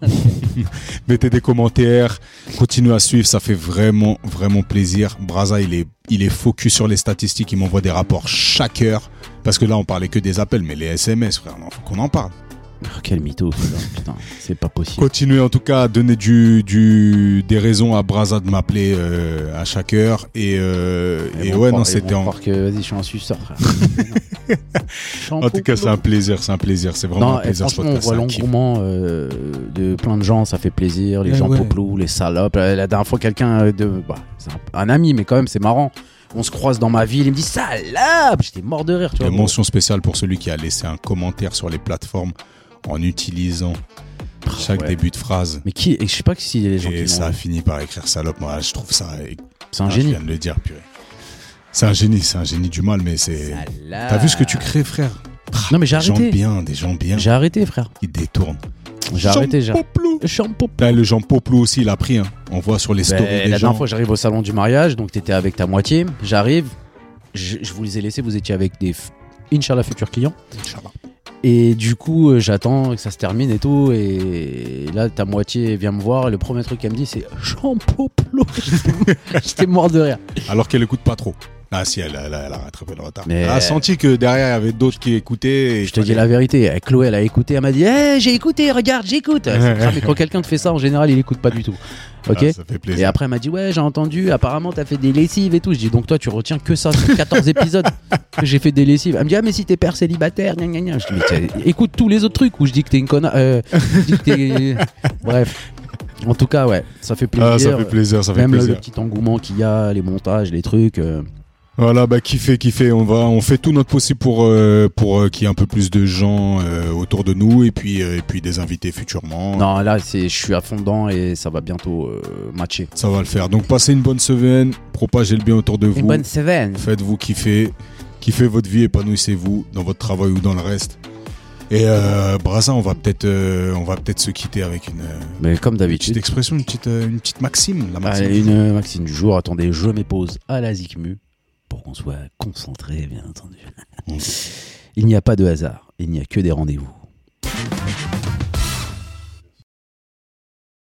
[SPEAKER 2] mettez des commentaires, continuez à suivre, ça fait vraiment, vraiment plaisir. Braza, il est, il est focus sur les statistiques, il m'envoie des rapports chaque heure. Parce que là, on parlait que des appels, mais les SMS, frère, non, faut qu'on en parle.
[SPEAKER 3] Oh, quel mytho, celui-là. putain, c'est pas possible.
[SPEAKER 2] Continuez en tout cas à donner du, du, des raisons à Braza de m'appeler euh, à chaque heure. Et, euh,
[SPEAKER 3] Ils
[SPEAKER 2] et
[SPEAKER 3] vont
[SPEAKER 2] ouais,
[SPEAKER 3] croire-
[SPEAKER 2] non,
[SPEAKER 3] ils
[SPEAKER 2] c'était
[SPEAKER 3] vont
[SPEAKER 2] en.
[SPEAKER 3] croire que vas-y, je suis un suceur,
[SPEAKER 2] [LAUGHS]
[SPEAKER 3] frère. Non.
[SPEAKER 2] En tout cas, c'est un plaisir, c'est un plaisir, c'est vraiment
[SPEAKER 3] Non,
[SPEAKER 2] un
[SPEAKER 3] et
[SPEAKER 2] plaisir ce
[SPEAKER 3] franchement, on
[SPEAKER 2] podcast.
[SPEAKER 3] voit
[SPEAKER 2] c'est un kiff.
[SPEAKER 3] l'engouement euh, de plein de gens, ça fait plaisir. Les
[SPEAKER 2] Eh
[SPEAKER 3] gens
[SPEAKER 2] ouais.
[SPEAKER 3] poplous, les salopes. La la dernière fois, quelqu'un euh, de. bah, c'est un, un ami, mais quand même, c'est marrant. On se croise dans ma ville, il me dit salope J'étais mort de rire, tu vois.
[SPEAKER 2] Et
[SPEAKER 3] gros.
[SPEAKER 2] mention spéciale pour celui qui a laissé un commentaire sur les plateformes en utilisant chaque
[SPEAKER 3] Ah, Ouais.
[SPEAKER 2] début de phrase.
[SPEAKER 3] Mais qui. et Je sais pas si les gens qui
[SPEAKER 2] Et
[SPEAKER 3] l'ont-
[SPEAKER 2] ça a fini par écrire salope. Moi, je trouve ça.
[SPEAKER 3] C'est un
[SPEAKER 2] Ah, Je
[SPEAKER 3] génie.
[SPEAKER 2] viens de le dire, purée. C'est un génie, c'est un génie du mal, mais c'est.
[SPEAKER 3] Salope.
[SPEAKER 2] T'as vu ce que tu crées, frère Ah,
[SPEAKER 3] Non, mais j'ai
[SPEAKER 2] Des gens
[SPEAKER 3] arrêté.
[SPEAKER 2] bien, des gens bien.
[SPEAKER 3] J'ai arrêté, frère.
[SPEAKER 2] Ils détournent.
[SPEAKER 3] J'ai
[SPEAKER 2] Jean
[SPEAKER 3] arrêté, j'ai
[SPEAKER 2] Poplou.
[SPEAKER 3] Jean Poplou.
[SPEAKER 2] Là, le Jean Poplou aussi, il a pris. hein. On voit sur les
[SPEAKER 3] Ben,
[SPEAKER 2] stories des
[SPEAKER 3] la
[SPEAKER 2] gens.
[SPEAKER 3] dernière fois, j'arrive au salon du mariage, donc t'étais avec ta moitié. J'arrive, je, je vous les ai laissés, vous étiez avec des f- Inch'Allah futurs clients.
[SPEAKER 2] Inch'Allah.
[SPEAKER 3] Et du coup, euh, j'attends que ça se termine et tout. Et là, ta moitié vient me voir. Et le premier truc qu'elle me dit, c'est Jean Poplo. [LAUGHS] J'étais mort de rire.
[SPEAKER 2] Alors qu'elle écoute pas trop. Ah si, elle, elle, elle a rattrapé le retard.
[SPEAKER 3] Mais-
[SPEAKER 2] Elle a senti que derrière, il y avait d'autres qui écoutaient. Et
[SPEAKER 3] Je te dis la vérité. eh, Chloé, elle a écouté. Elle m'a dit, Eh, j'ai écouté,
[SPEAKER 2] [LAUGHS]
[SPEAKER 3] regarde, j'écoute. C'est grave, Mais quand quelqu'un te fait ça, en général, il écoute pas du tout. Ok
[SPEAKER 2] Ah, ça fait
[SPEAKER 3] Et
[SPEAKER 2] plaisir.
[SPEAKER 3] après, elle m'a dit Ouais, j'ai entendu, apparemment, t'as fait des lessives et tout. Je dis Donc, toi, tu retiens que ça sur
[SPEAKER 2] [LAUGHS]
[SPEAKER 3] 14 épisodes que j'ai fait des lessives. Elle me dit Ah, mais si t'es père célibataire, gna gna gna. Je dis Mais tiens, écoute tous les autres trucs où je dis que t'es une connasse. euh, je dis que t'es-
[SPEAKER 2] [LAUGHS]
[SPEAKER 3] Bref. En tout cas, ouais, ça fait plaisir.
[SPEAKER 2] Ah, ça fait plaisir, ça fait
[SPEAKER 3] Même le-
[SPEAKER 2] plaisir.
[SPEAKER 3] le petit engouement qu'il y a, les montages, les trucs. euh,
[SPEAKER 2] Voilà, bah kiffez, kiffez. On va, on fait tout notre possible pour euh, pour euh, qu'il y ait un peu plus de gens euh, autour de nous et puis euh, et puis des invités futurement.
[SPEAKER 3] Non, là, c'est- je suis à fond dedans et ça va bientôt euh, matcher.
[SPEAKER 2] Ça va le faire. Donc passez une bonne semaine, propagez le bien autour de vous.
[SPEAKER 3] Une bonne semaine.
[SPEAKER 2] Faites-vous kiffer, kiffez votre vie, épanouissez-vous dans votre travail ou dans le reste. Et euh, Braza, on va peut-être euh, on va peut-être se quitter avec une, euh,
[SPEAKER 3] Mais comme
[SPEAKER 2] petite
[SPEAKER 3] d'habitude.
[SPEAKER 2] expression, une petite euh, une petite maxime, la maxime.
[SPEAKER 3] Allez, une Maxime du jour. Attendez, je mets pause à la Zikmu pour qu'on soit concentré, bien entendu.
[SPEAKER 2] On-
[SPEAKER 3] Il n'y a pas de hasard, il n'y a que des rendez-vous.